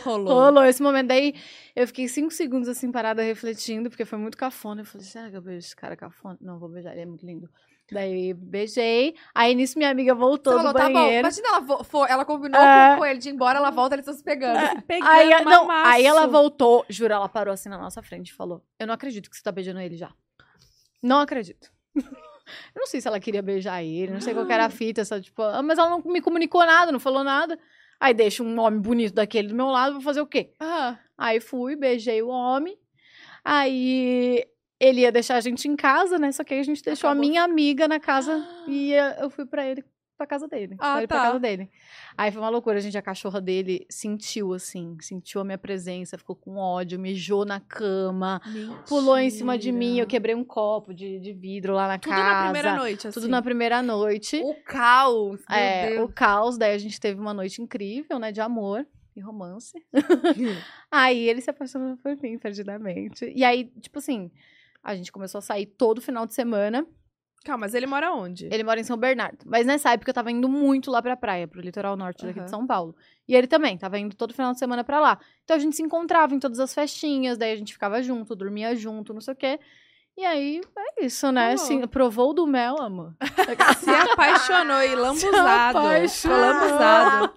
A: Rolou.
C: Rolou esse momento. Daí eu fiquei cinco segundos assim, parada, refletindo, porque foi muito cafona. Eu falei, será que eu beijo esse cara cafona? Não, vou beijar, ele é muito lindo. Daí beijei. Aí nisso minha amiga voltou
B: Você
C: do
B: falou, tá bom.
C: banheiro.
B: Imagina ela, vo- for, ela combinou
C: É.
B: com, com ele de ir embora, ela volta, eles estão se pegando.
A: Pegando
C: Aí, a- não,
A: mamaço.
C: aí ela voltou, juro, ela parou assim na nossa frente e falou: Eu não acredito que você tá beijando ele já. Não acredito. *laughs* eu não sei se ela queria beijar ele, não sei qual que era a fita, só tipo, "Ah, mas ela não me comunicou nada, não falou nada. Aí deixa um homem bonito daquele do meu lado, vou fazer o quê?
A: Aham.
C: Aí fui, beijei o homem. Aí ele ia deixar a gente em casa, né? Só que aí a gente deixou
B: Acabou.
C: a minha amiga na casa e eh, eu fui pra ele pra casa dele.
B: Ah,
C: Ah, ele
B: tá.
C: pra casa dele. Aí foi uma loucura, gente. A cachorra dele sentiu, assim, sentiu a minha presença, ficou com ódio, mijou na cama, pulou em cima de mim. Eu quebrei um copo de, de vidro lá na
A: Tudo
C: casa.
A: na primeira noite, assim.
C: Tudo na primeira noite.
B: O caos. Meu
C: É,
B: Deus.
C: o caos, daí a gente teve uma noite incrível, né, de amor e romance. *laughs* aí ele se apaixonou por mim, perdidamente. E aí, tipo assim, a gente começou a sair todo final de semana.
A: Calma, mas ele mora onde?
C: Ele mora em São Bernardo, mas nessa época eu tava indo muito lá pra praia, pro litoral norte daqui
B: Aham.
C: de São Paulo. E ele também, tava indo todo final de semana pra lá. Então a gente se encontrava em todas as festinhas, daí a gente ficava junto, dormia junto, não sei o quê. E aí, é isso, né?
A: Amor.
C: Assim, provou do mel, amor.
A: Se apaixonou e lambuzado.
C: apaixonou.
A: Ficou lambuzado.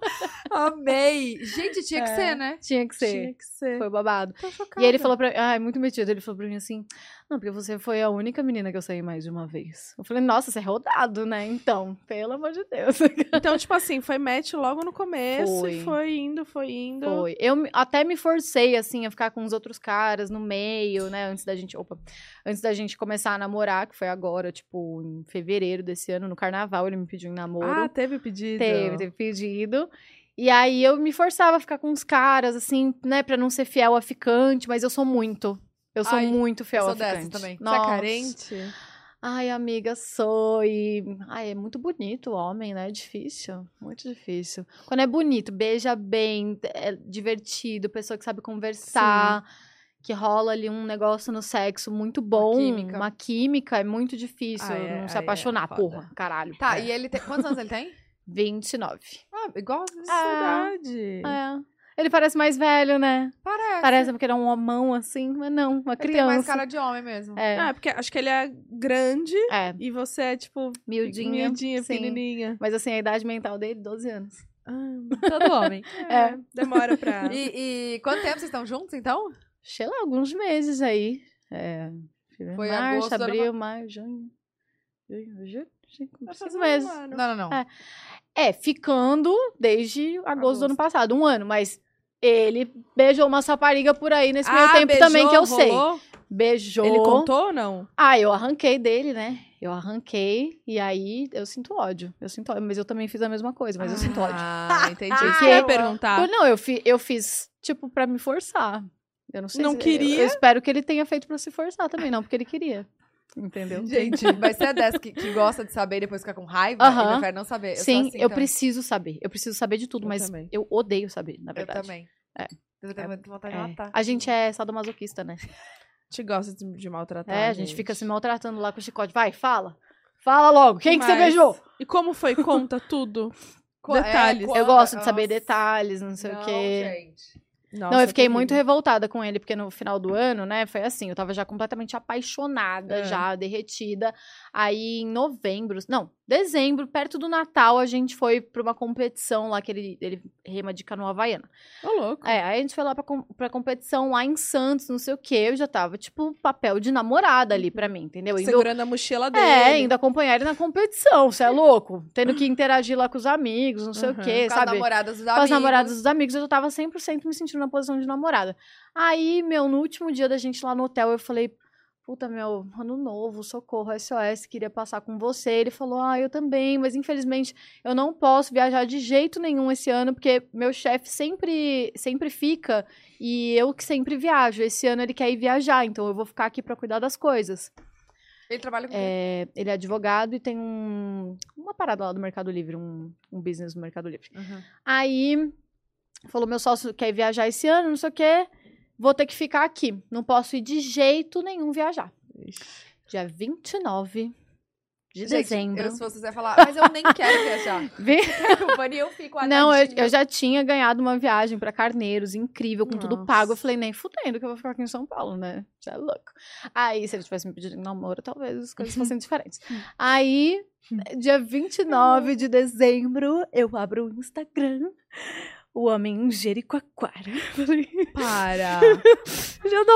B: Amei. Gente, tinha que
C: É.
B: ser, né?
C: Tinha que ser.
A: Tinha que ser.
C: Foi babado.
A: Tô chocada.
C: E ele falou pra mim, ah, é muito metido. Ele falou pra mim assim: Não, porque você foi a única menina que eu saí mais de uma vez. Eu falei, nossa, você é rodado, né? Então, pelo amor de
B: *laughs*
C: Deus.
A: Então, tipo assim, foi match logo no começo.
C: Foi.
A: E foi indo, foi indo.
C: Foi. Eu me- até me forcei, assim, a ficar com os outros caras no meio, né? Antes da gente. Opa! Antes da gente começar a namorar, que foi agora, tipo, em fevereiro desse ano, no carnaval, ele me pediu em namoro.
A: Ah, teve pedido.
C: Teve, teve pedido. E aí eu me forçava a ficar com os caras, assim, né, pra não ser fiel a ficante, mas eu sou muito. Eu sou Tá
B: Ai,
C: muito fiel
B: eu sou
C: a
B: dessa
C: ficante.
B: também. Você é
A: Você é
C: Nossa.
A: carente?
C: Ai, amiga, sou. E. Ai, é muito bonito o homem, né? É difícil. Muito difícil. Quando é bonito, beija bem, é divertido, pessoa que sabe conversar, que rola ali um negócio no sexo muito bom.
B: química. Ah,
C: Uma química, é muito difícil
A: Ai, é-
C: não se
A: ai, é
C: apaixonar,
A: foda.
C: porra. Caralho.
B: Tá,
C: É.
B: e ele tem. Quantos anos ele tem?
C: 29.
B: Ah, igual.
A: Saudade.
C: É. Ele parece mais velho, né?
B: Parece.
C: Parece porque ele é um homão assim, mas não, uma
B: Ele tem mais
C: criança.
B: cara de homem mesmo.
C: É,
A: Ah, porque acho que ele é grande
C: é,
A: e você é, tipo,
C: miudinho.
A: miudinha,
C: sim.
A: pequenininha.
C: Mas assim, a idade mental dele, 12 anos.
A: Ah,
B: Todo
A: *laughs*
B: homem.
A: é, Demora pra...
B: E, e quanto tempo vocês estão juntos, então?
C: sei lá, alguns meses aí. É, fevereiro,
B: Foi
C: março,
B: agosto do ano
C: abril, maio, junho. Junho, julho, cinco,
A: Vai
C: cinco
A: fazer um
C: meses.
A: ano.
B: Não, não, não.
C: É. É, ficando desde agosto, do ano
A: Agosto.
C: passado, um ano, mas ele beijou uma sapariga por aí nesse meio
A: Ah,
C: tempo
A: beijou,
C: também que eu sei.
A: rolou?
C: Beijou.
A: Ele contou ou não?
C: Ah, eu arranquei dele, né? Eu arranquei e aí eu sinto ódio. Eu sinto ódio, mas eu também fiz a mesma coisa, mas eu sinto ódio.
A: Ah, entendi.
C: Ah,
A: Isso que eu ia
C: eu-
A: perguntar.
C: Eu- não, eu, fi- eu fiz, tipo, pra me forçar. Eu não sei
A: Não
C: se- eu-
A: queria?
C: Eu, espero que ele tenha feito pra se forçar também, não, porque ele queria. Entendeu?
B: Gente, mas você é dessa que, que gosta de saber e depois fica com raiva e
C: Aham.
B: prefere não saber. Eu sou
C: Sim,
B: assim
C: eu
B: também.
C: preciso saber. Eu preciso saber de tudo,
A: Eu
C: mas
A: também.
C: eu odeio saber, na
B: Eu
C: verdade.
B: também. Ah, tá.
C: É.
B: Eu tenho muita vontade de
C: É.
B: matar.
C: A gente é sadomasoquista, né?
A: Te gosta de, de maltratar.
B: Ah, É,
C: é, a gente fica se maltratando lá com o chicote. Vai, fala. Fala logo, quem que você
B: Mas-
C: beijou?
A: E como foi? Conta tudo.
B: *laughs* Co- é,
A: Detalhes.
B: quando-
C: Eu gosto de saber
B: Nossa.
C: detalhes, não sei o quê.
B: gente.
A: Nossa, tá
C: Não, eu fiquei
A: terrível.
C: muito revoltada com ele, porque no final do ano, né, foi assim, eu tava já completamente apaixonada,
B: É.
C: já derretida. Aí em novembro, não, dezembro, perto do Natal, a gente foi pra uma competição lá que ele, ele rema de canoa havaiana.
A: Ô, louco.
C: É, aí a gente foi lá pra, com- pra competição lá em Santos, não sei o quê, eu já tava, tipo, papel de namorada ali pra mim, entendeu? Indo-
A: Uhum. Segurando a mochila dele.
C: é, indo acompanhar ele na competição, você é louco? Tendo
A: *laughs*
C: que interagir lá com os amigos, não sei
A: Uhum.
C: o quê,
B: Com as
C: sabe?
B: namoradas dos
C: com as
B: amigos.
C: namoradas dos amigos, eu tava 100% me sentindo na posição de namorada. Aí, meu, no último dia da gente lá no hotel, eu falei, puta, meu, ano novo, socorro, SOS, queria passar com você. Ele falou, ah, eu também, mas infelizmente eu não posso viajar de jeito nenhum esse ano, porque meu chefe sempre, sempre fica e eu que sempre viajo. Esse ano ele quer ir viajar, então eu vou ficar aqui pra cuidar das coisas.
B: Ele trabalha com quem?
C: É, ele é advogado e tem um, uma parada lá do Mercado Livre, um, um business do Mercado Livre. *laughs*
B: Uhum.
C: Aí falou: meu sócio quer viajar esse ano, não sei o quê. Vou ter que ficar aqui. Não posso ir de jeito nenhum viajar.
A: Ixi.
C: Dia 29 de
B: Gente,
C: dezembro.
B: Eu, se vocês ia falar, mas eu nem quero viajar. *laughs*
C: Vem-
B: Companhia, eu fico
C: Não, eu,
B: adadinha.
C: eu já tinha ganhado uma viagem pra Carneiros, incrível, com tudo
A: Nossa.
C: pago. Eu falei, nem fudendo que eu vou ficar aqui em São Paulo, né? Você é louco. Aí, se ele tivesse me pedido em namoro, talvez as
A: Uhum.
C: coisas fossem diferentes.
A: Hum.
C: Aí, dia 29 de dezembro, eu abro o Instagram. O homem em Jericoacoara. *laughs* Falei, *laughs*
A: Para.
C: Já dá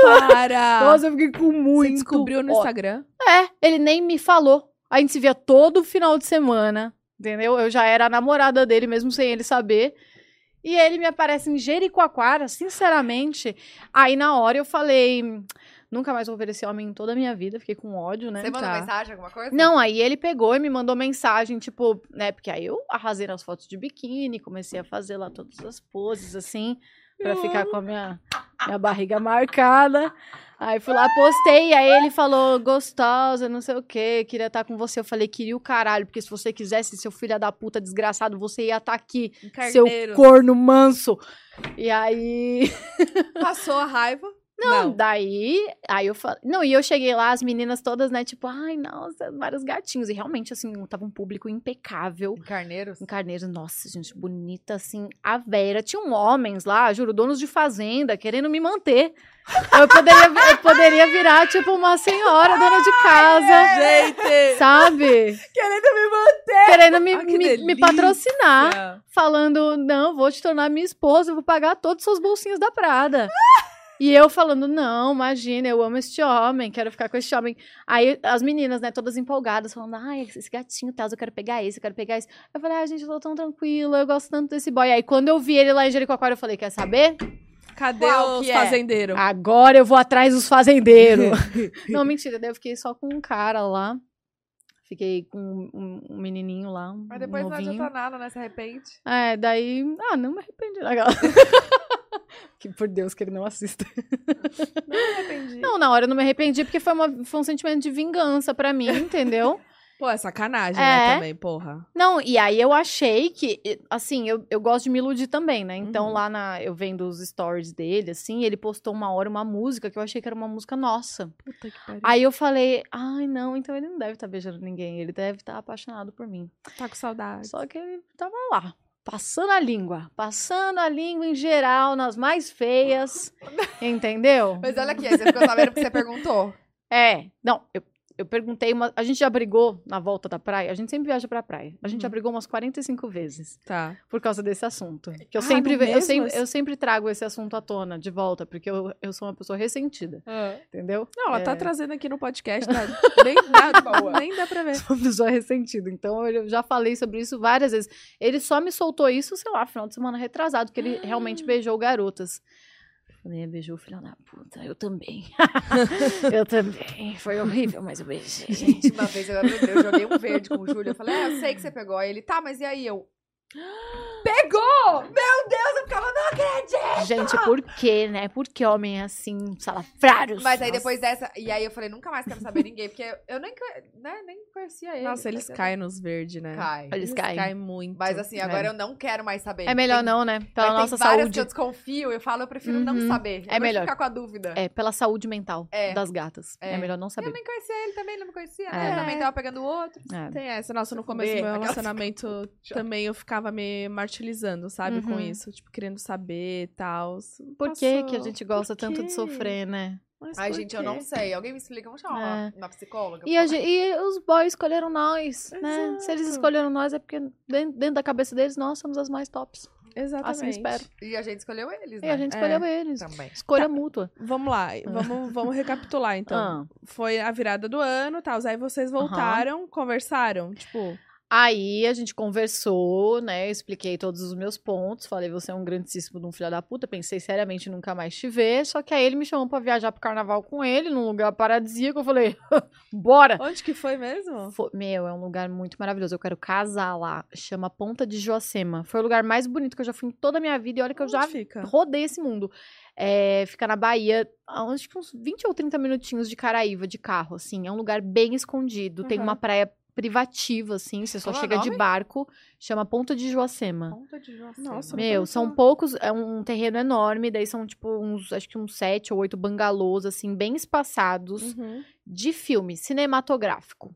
A: Para.
C: Nossa, eu fiquei com
A: Tá.
C: muito.
A: Você descobriu no
C: ó-
A: Instagram?
C: É, ele nem me falou. A gente se via todo final de semana, entendeu? Eu já era a namorada dele, mesmo sem ele saber. E ele me aparece em Jericoacoara, sinceramente. Aí na hora eu falei, "Hum, nunca mais vou ver esse homem em toda a minha vida. Fiquei com ódio, né?
B: Você mandou
A: Tá.
B: mensagem, alguma coisa?
C: Não, aí ele pegou e me mandou mensagem, tipo, né? Porque aí eu arrasei nas fotos de biquíni, comecei a fazer lá todas as poses, assim, pra
A: Eu
C: ficar com a minha, minha barriga marcada. Aí fui lá, postei, aí ele falou, gostosa, não sei o quê, queria estar com você. Eu falei, queria o caralho, porque se você quisesse, seu filho da puta desgraçado, você ia estar aqui, seu corno manso. E aí.
A: Passou a raiva.
C: Não, daí, aí eu falei, não, e eu cheguei lá, as meninas todas, né, tipo, ai, nossa, vários gatinhos, e realmente, assim, tava um público impecável,
B: Em Carneiros?
C: um carneiro, nossa, gente, bonita, assim, a Vera, tinham homens lá, juro, donos de fazenda, querendo me manter, eu poderia, vi- eu poderia virar, tipo, uma senhora dona de casa,
A: é. Gente!
C: *laughs*
A: *laughs*
C: sabe,
A: Querendo me mandar.
C: querendo me,
A: Ai, Ah, que
C: me- me
A: delícia.
C: patrocinar,
A: Ah,
C: falando: não, vou te tornar minha esposa, eu vou pagar todas as suas bolsinhas da Prada. *laughs* E eu falando, não, imagina, eu amo este homem, quero ficar com este homem. Aí as meninas, né, todas empolgadas, falando, ai, esse gatinho tal, eu quero pegar esse, eu quero pegar esse. Eu falei, ai, gente, eu tô tão tranquila, eu gosto tanto desse boy. Aí quando eu vi ele lá em Jericoacoara, eu falei, quer saber?
A: Cadê
B: Qual
A: os
B: que é?
A: fazendeiros?
C: Agora eu vou atrás dos fazendeiros. não, mentira, daí eu fiquei só com um cara lá. Fiquei com um, um menininho lá, um
B: Mas depois não
C: novinho.
B: adianta nada, né? Se arrepende.
C: É, daí. Ah, não me arrependi. Aquela... *laughs* que por Deus que ele não assista.
A: Arrependi.
C: Não, na hora eu não me arrependi porque foi, uma, foi um sentimento de vingança pra mim, *laughs* entendeu?
A: Pô, é sacanagem, né,
C: É.
A: também, porra.
C: não, e aí eu achei que. e, Assim, eu, eu gosto de me iludir também, né? Então
A: Uhum.
C: lá na. Eu vendo os stories dele, assim, ele postou uma hora uma música que eu achei que era uma música nossa.
A: Puta que pariu.
C: Aí eu falei, ai não, então ele não deve estar beijando ninguém, ele deve estar apaixonado por mim.
A: Tá com saudade.
C: Só que ele tava lá, passando a língua. Passando a língua em geral, nas mais feias. entendeu?
B: Mas olha aqui, aí você ficou sabendo porque você perguntou.
C: É. Não, eu, eu perguntei uma. A gente já brigou na volta da praia. A gente sempre viaja pra praia. A gente já
A: Uhum.
C: brigou umas 45 vezes
A: Tá.
C: por causa desse assunto. Que eu,
A: Ah,
C: sempre,
A: não
C: eu,
A: mesmo?
C: sempre, eu sempre trago esse assunto à tona de volta, porque eu, eu sou uma pessoa ressentida,
B: Ah,
C: entendeu?
A: Não, ela tá
C: É.
A: trazendo aqui no podcast,
B: *laughs*
A: tá? nem, dá,
B: Boa.
A: nem dá pra
C: *laughs*
A: ver.
C: Sou uma pessoa ressentida. Então eu já falei sobre isso várias vezes. Ele só me soltou isso, sei lá, final de semana retrasado, que
B: Ah.
C: ele realmente beijou garotas. Falei, "É, beijou o filho da puta. Eu
B: *laughs*
C: também. eu também. Foi horrível, mas eu beijei.
B: Gente, *laughs* uma vez eu lembro, eu joguei um verde com o Júlio. Eu falei, ah, eu sei que você pegou. Aí ele, tá, mas e aí eu? Pegou! Meu Deus, eu ficava, não,
C: Gente, por quê, né? Por que homem é assim, salafrários?
B: Mas aí
C: Nossa.
B: depois dessa. E aí eu falei, nunca mais quero saber ninguém, porque eu- eu nem, co- né, nem conhecia ele.
A: Nossa, eles caem nos verdes, né?
B: Cai.
C: Eles caem.
A: muito.
B: Mas assim, agora eu não quero mais saber.
C: É melhor
B: Tem-
C: não, né?
B: mas
C: Pela
B: tem
C: nossa
B: várias
C: saúde.
B: que eu desconfio, eu falo, eu prefiro não
C: Uhum.
B: saber. Eu
C: É melhor.
B: ficar com a dúvida.
C: É, pela saúde mental
B: É.
C: das gatas. É.
B: É.
C: melhor não
B: Eu
C: saber.
B: nem conhecia ele também, ele não me conhecia,
C: É.
B: né? Eu também tava pegando o outro.
C: É.
A: Tem essa. Nossa, no começo do
B: fuder,
A: meu
B: aquelas- *laughs*
A: relacionamento também eu ficava me martirizando, sabe? Com
C: Uhum.
A: isso. Tipo, querendo saber e tal.
C: Por que que a gente gosta tanto
A: quê?
C: de sofrer, né?
A: Mas
B: Ai,
A: por
B: gente, eu não
A: quê?
B: sei. Alguém me explica, vamos chamar uma, uma psicóloga?
C: É. E, a ge- e os boys escolheram nós, né? Se eles
A: Exato.
C: escolheram nós é porque den- dentro da cabeça deles nós somos as mais tops.
A: Exatamente.
C: Assim espero.
B: E a gente escolheu eles,
C: E
B: né?
C: a gente
A: É. Tá.
C: escolheu eles.
B: Também.
C: Escolha mútua.
A: Vamos lá,
C: *laughs*
A: vamos, vamos recapitular então.
C: Ah.
A: Foi a virada do ano e tal. Aí vocês voltaram, conversaram. Tipo,
C: Aí a gente conversou, né? Eu expliquei todos os meus pontos. Falei, você é um grandíssimo de um filho da puta. Pensei seriamente em nunca mais te ver. Só que aí ele me chamou pra viajar pro carnaval com ele, num lugar paradisíaco. Eu falei, *laughs* bora!
A: onde que foi mesmo?
C: Fo- Meu, é um lugar muito maravilhoso. Eu quero casar lá. Chama Ponta de Joacema. Foi o lugar mais bonito que eu já fui em toda a minha vida. E olha que eu
A: Onde
C: já
A: Fica?
C: rodei esse mundo. É, fica na Bahia, acho que uns 20 ou 30 minutinhos de Caraíva de carro, assim. É um lugar bem escondido. Tem
A: Aham.
C: uma praia privativa, assim. Você só
B: Qual é o
C: chega de
B: nome?
C: barco. Chama Ponta de Joacema.
B: Ponta de Joacema.
A: Nossa,
C: Meu, são
A: Joacema.
C: poucos, é um terreno enorme, daí são tipo uns, acho que uns sete ou oito bangalôs, assim, bem espaçados
A: Uhum.
C: de filme cinematográfico.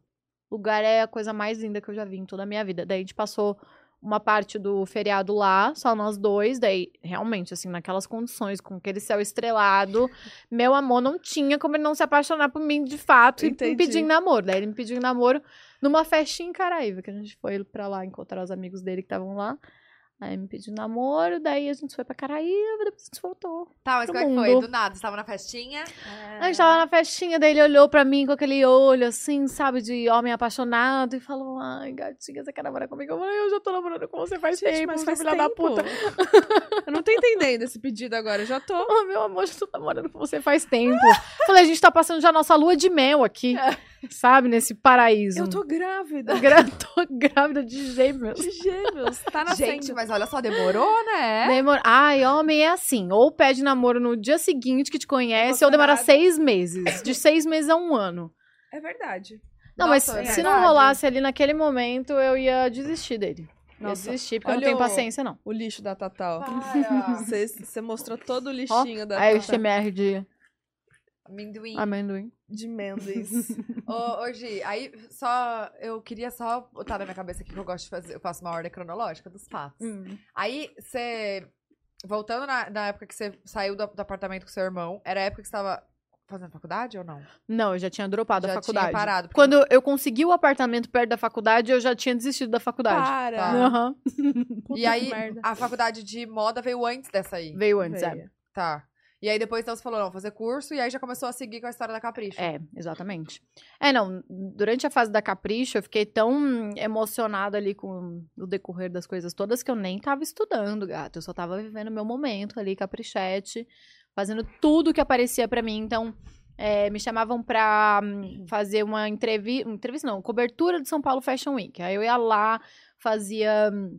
C: O lugar é a coisa mais linda que eu já vi em toda a minha vida. Daí a gente passou uma parte do feriado lá, só nós dois. Daí, realmente, assim, naquelas condições, com aquele céu estrelado, meu amor não tinha como ele não se apaixonar por mim de fato e
A: Entendi.
C: me pedir em namoro. Daí ele me pediu em namoro numa festinha em Caraíva, que a gente foi pra lá encontrar os amigos dele que estavam lá. Aí me pediu em namoro, daí a gente foi pra Caraíva, depois a gente voltou.
B: Tá, mas como
C: Pro
B: é que foi?
C: mundo.
B: Do nada, você tava na festinha.
C: A gente
A: É.
C: tava na festinha dele, olhou pra mim com aquele olho assim, sabe, de homem apaixonado e falou: Ai, gatinha, você quer namorar comigo? Eu falei: Eu já tô namorando com você faz
A: Gente,
C: tempo,
A: mas
C: seu
A: faz
C: filho
A: tempo.
C: da puta.
A: *laughs*
C: *laughs*
A: Eu não tô entendendo esse pedido agora, eu já tô.
C: Oh, meu amor, já tô namorando com você faz tempo. falei: A gente tá passando já nossa lua de mel aqui, sabe, nesse paraíso.
A: É. Eu tô grávida.
C: *laughs* Gra- tô grávida de gêmeos.
A: De gêmeos, tá nascendo.
B: Gente, mas olha só, demorou,
A: É?
B: né?
C: Demora... Ai, homem é assim. Ou pede namoro no dia seguinte que te conhece, ou demora
A: nada.
C: seis meses. De seis meses a um ano.
A: É verdade.
C: Não,
B: Nossa,
C: mas
B: é
C: se não
B: verdade.
C: rolasse ali naquele momento, eu ia desistir dele. Ia
A: Nossa,
C: desistir, porque eu não
A: olha
C: tenho
A: o-
C: paciência, não.
A: o lixo da Tatal.
B: Para.
A: Você mostrou todo o lixinho da
C: Aí o
A: Tatá.
C: XMR de
B: Amendoim.
C: amendoim.
A: de *laughs* Mendes.
B: Ô, ô, Gi, aí só. Eu queria só botar na minha cabeça aqui que eu gosto de fazer. Eu faço uma ordem cronológica dos fatos. Aí você. Voltando na, na época que você saiu do, do apartamento com seu irmão, era a época que você tava fazendo faculdade ou não?
C: Não, eu já tinha dropado
B: Já tinha
C: a Ah, faculdade.
B: parado, porque-
C: Quando eu consegui o apartamento perto da faculdade, eu já tinha desistido da faculdade.
B: Tá.
A: Para.
C: Aham.
A: Puta
B: e aí,
A: que merda.
B: a faculdade de moda veio antes dessa aí.
C: Veio antes, é.
A: Veio.
B: Tá. E aí depois então você falou, não, fazer curso, e aí já começou a seguir com a história da Capricho.
C: É, exatamente. É, não, durante a fase da Capricho, eu fiquei tão emocionada ali com o decorrer das coisas todas que eu nem tava estudando, gato. Eu só tava vivendo o meu momento ali, caprichete, fazendo tudo que aparecia pra mim. Então, é, me chamavam pra hum, fazer uma entrevista, entrevista não, cobertura de São Paulo Fashion Week. Aí eu ia lá, fazia... hum,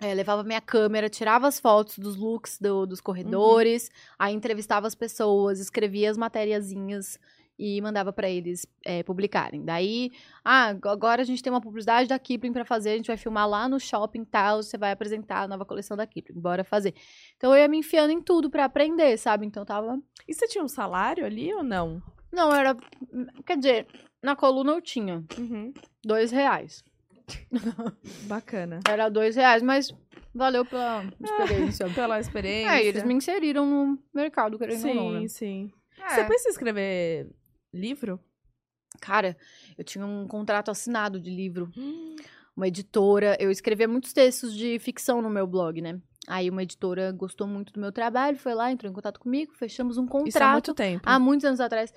C: é, levava minha câmera, tirava as fotos dos looks do- dos corredores, aí entrevistava as pessoas, escrevia as matériazinhas e mandava pra eles é, publicarem. Daí, ah, ag- agora a gente tem uma publicidade da Kipling pra fazer, a gente vai filmar lá no shopping tal, você vai apresentar a nova coleção da Kipling, bora fazer. Então eu ia me enfiando em tudo pra aprender, sabe? Então tava.
A: E você tinha um salário ali ou não?
C: Não, era. Quer dizer, na coluna eu tinha
A: Uhum.
C: dois reais.
A: Bacana.
C: Era dois reais, mas valeu pela
A: *laughs*
C: experiência.
A: Então, Pela Ah. experiência.
C: É, e eles me inseriram no mercado, querendo ou não, né?
A: Sim, sim. Você
B: É.
A: pensa em escrever livro?
C: Cara, eu tinha um contrato assinado de livro. Uma editora. Eu escrevia muitos textos de ficção no meu blog, né? Aí uma editora gostou muito do meu trabalho, foi lá, entrou em contato comigo, fechamos um contrato.
A: Isso há muito tempo.
C: há muitos anos atrás.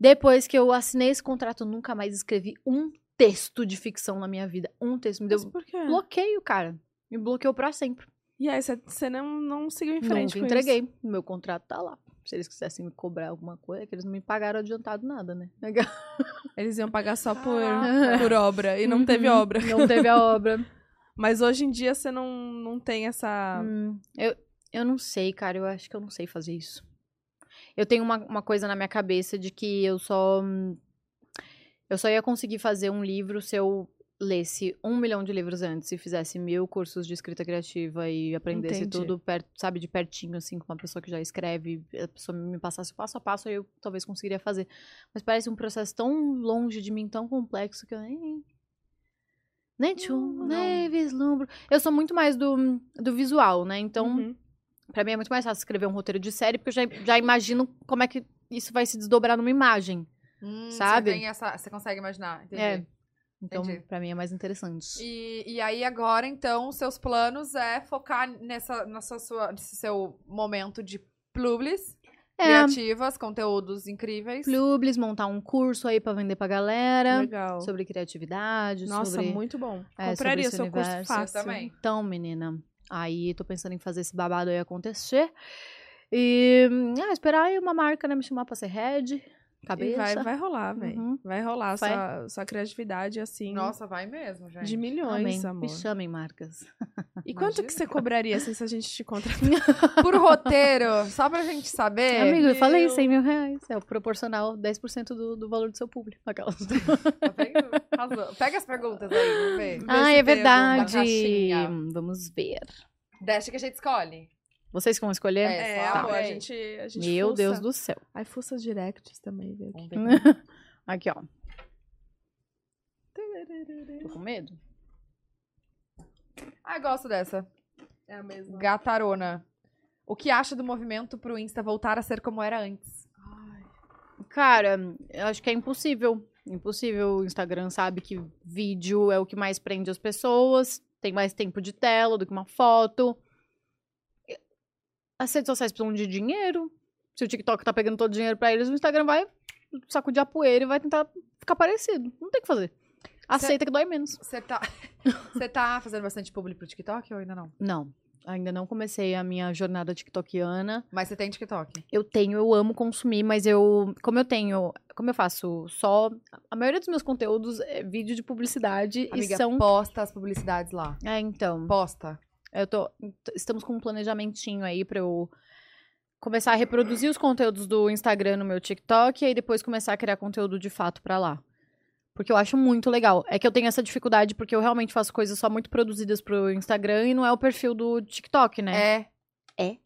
C: Depois que eu assinei esse contrato, eu nunca mais escrevi um texto de ficção na minha vida. Um texto. Me
A: Mas é.
C: deu
A: por quê?
C: bloqueio, cara. Me bloqueou pra sempre.
A: E aí, você- você não, não seguiu em frente
C: Nunca
A: com
C: entreguei. Meu contrato tá lá. Se eles quisessem me cobrar alguma coisa, é que eles não me pagaram adiantado nada, né?
A: isso? Eles iam pagar só por,
B: Caraca.
A: por obra. E não teve
C: Uhum.
A: obra.
C: Não teve a obra.
A: Mas hoje em dia, você não, não tem essa...
C: Hum, eu, Eu não sei, cara. Eu acho que eu não sei fazer isso. Eu tenho uma, uma coisa na minha cabeça de que eu só. hum, Eu só ia conseguir fazer um livro se eu lesse um milhão de livros antes e fizesse mil cursos de escrita criativa e aprendesse
A: Entendi.
C: tudo, per- sabe, de pertinho, assim, com uma pessoa que já escreve, a pessoa me passasse o passo a passo, aí eu talvez conseguiria fazer. Mas parece um processo tão longe de mim, tão complexo, que eu nem. Nem tchum, nem vislumbro. Eu sou muito mais do, hum, do visual, né? Então,
A: Uhum.
C: Pra mim é muito mais fácil escrever um roteiro de série, porque eu já, já imagino como é que isso vai se desdobrar numa imagem.
B: Hum,
C: Sabe?
B: Você, tem essa- você consegue imaginar, entendi.
C: É. Então,
B: Entendi.
C: pra mim é mais interessante.
B: E, e aí agora, então, seus planos é focar nessa, nessa sua, nesse seu momento de publis,
C: É,
B: criativas, conteúdos incríveis.
C: Publis, montar um curso aí pra vender pra galera
A: Legal.
C: né, sobre criatividade,
A: Nossa,
C: sobre...
A: muito bom.
C: é, sobre
A: Compraria
C: esse
A: seu curso
C: universo.
A: fácil.
B: Eu também.
C: Então, menina, aí tô pensando em fazer esse babado aí acontecer. E ah, esperar aí uma marca né, me chamar pra ser head,
A: E
C: cabeça.
A: vai, vai rolar, velho.
C: Uhum.
A: Vai rolar
C: Vai.
A: Sua, sua criatividade, assim,
B: Nossa, vai mesmo, gente.
A: de milhões,
C: Amém. Me
A: amor.
C: chamem marcas.
A: E quanto que
B: Imagina.
A: você cobraria, assim, se a gente
C: *laughs*
A: te contratar?
B: *laughs* Por roteiro, só pra gente
A: É,
B: saber.
C: Amigo, eu falei
A: eu-
C: 100 mil reais. É o proporcional 10% do, do valor do seu público. Aquelas.
B: Tá vendo? Arrasou. Pega as perguntas aí, vamos ver. Vê
C: Ah, é
B: se tem alguma
C: verdade.
B: caixinha.
C: Vamos ver.
B: Deixa que a gente escolhe.
C: Vocês que vão escolher?
B: É,
A: É,
B: só
A: amor, a
B: vai.
A: gente, a gente
C: Meu
A: fuça.
C: Deus do céu.
A: Aí fuça directs também, viu?
B: Vamos ver.
C: *laughs* Aqui, ó. Tô com medo?
B: Ah, eu gosto dessa.
A: É a mesma.
B: Gatarona. O que acha do movimento pro Insta voltar a ser como era antes?
C: Cara, eu acho que é impossível. Impossível. O Instagram sabe que vídeo é o que mais prende as pessoas. Tem mais tempo de tela do que uma foto. As redes sociais precisam de dinheiro. Se o TikTok tá pegando todo o dinheiro pra eles, o Instagram vai sacudir a poeira e vai tentar ficar parecido. Não tem o que fazer. Aceita que dói menos.
B: Você tá... *laughs* Você tá fazendo bastante publi pro TikTok ou ainda não?
C: Não. Ainda não comecei a minha jornada tiktokiana.
B: Mas você tem TikTok.
C: Eu tenho, eu amo consumir, mas eu, como eu tenho, como eu faço só, a maioria dos meus conteúdos é vídeo de publicidade
B: Amiga,
C: e são
B: posta as publicidades lá.
C: É, então,
B: Posta.
C: eu tô, estamos com um planejamentinho aí pra eu começar a reproduzir os conteúdos do Instagram no meu TikTok e aí depois começar a criar conteúdo de fato pra lá. Porque eu acho muito legal. É que eu tenho essa dificuldade porque eu realmente faço coisas só muito produzidas pro Instagram e não é o perfil do TikTok, né?
B: É.
C: É?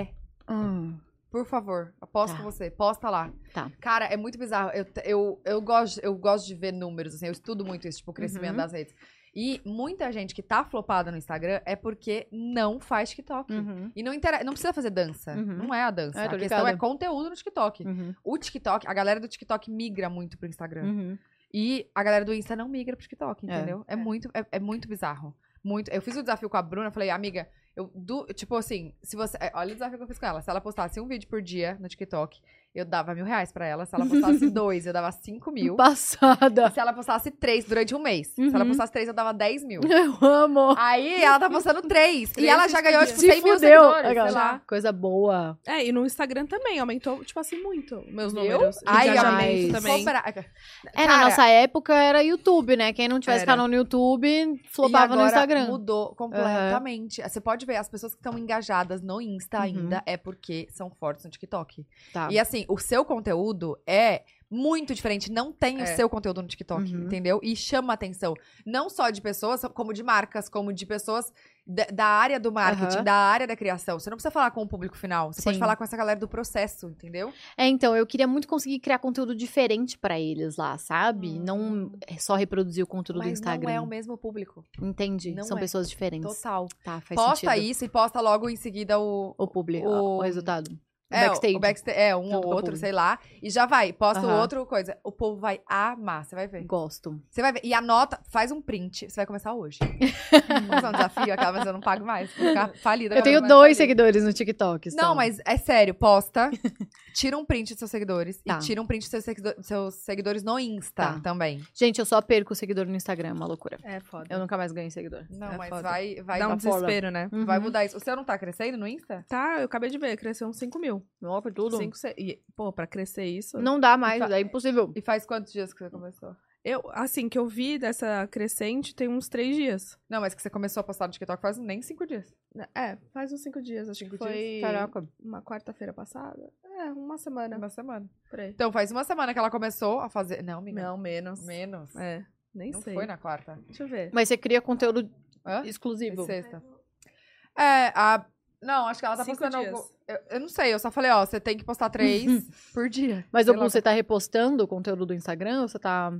B: É.
C: Hum.
B: Por favor, aposto
C: Tá.
B: com você. Posta lá.
C: Tá.
B: Cara, é muito bizarro. Eu, te- eu, eu, gosto, eu gosto de ver números, assim. Eu estudo muito isso, tipo, o crescimento
C: Uhum.
B: das redes. E muita gente que tá flopada no Instagram é porque não faz TikTok.
C: Uhum.
B: E não, intera não precisa fazer dança.
C: Uhum.
B: Não é a dança.
C: É,
B: a
C: tô
B: questão
C: ligada.
B: é conteúdo no TikTok.
C: Uhum.
B: O TikTok, a galera do TikTok migra muito pro Instagram.
C: Uhum. *laughs*
B: E a galera do Insta não migra pro TikTok,
C: É.
B: entendeu? É, muito, é, é muito bizarro. Muito. Eu fiz o desafio com a Bruna, falei, amiga, eu du- tipo assim, se você. é, Olha o desafio que eu fiz com ela. Se ela postasse um vídeo por dia no TikTok, eu dava mil reais pra ela. Se ela
C: *laughs*
B: postasse dois, eu dava cinco mil.
C: Passada.
B: Se ela postasse três durante um mês. Se ela
C: Uhum.
B: postasse três, eu dava dez mil.
C: Eu amo.
B: Aí ela tá postando três. e
A: Três
B: ela já
A: por
B: ganhou,
A: dia.
B: tipo, 100 mil seguidores, sei lá.
C: Coisa boa.
A: É, e no Instagram também, aumentou, tipo assim, muito meus
B: Viu?
A: números. de
B: Ai,
A: engajamento
C: amei.
A: também.
B: Compara-
C: É,
B: Cara,
C: na nossa época era YouTube, né? Quem não tivesse
B: Era.
C: canal no YouTube,
B: e
C: flopava
B: agora
C: no Instagram.
B: mudou completamente. Você pode ver, as pessoas que estão engajadas no Insta
C: Uhum.
B: ainda é porque são fortes no TikTok.
C: Tá.
B: E assim, o seu conteúdo é muito diferente. Não tem o
A: É.
B: seu conteúdo no TikTok,
C: Uhum.
B: entendeu? E chama atenção. Não só de pessoas, como de marcas, como de pessoas da, da área do marketing,
C: Aham.
B: da área da criação. Você não precisa falar com o público final. Você pode
C: Sim.
B: falar com essa galera do processo, entendeu?
C: É, então, eu queria muito conseguir criar conteúdo diferente pra eles lá, sabe? Não é só reproduzir o conteúdo do
B: Hum. Mas não
C: Instagram.
B: é o mesmo público.
C: Entendi.
B: não
C: São
B: é.
C: pessoas diferentes.
B: Total.
C: Tá, faz
B: posta
C: sentido.
B: isso e posta logo em seguida o,
C: O publi,
B: o-
C: o, o resultado. O
B: É,
C: backstage.
B: O backsta- é, um
C: Junto
B: ou
C: com a
B: outro,
C: publi.
B: sei lá. E já vai, posta o
C: Aham.
B: outro coisa. O povo vai amar, você vai ver.
C: Gosto.
B: Você vai ver. E anota, faz um print. Você vai começar hoje. Vamos
A: *laughs*
B: fazer um desafio, aquela, mas eu não pago mais. Vou ficar falida.
C: Eu
B: agora,
C: tenho
B: vou mais
C: dois
B: falida.
C: seguidores então. no TikTok. só.
B: Não, mas é sério, posta, tira um print dos seus seguidores
C: Tá.
B: e tira um print dos seus, seguido- dos seus seguidores no Insta
C: Tá.
B: também.
C: Gente, eu só perco o seguidor no Instagram, é uma loucura.
A: É foda.
C: Eu nunca mais ganho seguidor.
B: Não,
C: É
B: mas
C: foda.
B: vai, vai,
A: Dá um
B: dar follow.
A: desespero, né?
C: Uhum.
B: vai mudar isso. O seu não tá crescendo no Insta?
A: Tá, eu acabei de ver, cresceu uns 5 mil.
C: Nossa, tudo.
A: Cinco, seis- e, pô, pra crescer isso...
C: Não dá mais,
B: Fa-
C: é impossível.
B: E faz quantos dias que você começou?
A: Eu, assim, que eu vi dessa crescente tem uns três dias.
B: Não, mas que você começou a postar no TikTok faz nem cinco dias.
A: É, faz uns cinco dias, acho que
B: Cinco
A: foi.
B: dias?
D: Caraca.
A: Uma quarta-feira passada? É, uma semana.
B: Uma semana.
A: Por aí.
B: Então faz uma semana que ela começou a fazer. Não, amiga.
A: Não, menos.
B: Menos.
A: É, nem
B: Não
A: sei.
B: foi na quarta.
A: Deixa eu ver.
C: Mas você cria conteúdo
B: Hã?
C: exclusivo.
B: Foi Sexta. É, a. Não, acho que ela tá
A: Cinco
B: postando.
A: dias.
B: algum- Eu, eu não sei, eu só falei, ó, você tem que postar três por dia.
C: Mas
B: Sei
C: ô,
B: lá.
C: Pu, você tá repostando o conteúdo do Instagram ou você tá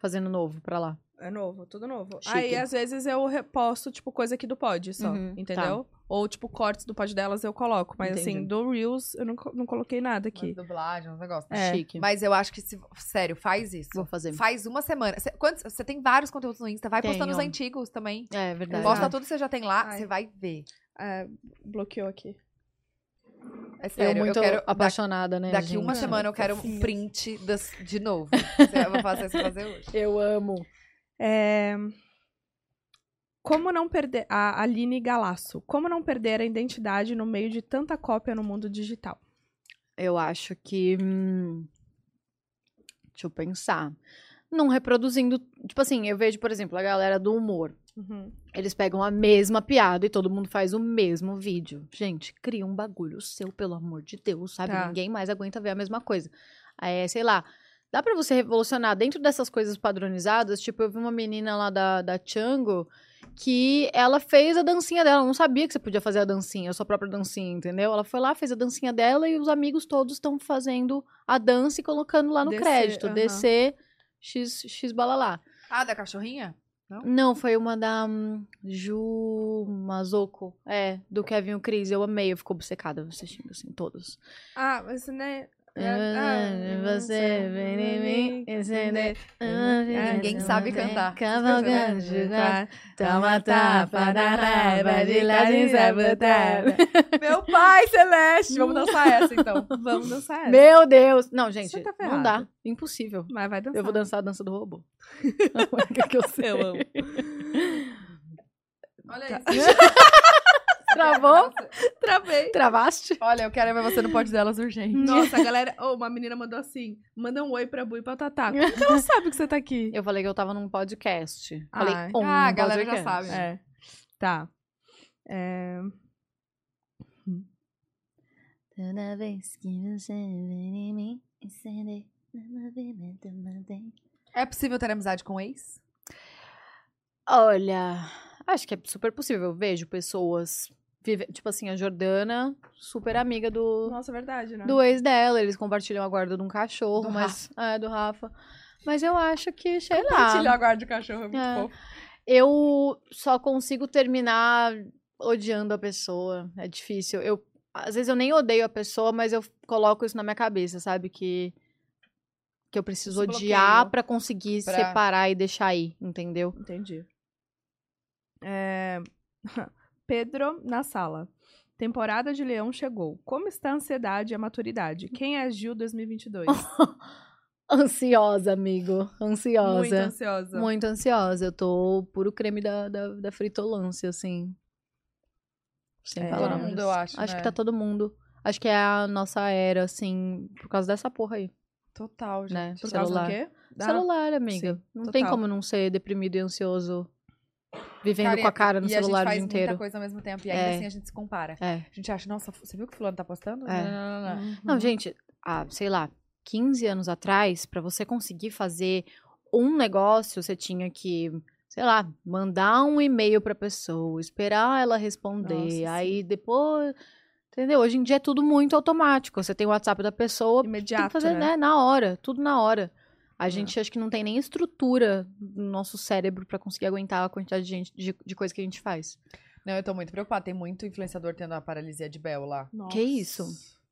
C: fazendo novo pra lá?
A: É novo, tudo novo.
C: Chique.
A: Aí, às vezes, eu reposto, tipo, coisa aqui do pod só,
C: Uhum,
A: entendeu? Ou, tipo, cortes do pod delas eu coloco. Mas, assim,
C: Entendi.
A: do Reels eu não, co- não coloquei nada aqui.
B: Umas Dublagem, uns negócios.
A: É.
C: Chique.
B: Mas eu acho que, se, sério, faz isso.
C: Vou fazer.
B: Faz uma semana. Você, quantos- você tem vários conteúdos no Insta, vai postando os
C: Tenho.
B: antigos também.
C: É verdade.
B: Posta tudo que você já tem lá,
A: Ai.
B: você vai ver.
A: É, bloqueou aqui.
B: É
C: Eu
B: sério, eu,
C: muito
B: quero. da-
C: apaixonada, né?
B: daqui
C: gente?
B: uma semana eu quero um
A: fofinhos.
B: print das- de novo. Você- eu vou fazer você fazer hoje.
C: Eu amo.
A: É, Como não perder... A Aline Galasso. Como não perder a identidade no meio de tanta cópia no mundo digital?
C: Eu acho que. hum, deixa eu pensar. Não reproduzindo. Tipo assim, eu vejo, por exemplo, a galera do humor.
A: Uhum.
C: Eles pegam a mesma piada e todo mundo faz o mesmo vídeo. Gente, cria um bagulho seu, pelo amor de Deus, sabe?
A: Tá.
C: Ninguém mais aguenta ver a mesma coisa. É, sei lá. Dá pra você revolucionar dentro dessas coisas padronizadas? Tipo, eu vi uma menina lá da, da Chango que ela fez a dancinha dela. Eu não sabia que você podia fazer a dancinha, a sua própria dancinha, entendeu? Ela foi lá, fez a dancinha dela e os amigos todos estão fazendo a dança e colocando lá no
A: DC,
C: crédito.
A: aham.
C: DC, X, X balalá.
B: Ah, da cachorrinha?
C: Não, foi uma da hum, Ju Mazoco. É, do Kevin e o Cris. Eu amei, eu fico obcecada assistindo, assim, todos.
A: Ah, mas, né...
C: Ah,
A: ah,
C: Você vem em mim,
A: né,
C: encender.
B: Ah, É, Ninguém sabe cantar. né?
C: Cavalgando, jogando, né?
B: Tá.
C: toma tapa na raiva, de lá de sabotar.
A: Vamos
B: Meu pai celeste! Vamos dançar
A: é
B: essa
C: *laughs*
B: então.
A: dançar essa.
C: Meu Deus! Não, gente,
A: Você tá
C: não
A: ferrada.
C: dá. Impossível.
A: Mas vai dançar.
C: Eu vou dançar a dança do robô. É a única que eu sei.
A: Eu amo.
B: Olha
A: Tá.
B: isso. *laughs*
C: Travou?
A: Travei.
C: *laughs* Travaste?
B: Olha, eu quero ver você no pod delas
C: um
B: urgente.
A: Nossa, a galera. Oh, uma menina mandou assim: manda um oi pra Bu e pra Tatá. Como que ela sabe que você tá aqui?
C: Eu falei que eu tava num podcast.
A: Ah,
C: Falei,
A: ah,
C: um
B: a galera já
C: podcast.
B: sabe.
A: É. Tá. É,
E: Toda vez que você vem em mim, encender no movimento mantém.
B: É possível ter amizade com ex?
C: Olha, acho que é super possível. Eu vejo pessoas. vive- Tipo assim, a Jordana, super amiga do,
A: Nossa, verdade, né?
C: do ex dela. Eles compartilham a guarda de um cachorro,
B: Do
C: mas. É, do Rafa. Mas eu acho que, sei
B: Compartilhar
C: lá.
B: a guarda de cachorro é muito
C: É.
B: fofo.
C: Eu só consigo terminar odiando a pessoa. É difícil. Eu, às vezes eu nem odeio a pessoa, mas eu coloco isso na minha cabeça, sabe? Que, que eu preciso
B: Esse
C: odiar
B: bloqueio
C: pra conseguir
B: pra-
C: separar e deixar aí, entendeu?
A: *laughs* Entendi. É, *laughs* Pedro na sala. Temporada de Leão chegou. Como está a ansiedade e a maturidade? Quem é Gil 2022?
C: Ansiosa, amigo. Ansiosa.
A: Muito ansiosa.
C: Muito ansiosa. Eu tô puro creme da, da, da fritolância, assim. Sem
A: É,
C: palavras.
A: todo
B: mundo, eu acho,
C: Acho
B: né?
C: que tá todo mundo. Acho que é a nossa era, assim, por causa dessa porra aí.
B: Total, gente.
C: Né?
A: Por causa
C: celular.
A: do quê? Da-
C: Celular, amiga.
A: Sim,
C: não
A: total.
C: tem como não ser deprimido e ansioso vivendo
B: Cara,
C: com a cara no
B: e
C: celular
B: a gente
C: o
B: faz
C: dia inteiro.
B: muita coisa ao mesmo tempo. E ainda
C: É.
B: assim a gente se compara.
C: É.
B: A gente acha, nossa, você viu que fulano tá postando?
C: É.
B: Não, não, não, não.
A: Uhum.
C: Não, gente, há, sei lá, 15 anos atrás, pra você conseguir fazer um negócio, você tinha que, sei lá, mandar um e-mail pra pessoa, esperar ela responder,
A: Nossa,
C: aí depois. Entendeu? Hoje em dia é tudo muito automático. Você tem o WhatsApp da pessoa, tem
A: Imediato,
C: que fazer
A: né? É.
C: né, na hora, tudo na hora. A gente acho que não tem nem estrutura no nosso cérebro pra conseguir aguentar a quantidade de, gente, de, de coisa que a gente faz.
B: Não, eu tô muito preocupada. Tem muito influenciador tendo a paralisia de Bell lá.
A: Nossa.
C: Que isso?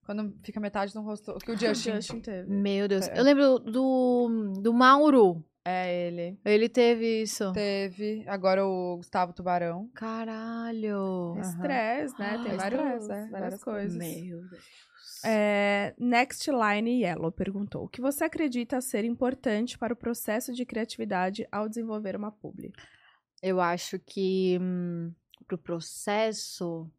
B: Quando fica metade do rosto. O que o
A: O
B: Justin.
A: Justin teve.
C: Meu Deus.
B: É.
C: Eu lembro do, do Mauro.
B: É ele.
C: Ele teve isso.
B: Teve. Agora o Gustavo Tubarão.
C: Caralho.
B: Aham.
A: Estresse, né? Tem
B: Ah,
A: vários,
B: estresse, é,
A: várias
B: várias
A: coisas.
C: Meu Deus.
A: É, Next Line Yellow perguntou: O que você acredita ser importante para o processo de criatividade ao desenvolver uma publi?
C: Eu acho que hum, pro processo.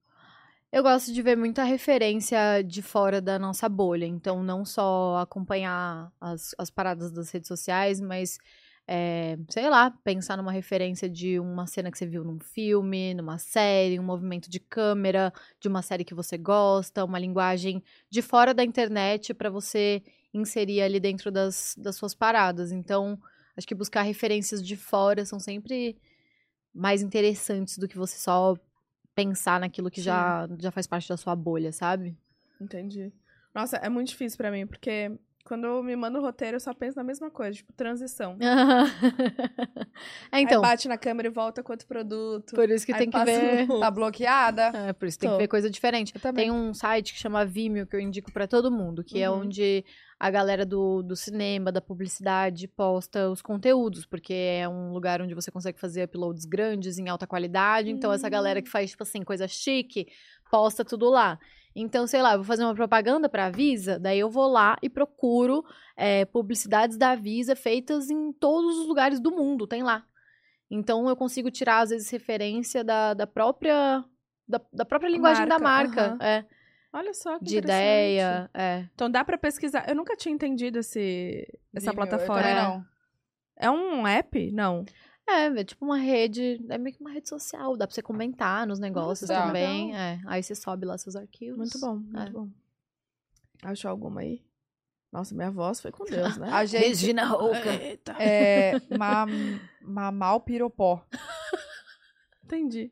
C: Eu gosto de ver muita referência de fora da nossa bolha. Então, não só acompanhar as, as paradas das redes sociais, mas é, sei lá, pensar numa referência de uma cena que você viu num filme, numa série, um movimento de câmera, de uma série que você gosta, uma linguagem de fora da internet para você inserir ali dentro das, das suas paradas. Então, acho que buscar referências de fora são sempre mais interessantes do que você só pensar naquilo que já, já faz parte da sua
A: *laughs*
C: bolha, sabe? *laughs*
A: Entendi. Nossa, é muito difícil pra mim, porque quando eu me mando o roteiro, eu só penso na mesma coisa, tipo, transição.
C: é, então,
A: Aí bate na câmera e volta com outro produto.
C: por isso que
A: aí
C: tem que
A: passa *laughs*
C: ver. Ah,
A: um-
B: Tá bloqueada.
C: É, por isso tem
A: Tô.
C: que ver coisa diferente.
A: Eu também.
C: Tem um site que chama Vimeo que eu indico pra todo mundo, que é
A: Uhum.
C: onde a galera do, do cinema, da publicidade, posta os conteúdos, porque é um lugar onde você consegue fazer uploads grandes em alta qualidade. Então, essa galera
A: Uhum.
C: que faz, tipo assim, coisa chique, posta tudo lá. Então, sei lá, eu vou fazer uma propaganda pra Visa, daí eu vou lá e procuro é, publicidades da Visa feitas em todos os lugares do mundo, tem lá. Então eu consigo tirar, às vezes, referência da, da própria. Da, da própria linguagem da
A: Marca,
C: marca.
A: aham.
C: é,
A: Olha só que
C: de
A: interessante.
C: ideia. É.
A: Então dá pra pesquisar. Eu nunca tinha entendido esse, essa
B: Vimeo, eu
A: plataforma.
B: também não.
A: É um app? Não.
C: É, é tipo uma rede. É meio que uma rede social. Dá pra você comentar
B: Hum,
C: nos negócios
B: Nossa,
C: também. é. Aí você sobe lá seus arquivos.
A: Muito bom, muito
C: É.
A: bom. Achou alguma aí? Nossa, minha voz foi com Deus,
C: *laughs*
A: né?
B: A gente
C: Regina Rouca.
A: Eita.
B: é ma, mamal piropó.
A: Entendi.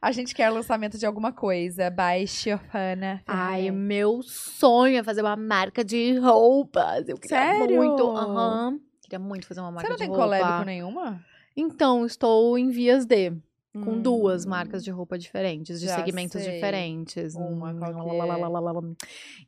B: A gente quer lançamento de alguma coisa. By Shofana.
C: Ai, meu sonho é fazer uma marca de roupas. Eu queria
A: Sério?
C: muito. aham. Queria muito fazer uma marca
B: Você não
C: de
B: tem
C: roupa.
B: collab com nenhuma?
C: Então, estou em vias de. com
A: Hum.
C: duas marcas de roupa diferentes, de
B: Já
C: segmentos
B: sei.
C: diferentes.
B: Uma,
C: Hum,
B: qual que
C: lalalalalala.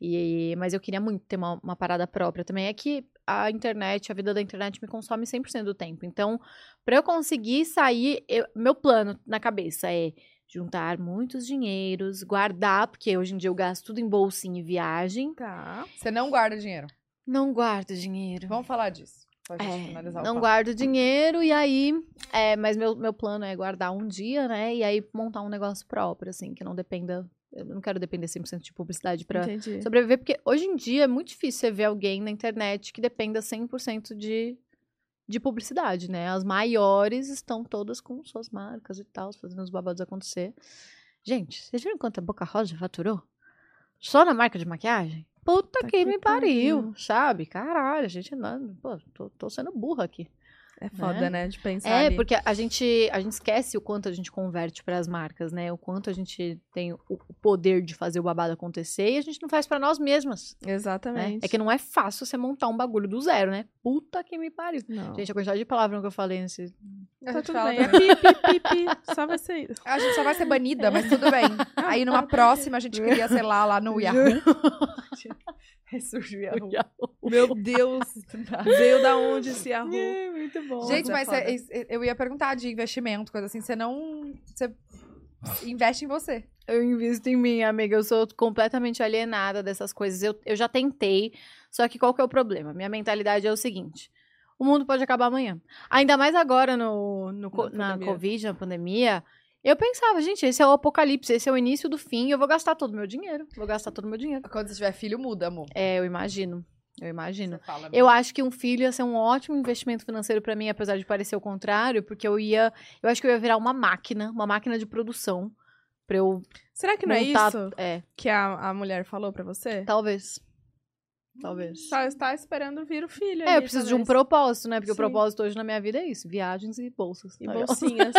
C: E, mas eu queria muito ter uma, uma parada própria também. É que a internet, a vida da internet me consome 100% do tempo. Então, para eu conseguir sair, eu- meu plano na cabeça é juntar muitos dinheiros, guardar, porque hoje em dia eu gasto tudo em bolsinha e viagem.
A: Tá.
B: Você não guarda dinheiro.
C: Não guardo dinheiro.
B: Vamos falar disso. Pra gente
C: É,
B: finalizar o
C: não
B: papo.
C: guardo dinheiro e aí, é, mas meu, meu plano é guardar um dia, né? E aí montar um negócio próprio, assim, que não dependa. Eu não quero depender 100% de publicidade pra
A: Entendi.
C: sobreviver, porque hoje em dia é muito difícil você ver alguém na internet que dependa 100% de, de publicidade, né? As maiores estão todas com suas marcas e tal, fazendo os babados acontecer. Gente, vocês viram quanto a Boca Rosa faturou? Só na marca de maquiagem? Puta
A: Tá
C: que,
A: que
C: me pariu, sabe? Caralho, a gente não. Pô, tô, tô sendo burra aqui.
A: É foda, né? De pensar.
C: É,
A: ali.
C: porque a gente, a gente esquece o quanto a gente converte pras marcas, né? O quanto a gente tem o o poder de fazer o babado acontecer e a gente não faz pra nós mesmas. Né?
A: Exatamente.
C: É que não é fácil você montar um bagulho do zero, né? Puta que me pariu.
A: Não.
C: Gente, a quantidade de palavrão que eu falei nesse.
B: A
A: tá
B: gente
A: tudo
B: fala
A: bem. É
B: também.
A: pi, pi, pi, pi. Só vai ser *laughs* isso.
B: A gente só vai ser banida, mas tudo bem. Aí numa próxima a gente queria, sei lá, lá
C: *laughs*
B: no Yahoo. Ressurgiu o Yahoo.
A: Meu Deus. *laughs* Veio da onde esse Yahoo? muito bom. é
B: Gente,
C: é
B: mas cê- cê- eu ia perguntar de investimento, coisa assim. Você não. Você investe em você.
C: Eu invisto em mim, amiga. Eu sou completamente alienada dessas coisas. Eu, eu já tentei, só que qual que é o problema? Minha mentalidade é o seguinte: o mundo pode acabar amanhã. Ainda mais agora no, no co-
A: Na
C: na,
A: pandemia.
C: Covid, na pandemia. Eu pensava, gente, esse é o apocalipse, esse é o início do fim. Eu vou gastar todo o meu dinheiro. Vou gastar todo o meu dinheiro.
B: Quando você tiver filho, muda, amor.
C: É, eu imagino. Eu imagino.
B: Você fala, né?
C: Eu acho que um filho ia ser um ótimo investimento financeiro pra mim, apesar de parecer o contrário, porque eu ia, eu acho que eu ia virar uma máquina, uma máquina de produção Pra eu
A: Será que não é
C: montar-
A: isso
C: É,
A: que a, a mulher falou pra você?
C: talvez. Talvez.
A: Só está esperando vir o filho. ali,
C: É,
A: tá
C: eu preciso de um
A: talvez.
C: propósito, né? Porque
A: Sim.
C: o propósito hoje na minha vida é isso: viagens e bolsas.
A: E
C: Tá ligado? *laughs*
A: bolsinhas.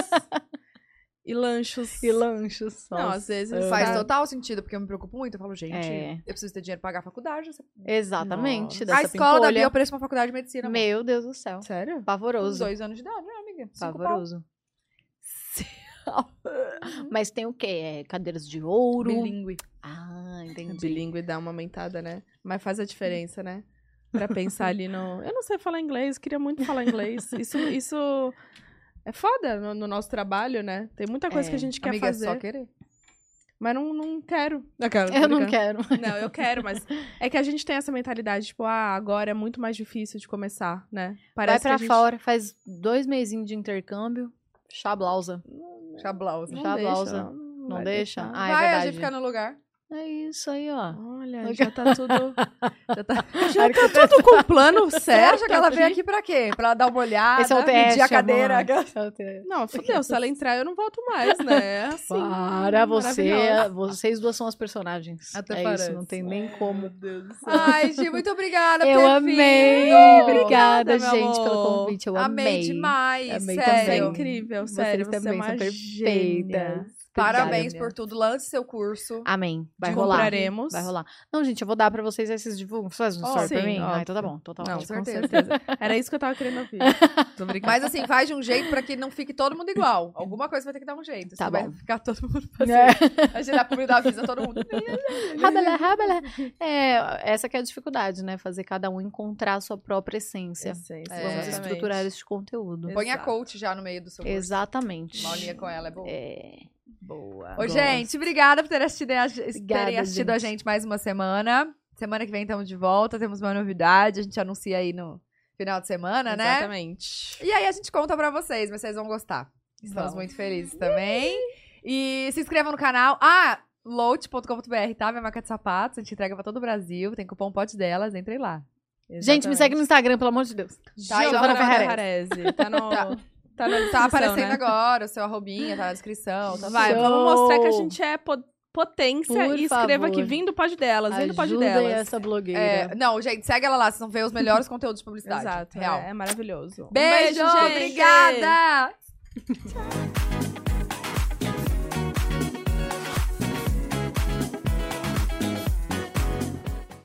A: e lanchos.
C: E lanchos.
A: Não, às vezes
B: Faz
A: tá-
B: total sentido, porque eu me preocupo muito. Eu falo, gente,
C: É.
B: eu preciso ter dinheiro pra pagar a faculdade.
C: Exatamente.
A: Nossa.
C: Dessa
B: a escola da Bia
C: pimpolha.
B: oferece uma faculdade de medicina. amor.
C: Meu Deus do céu.
A: Sério?
B: Com
C: Pavoroso.
B: dois anos de idade, né, amiga? Cinco pau.
C: Pavoroso. Mas tem o quê? É cadeiras de ouro.
B: Bilingue.
C: Ah,
A: É
C: entendi.
A: bilíngue dá uma aumentada, né? Mas faz a diferença, né? Pra pensar ali no. Eu não sei falar inglês, queria muito falar inglês. Isso, isso é foda no, no nosso trabalho, né? Tem muita coisa
C: É.
A: que a gente quer
B: Amiga, é
A: fazer.
B: só querer.
A: Mas não, não quero. Eu, quero,
C: Eu não quero.
A: Não, eu quero, mas é que a gente tem essa mentalidade, tipo, ah, agora é muito mais difícil de começar, né?
C: Vai
A: que
C: pra
A: a gente-
C: fora, faz dois mesinhos de intercâmbio, chá blausa.
B: Chablausa.
A: Não
C: Já a
A: deixa,
C: blusa.
A: não
C: Não
A: vai
C: deixa?
A: deixar.
C: Ah,
B: assim.
C: é
B: Vai, a
C: verdade.
B: gente fica no lugar.
C: É isso aí, ó.
A: Olha, já tá tudo.
B: Já tá-
A: *laughs* Já tá tudo com plano
B: *laughs* Você
A: certo.
B: acha que ela veio
A: aqui?
B: aqui pra quê? Pra ela dar uma olhada,
C: Esse é o
B: Ah, medir
C: teste,
B: a cadeira.
C: amor.
B: *laughs*
C: Esse é o teste.
A: Não, fudeu. Se ela entrar, eu não volto mais, né? É Assim,
C: Para, você,
A: maravilhosa.
C: vocês duas são as personagens.
B: Até
C: é
B: parece.
C: isso, não tem nem como.
B: Ai, Gi, muito obrigada
C: Eu
B: por ter
C: amei!
B: vindo.
C: Obrigada,
B: meu
C: gente, pelo
B: amor.
C: convite. Eu
B: amei.
C: amei.
B: demais,
C: Amei
A: Você é
B: sério.
C: também.
A: incrível,
C: Vocês
A: sério. Você é
C: também
A: uma
C: são
A: gênia.
C: perfeitas.
B: Parabéns
C: Obrigada.
B: por tudo. Lance seu curso.
C: Amém. Vai
A: Te
C: rolar.
A: compraremos.
C: Vai rolar. Não, gente, eu vou dar pra vocês esses divulgos. Faz um
A: Ó,
C: story pra
A: sim,
C: mim?
A: óbvio.
C: Ah, então tá bom. Então tá
B: Não,
C: ótimo.
A: Com certeza.
B: certeza.
A: *laughs* Era isso que eu tava querendo ouvir.
B: Mas assim, faz de um jeito pra que não fique todo mundo
C: *laughs*
B: igual. Alguma coisa vai ter que dar um jeito.
C: Tá
B: senão
C: bom.
B: Vai ficar todo mundo
C: *laughs* É.
B: fazendo. A gente dá pro meio da avisa todo
C: *laughs*
B: mundo.
C: Rabala, rabala. É, essa que é a dificuldade, né? Fazer cada um encontrar a sua própria essência.
A: Essência,
B: É,
C: Vamos
A: exatamente.
C: estruturar este conteúdo.
A: Exato.
B: Põe a coach já no meio do seu curso.
C: Exatamente.
B: Uma aulinha com ela, é bom.
C: É.
A: Boa.
B: Ô,
C: Gosto.
B: gente, obrigada por terem assistido, a- terem
C: Obrigada,
B: assistido a gente mais uma semana. Semana que vem estamos de volta, temos uma novidade, a gente anuncia aí no final de semana, né?
A: Exatamente.
B: E aí a gente conta pra vocês, mas vocês vão gostar. Estamos
A: Vamos.
B: muito felizes também. E se inscrevam no canal. Ah, load.com.br, tá? Minha marca de sapatos, a gente entrega pra todo o Brasil, tem cupom pote delas, entrem lá.
C: Gente, me segue no Instagram, pelo amor de Deus.
A: Tá, Giovana
C: Giovana
A: Ferrarese. *laughs* Tá no.
B: Tá.
A: Tá, na descrição,
B: Tá aparecendo
A: né?
B: agora, o seu arrobinha tá na descrição. Tá
A: Vai,
C: Show.
A: vamos mostrar que a gente é po- potência
C: Por
A: e escreva
C: favor.
A: aqui vindo pode delas, vindo pode
C: Ajudem
A: delas.
C: essa blogueira.
B: É, não, gente, segue ela lá, vocês vão ver os melhores *laughs* conteúdos de publicidade.
A: Exato, Um
B: Real.
A: É, é maravilhoso. Um
B: Beijo,
A: gente.
B: obrigada!